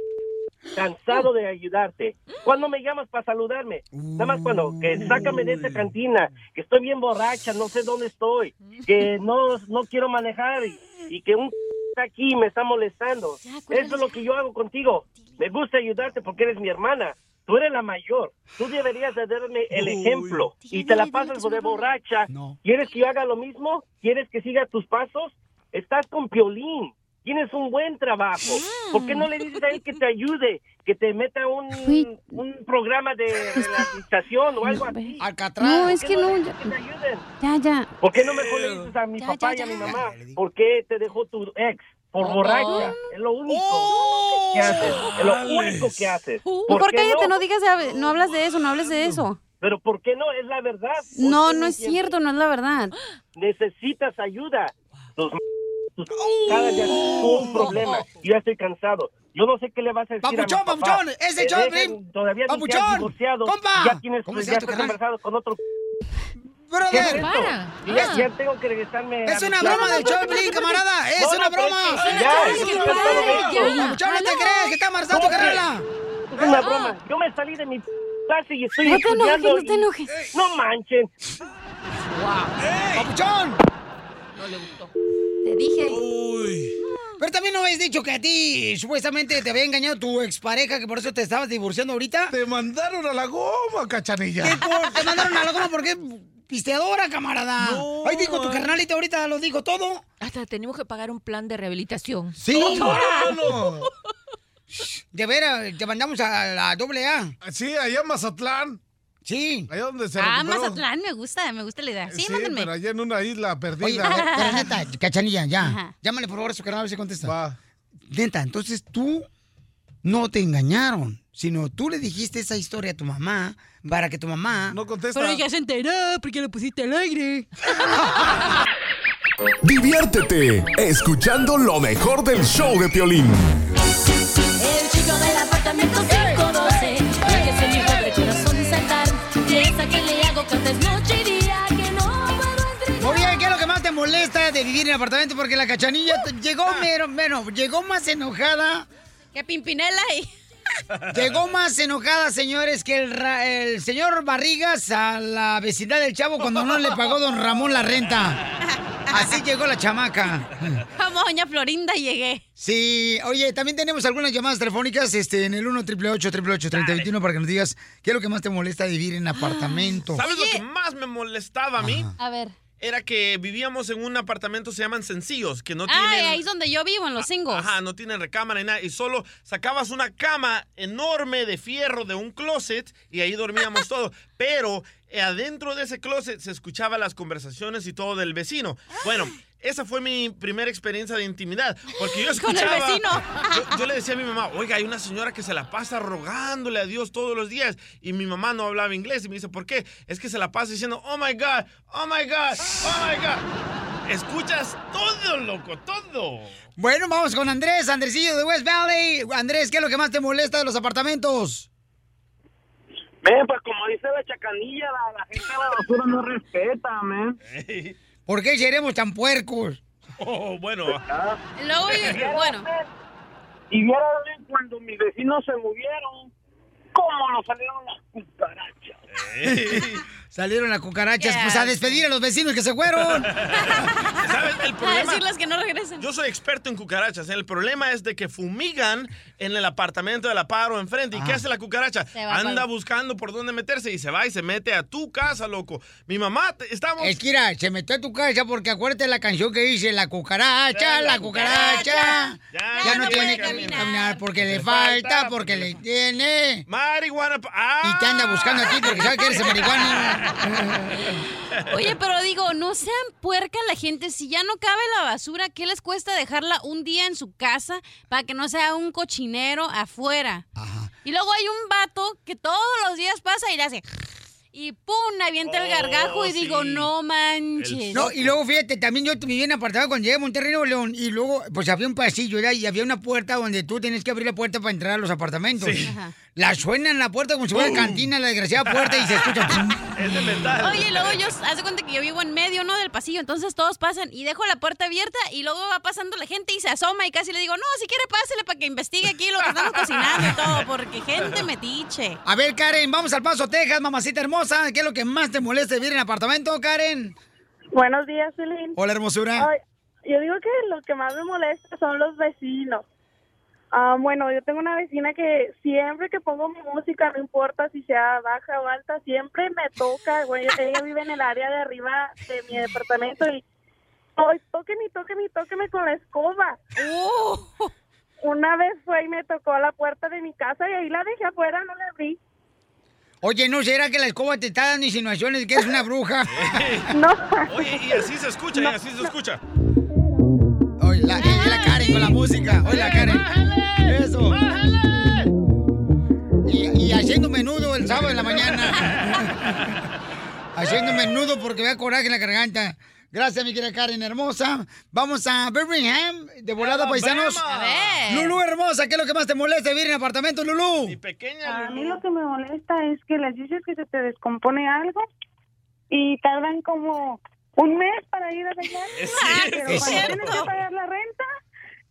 Speaker 25: cansado de ayudarte. ¿Cuándo me llamas para saludarme? Nada más cuando que sácame de esta cantina, que estoy bien borracha, no sé dónde estoy, que no no quiero manejar y, y que un está aquí y me está molestando. Eso es lo que yo hago contigo. Me gusta ayudarte porque eres mi hermana. Tú eres la mayor. Tú deberías de darme el
Speaker 22: Uy.
Speaker 25: ejemplo. Y te la pasas de borracha. ¿Quieres que yo haga lo mismo? ¿Quieres que siga tus pasos? Estás con Piolín. Tienes un buen trabajo. ¿Por qué no le dices a él que te ayude? Que te meta un, un programa de realización o algo así.
Speaker 6: No, es que no. Ya, ya. ya.
Speaker 25: ¿Por qué no mejor le dices a mi
Speaker 6: Ya,
Speaker 25: papá
Speaker 6: ya,
Speaker 25: y a mi
Speaker 6: ya.
Speaker 25: mamá? ¿Por qué te dejó tu ex? Por borracha. Es lo único que haces. Es
Speaker 6: Oh,
Speaker 25: lo único que haces.
Speaker 6: Uh, ¿Por,
Speaker 25: qué
Speaker 6: cállate? No digas, de- no hablas de eso, no hables de eso.
Speaker 25: Pero ¿por qué no? Es la verdad. ¿Por
Speaker 6: No,
Speaker 25: qué
Speaker 6: no
Speaker 25: entiendes?
Speaker 6: es cierto, no es la verdad.
Speaker 25: necesitas ayuda. Tus, m- tus
Speaker 3: ¡Oh!
Speaker 25: cada día un problema. Yo ya estoy cansado. Yo no sé qué le vas a decir a
Speaker 3: Papuchón,
Speaker 25: mi papá.
Speaker 3: papuchón, es el
Speaker 25: Te
Speaker 3: show de
Speaker 25: dejan-
Speaker 3: Piolín.
Speaker 25: Todavía ni te has
Speaker 3: Papuchón,
Speaker 25: divorciado.
Speaker 3: compa.
Speaker 25: Ya tienes
Speaker 3: ¿Cómo
Speaker 25: ya
Speaker 3: se llama tu
Speaker 25: estás
Speaker 3: canal?
Speaker 25: embarazado con otro.
Speaker 3: Brother.
Speaker 25: ¿Qué es esto?
Speaker 3: Para.
Speaker 25: Yo ya,
Speaker 3: Ah.
Speaker 25: ya tengo que regresarme.
Speaker 3: Es
Speaker 25: a mi
Speaker 3: una
Speaker 25: casa.
Speaker 3: broma del show de Piolín, camarada. Es
Speaker 25: No, no,
Speaker 3: una
Speaker 25: pero
Speaker 3: broma.
Speaker 25: es que ya, es que ya, ya.
Speaker 3: Papuchón, no te creas que está embarazada tu
Speaker 25: ¿Cómo que?
Speaker 3: carnala. ¿Eh?
Speaker 25: Es una broma. Yo me salí de mi
Speaker 26: clase y estoy
Speaker 10: No te enojes,
Speaker 26: estudiando
Speaker 10: no te
Speaker 26: y-
Speaker 10: enojes.
Speaker 26: No manchen.
Speaker 3: ¡Papuchón!
Speaker 10: No le gustó.
Speaker 3: Te dije. Uy. Pero también no habéis dicho que a ti supuestamente te había engañado tu expareja, que por eso te estabas divorciando ahorita. Te mandaron a la goma, cachanilla. te mandaron a la goma porque es pisteadora, camarada. Ahí digo, tu carnalito ahorita lo dijo todo.
Speaker 5: Hasta tenemos que pagar un plan de rehabilitación.
Speaker 3: Sí, claro. De veras, te mandamos a la doble A. Sí, allá en Mazatlán. Sí. Allá donde se
Speaker 6: Ah, Mazatlán, me gusta, me gusta la idea. Sí, mándenme.
Speaker 35: Pero allá en una isla perdida.
Speaker 3: Oye, pero- pero neta, cachanilla, ya.
Speaker 6: Ajá.
Speaker 3: Llámale por favor a su canal a ver si contesta. Neta, entonces tú no te engañaron, sino tú le dijiste esa historia a tu mamá para que tu mamá. No contesta.
Speaker 5: Pero ella se enteró porque lo pusiste al aire.
Speaker 11: Diviértete escuchando lo mejor del show de Piolín.
Speaker 10: El chico del apartamento 512. Fíjese mi pobre corazón saltar. Piensa que le hago cantes noche y día que no puedo entregar.
Speaker 3: Muy bien, ¿qué es lo que más te molesta de vivir en el apartamento? Porque la cachanilla
Speaker 5: Ah.
Speaker 3: te- llegó, mero, bueno, llegó más enojada.
Speaker 6: Que Pimpinela y...
Speaker 3: Llegó más enojada, señores, que el, ra- el señor Barrigas a la vecindad del Chavo cuando no le pagó don Ramón la renta. Así llegó la chamaca.
Speaker 6: Vamos, doña Florinda, llegué.
Speaker 3: Sí, oye, también tenemos algunas llamadas telefónicas este, en el 1 888 3021 para que nos digas qué es lo que más te molesta de vivir en apartamento.
Speaker 4: Ah, ¿Sabes lo que más me molestaba a mí?
Speaker 6: A ver.
Speaker 4: Era que vivíamos en un apartamento, se llaman sencillos, que no
Speaker 6: Ah,
Speaker 4: tienen... Ah,
Speaker 6: ahí es donde yo vivo, en los singles.
Speaker 4: Ajá, no tienen recámara ni nada. Y solo sacabas una cama enorme de fierro de un closet y ahí dormíamos todo. Pero eh, adentro de ese closet se escuchaban las conversaciones y todo del vecino. Bueno. Esa fue mi primera experiencia de intimidad, porque yo
Speaker 10: Con el
Speaker 4: escuchaba...
Speaker 10: vecino.
Speaker 4: Yo, yo le decía a mi mamá, oiga, hay una señora que se la pasa rogándole a Dios todos los días, y mi mamá no hablaba inglés, y me dice, ¿por qué? Es que se la pasa diciendo, oh my God, oh my God, oh my God. Escuchas todo, loco, todo.
Speaker 3: Bueno, vamos con Andrés, Andresillo de West Valley. Andrés, ¿qué es lo que más te molesta de los apartamentos?
Speaker 26: Ven, pues como dice la chacanilla, la, la gente de la basura no respeta, man.
Speaker 3: ¿Por qué seremos tan puercos?
Speaker 4: Oh, bueno.
Speaker 26: Ah.
Speaker 6: Luego, yo- bueno.
Speaker 26: Y vieron cuando mis vecinos se movieron, cómo nos salieron las cucarachas.
Speaker 3: Salieron las cucarachas,
Speaker 26: Qué
Speaker 3: pues a
Speaker 26: asco.
Speaker 3: despedir a los vecinos que se fueron.
Speaker 4: ¿Sabes? El problema,
Speaker 6: decirles que no regresen.
Speaker 4: Yo soy experto en cucarachas. El problema es de que fumigan en el apartamento de la paro enfrente. ¿Y qué hace la cucaracha?
Speaker 6: Se va
Speaker 4: Anda
Speaker 6: para-
Speaker 4: buscando por dónde meterse y se va y se mete a tu casa, loco. Mi mamá, te- estamos...
Speaker 3: Es que mira, se metió a tu casa porque acuérdate la canción que dice La cucaracha, la, cucaracha. Ya, no tiene que caminar, porque le falta, porque le tiene.
Speaker 4: Marihuana.
Speaker 3: Y te anda buscando aquí porque sabe que eres marihuana.
Speaker 6: Oye, pues. pero digo, no sean puerca la gente. Si ya no cabe la basura, ¿qué les cuesta dejarla un día en su casa para que no sea un cochinero afuera? Y luego hay un vato que todos los días pasa y le hace... Y pum, avienta
Speaker 25: Oh,
Speaker 6: el gargajo y digo, no manches.
Speaker 3: No, y luego fíjate, también yo viví en apartado cuando llegué a Monterrey Nuevo León y luego pues había un pasillo ¿verdad? y había una puerta donde tú tenías que abrir la puerta para entrar a los apartamentos.
Speaker 6: Ajá.
Speaker 3: La suenan la puerta como si fuera cantina, la desgraciada puerta y se escucha.
Speaker 4: es de metal.
Speaker 6: Oye, luego yo, hace cuenta que yo vivo en medio, ¿no? Del pasillo, entonces todos pasan y dejo la puerta abierta y luego va pasando la gente y se asoma y casi le digo, no, si quiere pásele para que investigue aquí lo que estamos cocinando y todo, porque gente metiche.
Speaker 3: A ver, Karen, vamos al Paso, Texas, mamacita hermosa. ¿Qué es lo que más te molesta de vivir en apartamento, Karen?
Speaker 15: Buenos días, Piolín.
Speaker 3: Hola, hermosura.
Speaker 15: Ay, yo digo que lo que más me molesta son los vecinos. Ah, bueno, yo tengo una vecina que siempre que pongo mi música, no importa si sea baja o alta, siempre me toca, güey. Ella vive en el área de arriba de mi departamento y Ay, toquen y toquen y tóqueme con la escoba. Oh. Una vez fue y me tocó a la puerta de mi casa y ahí la dejé afuera, no la abrí.
Speaker 3: Oye, ¿no será que la escoba te está dando insinuaciones de que eres una bruja?
Speaker 15: no.
Speaker 4: Oye, y así se escucha, y así se escucha.
Speaker 3: Oye, la, eh, la Karen con la música. Oye, la Karen. Eso. Y, y haciendo menudo el sábado en la mañana. haciendo menudo porque me da coraje en la garganta. Gracias, mi querida Karen hermosa. Vamos a Birmingham, de volada, paisanos.
Speaker 10: A ver.
Speaker 3: Lulú hermosa, ¿qué es lo que más te molesta de vivir en apartamento, Lulú?
Speaker 15: A mí lo que me molesta es que les dices que se te descompone algo y tardan como un mes para ir a arreglar. Pero
Speaker 10: es
Speaker 15: cuando
Speaker 10: cierto.
Speaker 15: tienes que pagar la renta,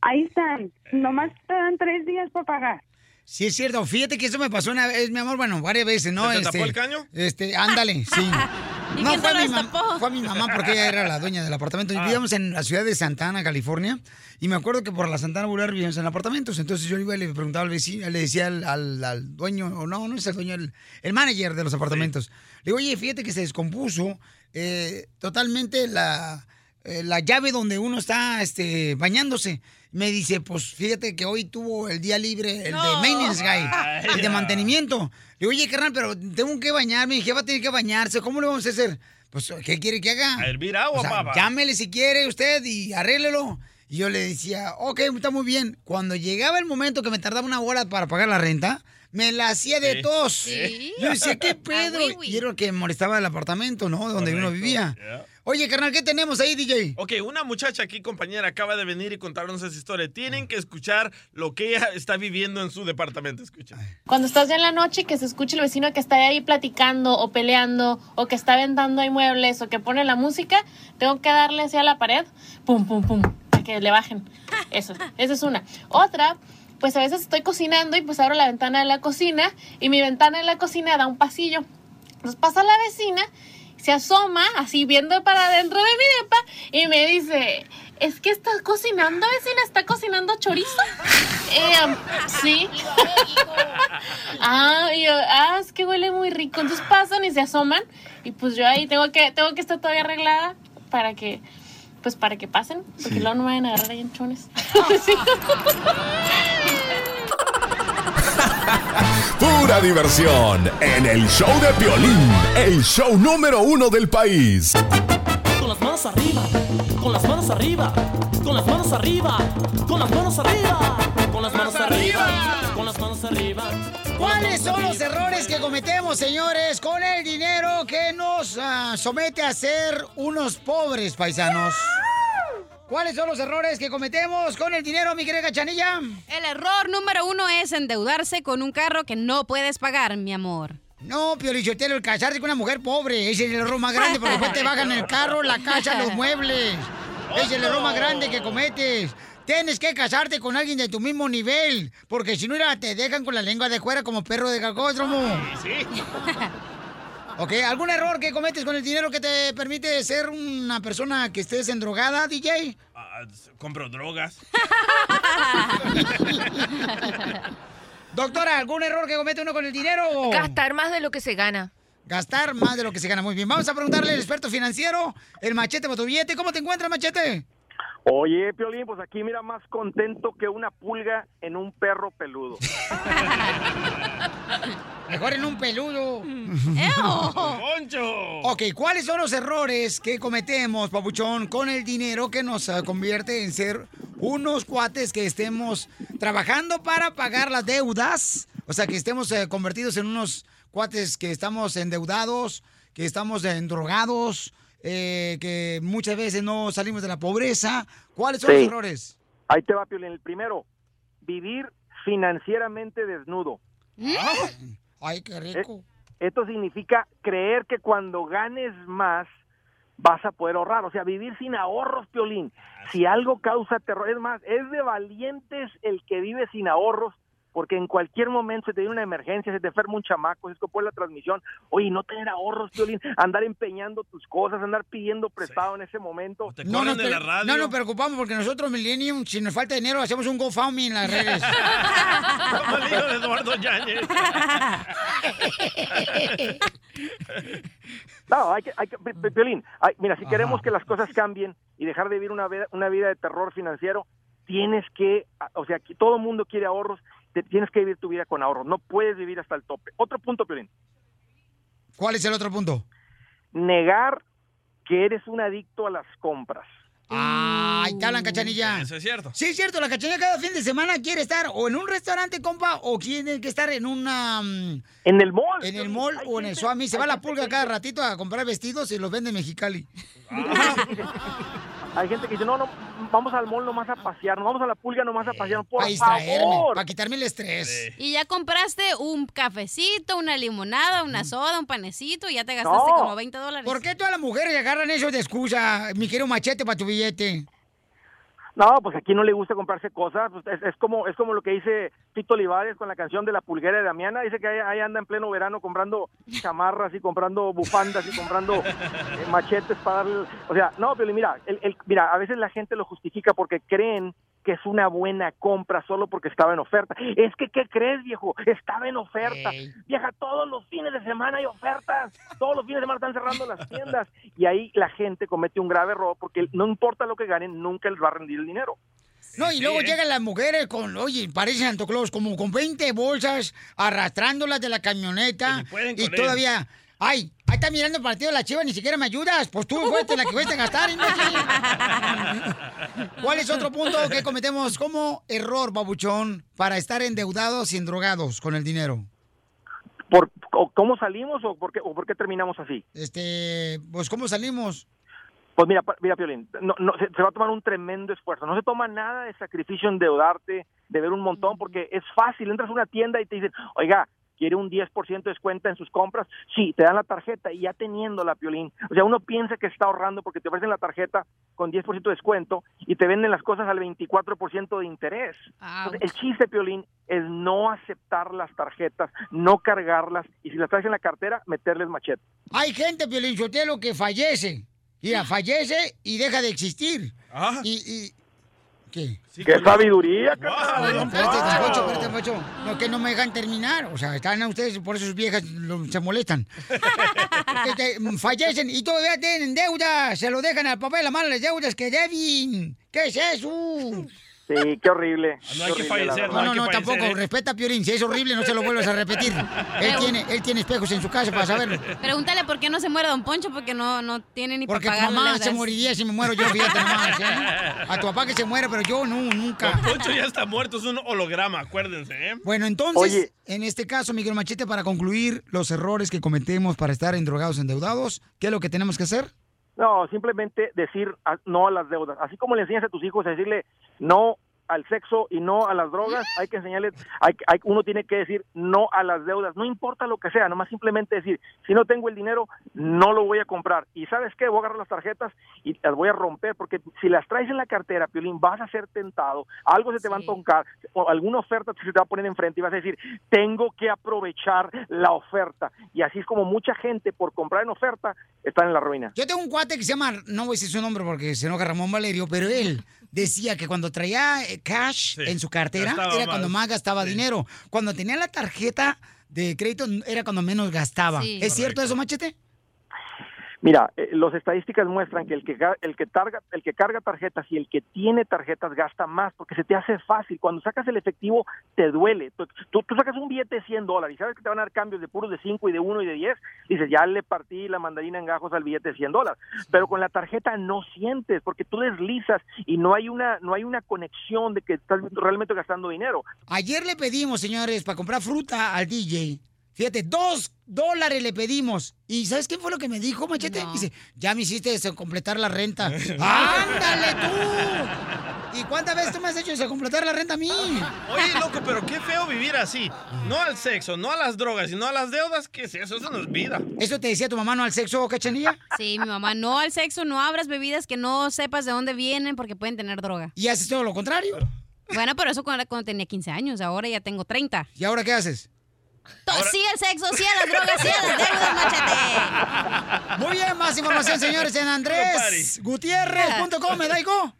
Speaker 15: ahí están. Nomás te dan tres días para pagar.
Speaker 3: Sí, es cierto. Fíjate que eso me pasó una vez, mi amor, bueno, varias veces, ¿no?
Speaker 4: ¿Se te
Speaker 3: Este,
Speaker 4: tapó el caño?
Speaker 3: Este, ándale, sí.
Speaker 4: ¿Y
Speaker 3: No
Speaker 4: quién
Speaker 3: fue
Speaker 4: te lo
Speaker 3: mi, mam-
Speaker 4: destapó?
Speaker 3: fue mi mamá porque ella era la dueña del apartamento. Y
Speaker 4: Ah.
Speaker 3: Vivíamos en la ciudad de Santana, California. Y me acuerdo que por la Santana Boulevard vivíamos en apartamentos. Entonces yo iba y le preguntaba al vecino, le decía al, al- al dueño, o no, no es el dueño, el, el manager de los apartamentos. Le digo, oye, fíjate que se descompuso eh, totalmente la, eh, la llave donde uno está este, bañándose. Me dice, pues fíjate que hoy tuvo el día libre el de
Speaker 5: No.
Speaker 3: maintenance guy,
Speaker 5: Ay,
Speaker 3: el de
Speaker 5: ya.
Speaker 3: mantenimiento. Le digo, oye, carnal, pero tengo que bañarme, mi jefa tiene que bañarse, ¿cómo le vamos a hacer? Pues, ¿qué quiere que haga?
Speaker 4: A hervir agua,
Speaker 3: O sea,
Speaker 4: papá.
Speaker 3: Llámele si quiere usted y arréglelo. Y yo le decía, ok, está muy bien. Cuando llegaba el momento que me tardaba una hora para pagar la renta, me la hacía de
Speaker 5: Sí.
Speaker 3: tos.
Speaker 5: Sí.
Speaker 3: Yo decía, ¿qué
Speaker 5: Ah,
Speaker 3: pedo?
Speaker 5: güey, güey.
Speaker 3: Y era lo que molestaba el apartamento, ¿no? Donde uno vivía.
Speaker 4: ya.
Speaker 3: Oye, carnal, ¿qué tenemos ahí, DJ?
Speaker 4: Ok, una muchacha aquí, compañera, acaba de venir y contarnos esa historia. Tienen que escuchar lo que ella está viviendo en su departamento. Escuchen.
Speaker 20: Cuando estás ya en la noche y que se escuche el vecino que está ahí platicando o peleando o que está vendando ahí muebles o que pone la música, tengo que darle hacia la pared, pum, pum, pum, para que le bajen. Eso, esa es una. Otra, pues a veces estoy cocinando y pues abro la ventana de la cocina y mi ventana de la cocina da un pasillo. Entonces pasa la vecina, se asoma así viendo para adentro de mi depa y me dice, ¿es que estás cocinando, vecina? ¿Está cocinando chorizo? Eh, sí. Ah, y yo, ah, es que huele muy rico. Entonces pasan y se asoman. Y pues yo ahí tengo que, tengo que estar todavía arreglada para que, pues para que pasen. Porque luego no me van a agarrar ahí en chones. Sí.
Speaker 11: Pura diversión en el show de Piolín, el show número uno del país.
Speaker 5: Con las manos arriba, con las manos arriba, con las manos arriba, con las manos arriba, con las manos arriba, con las manos arriba.
Speaker 3: ¿Cuáles son los errores que cometemos, señores, con el dinero que nos ah, somete a ser unos pobres paisanos? ¿Cuáles son los errores que cometemos con el dinero, mi querida Cachanilla?
Speaker 6: El error número uno es endeudarse con un carro que no puedes pagar, mi amor.
Speaker 3: No, Piolichotero, el casarte con una mujer pobre. Ese es el error más grande, porque después te bajan el carro, la casa, los muebles. Ese es el error más grande que cometes. Tienes que casarte con alguien de tu mismo nivel, porque si no, mira, te dejan con la lengua de fuera como perro de cacódromo. Ok, ¿algún error que cometes con el dinero que te permite ser una persona que estés endrogada, DJ?
Speaker 4: Ah, compro drogas.
Speaker 3: Doctora, ¿algún error que comete uno con el dinero? Gastar más de lo que se gana. Gastar más de lo que se gana. Muy bien. Vamos a preguntarle al experto financiero, el machete billete. ¿Cómo te encuentras, machete?
Speaker 29: Oye, Piolín, pues aquí mira más contento que una pulga en un perro peludo.
Speaker 3: Mejor en un peludo.
Speaker 4: ¡Poncho!
Speaker 3: Ok, ¿cuáles son los errores que cometemos, papuchón, con el dinero que nos ah, convierte en ser unos cuates que estemos trabajando para pagar las deudas? O sea, que estemos eh, convertidos en unos cuates que estamos endeudados, que estamos endrogados, eh, que muchas veces no salimos de la pobreza. ¿Cuáles son los
Speaker 29: Sí.
Speaker 3: errores?
Speaker 29: Ahí te va, Piolín. El primero, vivir financieramente desnudo.
Speaker 3: Ah, Ay, qué rico.
Speaker 29: Eh, Esto significa creer que cuando ganes más vas a poder ahorrar, o sea, vivir sin ahorros, Piolín. Si algo causa terror, es más, es de valientes el que vive sin ahorros, porque en cualquier momento se te viene una emergencia, se te enferma un chamaco, se escopó la transmisión, oye, no tener ahorros, Piolín, andar empeñando tus cosas, andar pidiendo prestado en ese momento.
Speaker 3: nos pre- no nos preocupamos porque nosotros, Millennium, si nos falta dinero, hacemos un GoFundMe en las redes.
Speaker 4: Como el hijo de Eduardo Yáñez.
Speaker 29: No, hay que, hay que- Pi- Pi-
Speaker 3: Mm.
Speaker 29: Piolín, hay- mira, si queremos que las cosas cambien y dejar de vivir una vida, una vida de terror financiero, tienes que, a- o sea, que todo el mundo quiere ahorros, te- tienes que vivir tu vida con ahorros, no puedes vivir hasta el tope. Otro punto, Piolín,
Speaker 3: ¿Cuál es el otro punto?
Speaker 29: negar que eres un adicto a las compras.
Speaker 3: Ay, te hablan, cachanilla.
Speaker 29: Eso
Speaker 4: Mm. es cierto.
Speaker 3: Sí, es cierto, la cachanilla cada fin de semana quiere estar o en un restaurante, compa, o tiene que estar en una. mm,
Speaker 29: En el mall.
Speaker 3: En el mall o en el Suami. Se va a la pulga cada ratito a comprar vestidos y los vende en Mexicali.
Speaker 29: Hay gente que dice, no, no, vamos al mall nomás a pasear, no vamos a la pulga nomás a pasear, por
Speaker 3: Para Eh, distraerme,
Speaker 29: favor.
Speaker 3: para quitarme el estrés.
Speaker 6: Y ya compraste un cafecito, una limonada, una soda, un panecito y ya te gastaste
Speaker 3: No.
Speaker 6: como 20 dólares.
Speaker 3: ¿Por qué todas las mujeres agarran eso de excusa, mi querido machete, para tu billete?
Speaker 29: No, pues aquí no le gusta comprarse cosas. pues, es, es como es como lo que dice Tito Olivares con la canción de la pulguera de Damiana. Dice que ahí, ahí anda en pleno verano comprando chamarras y comprando bufandas y comprando eh, machetes para darle. O sea, no, pero mira, el- el- mira, a veces la gente lo justifica porque creen que es una buena compra solo porque estaba en oferta. Es que, ¿qué crees, viejo? Estaba en oferta. Vieja, todos los fines de semana hay ofertas. Todos los fines de semana están cerrando las tiendas. Y ahí la gente comete un grave error porque no importa lo que ganen, nunca les va a rendir el dinero.
Speaker 3: No, y
Speaker 5: ¿eh?
Speaker 3: luego llegan las mujeres con, oye, parecen Santo Claus, como con 20 bolsas arrastrándolas de la camioneta.
Speaker 5: pueden
Speaker 3: Y
Speaker 5: con
Speaker 3: todavía, ay, ahí está mirando el partido de la chiva, ni siquiera me ayudas. Pues tú fuiste la que fuiste a gastar, imbécil. ¿Cuál es otro punto que cometemos como error, babuchón, para estar endeudados y endrogados con el dinero?
Speaker 29: ¿Por, o ¿Cómo salimos o por, qué, o por qué terminamos así?
Speaker 3: Este, pues, ¿cómo salimos?
Speaker 29: Pues mira, pa- mira, Piolín, no, no, se, se va a tomar un tremendo esfuerzo. No se toma nada de sacrificio endeudarte, de ver un montón, porque es fácil. Entras a una tienda y te dicen, oiga, ¿quiere un 10% de descuento en sus compras? Sí, te dan la tarjeta y ya teniendo la Piolín. O sea, uno piensa que está ahorrando porque te ofrecen la tarjeta con 10% de descuento y te venden las cosas al 24% de interés. Entonces, Pues el chiste, Piolín, es no aceptar las tarjetas, no cargarlas y si las traes en la cartera, meterles machete.
Speaker 3: Hay gente, Piolín Sotelo, que fallece. Mira, fallece y deja de existir.
Speaker 4: Ah.
Speaker 3: Y, y- ¿Qué?
Speaker 29: ¡Qué pues, sabiduría, carnal!
Speaker 3: Espérate, Poncho, espérate, Poncho. No, que no me dejan terminar. O sea, están a ustedes, por eso sus viejas lo- se molestan. Este, mm, fallecen y todavía tienen deudas. Se lo dejan al papá de la mano las deudas que deben. ¿Qué es eso?
Speaker 29: Sí, qué horrible.
Speaker 4: Ah, No hay que
Speaker 29: Qué horrible, la
Speaker 4: fallecer,
Speaker 29: verdad.
Speaker 4: no hay
Speaker 3: No,
Speaker 4: que
Speaker 3: no,
Speaker 4: fallecer.
Speaker 3: tampoco.
Speaker 4: ¿eh?
Speaker 3: Respeta a Piorín. Si es horrible, no se lo vuelvas a repetir. Él tiene, él tiene espejos en su casa para saberlo.
Speaker 6: Pregúntale por qué no se muere Don Poncho, porque no, no tiene ni
Speaker 3: Porque tu
Speaker 6: para pagar
Speaker 3: mamá
Speaker 6: las
Speaker 3: se
Speaker 6: deudas.
Speaker 3: moriría si me muero yo, fíjate nomás, ¿eh? A tu papá que se muera, pero yo no, nunca.
Speaker 4: Don Poncho ya está muerto, es un holograma, acuérdense, ¿eh?
Speaker 3: Bueno, entonces, en este caso, Miguel Machete, para concluir los errores que cometemos para estar endrogados, endeudados, ¿qué es lo que tenemos que hacer?
Speaker 29: No, simplemente decir a- no a las deudas. Así como le enseñas a tus hijos a decirle no al sexo y no a las drogas, hay que enseñarles, hay, hay- uno tiene que decir no a las deudas, no importa lo que sea, nomás simplemente decir, si no tengo el dinero, no lo voy a comprar. Y sabes qué, voy a agarrar las tarjetas y las voy a romper, porque si las traes en la cartera, Piolín, vas a ser tentado, algo se te va a tocar, o alguna oferta se te va a poner enfrente y vas a decir, tengo que aprovechar la oferta. Y así es como mucha gente por comprar en oferta está en la ruina.
Speaker 3: Yo tengo un cuate que se llama, no voy a decir su nombre porque se enoja Ramón Valerio, pero él decía que cuando traía eh, cash en su cartera
Speaker 5: gastaba
Speaker 3: era cuando
Speaker 5: más.
Speaker 3: más gastaba dinero. Cuando tenía la tarjeta de crédito era cuando menos gastaba.
Speaker 29: Sí.
Speaker 3: ¿Es cierto eso, Machete?
Speaker 29: Mira, eh, los estadísticas muestran que el que ga- el que targa, el que carga tarjetas y el que tiene tarjetas gasta más porque se te hace fácil. Cuando sacas el efectivo te duele. Tú, tú- tú sacas un billete de 100 dólares y sabes que te van a dar cambios de puros de 5 y de 1 y de 10. Dices, ya le partí la mandarina en gajos al billete de 100 dólares. Pero con la tarjeta no sientes porque tú deslizas y no hay una no hay una conexión de que estás realmente gastando dinero.
Speaker 3: Ayer le pedimos, señores, para comprar fruta al DJ. Fíjate, dos dólares le pedimos. ¿Y sabes qué fue lo que me dijo, Machete? Dice, ya me hiciste des- completar la renta. ¡Ándale tú! ¿Y cuántas veces tú me has hecho completar la renta a mí?
Speaker 4: Oye, loco, pero qué feo vivir así. No al sexo, no a las drogas y no a las deudas. ¿Qué es eso? Eso no es vida.
Speaker 3: ¿Eso te decía tu mamá no al sexo, cachanilla?
Speaker 6: Sí, mi mamá, no al sexo, no abras bebidas que no sepas de dónde vienen porque pueden tener droga.
Speaker 3: ¿Y haces todo lo contrario?
Speaker 6: Bueno, pero eso cuando, cuando tenía 15 años, ahora ya tengo 30.
Speaker 3: ¿Y ahora qué haces?
Speaker 6: To- Sí al sexo, sí a las drogas, sí a las deudas, machete.
Speaker 3: Muy bien, más información, señores, en andresgutierrez.com, ¿me daigo?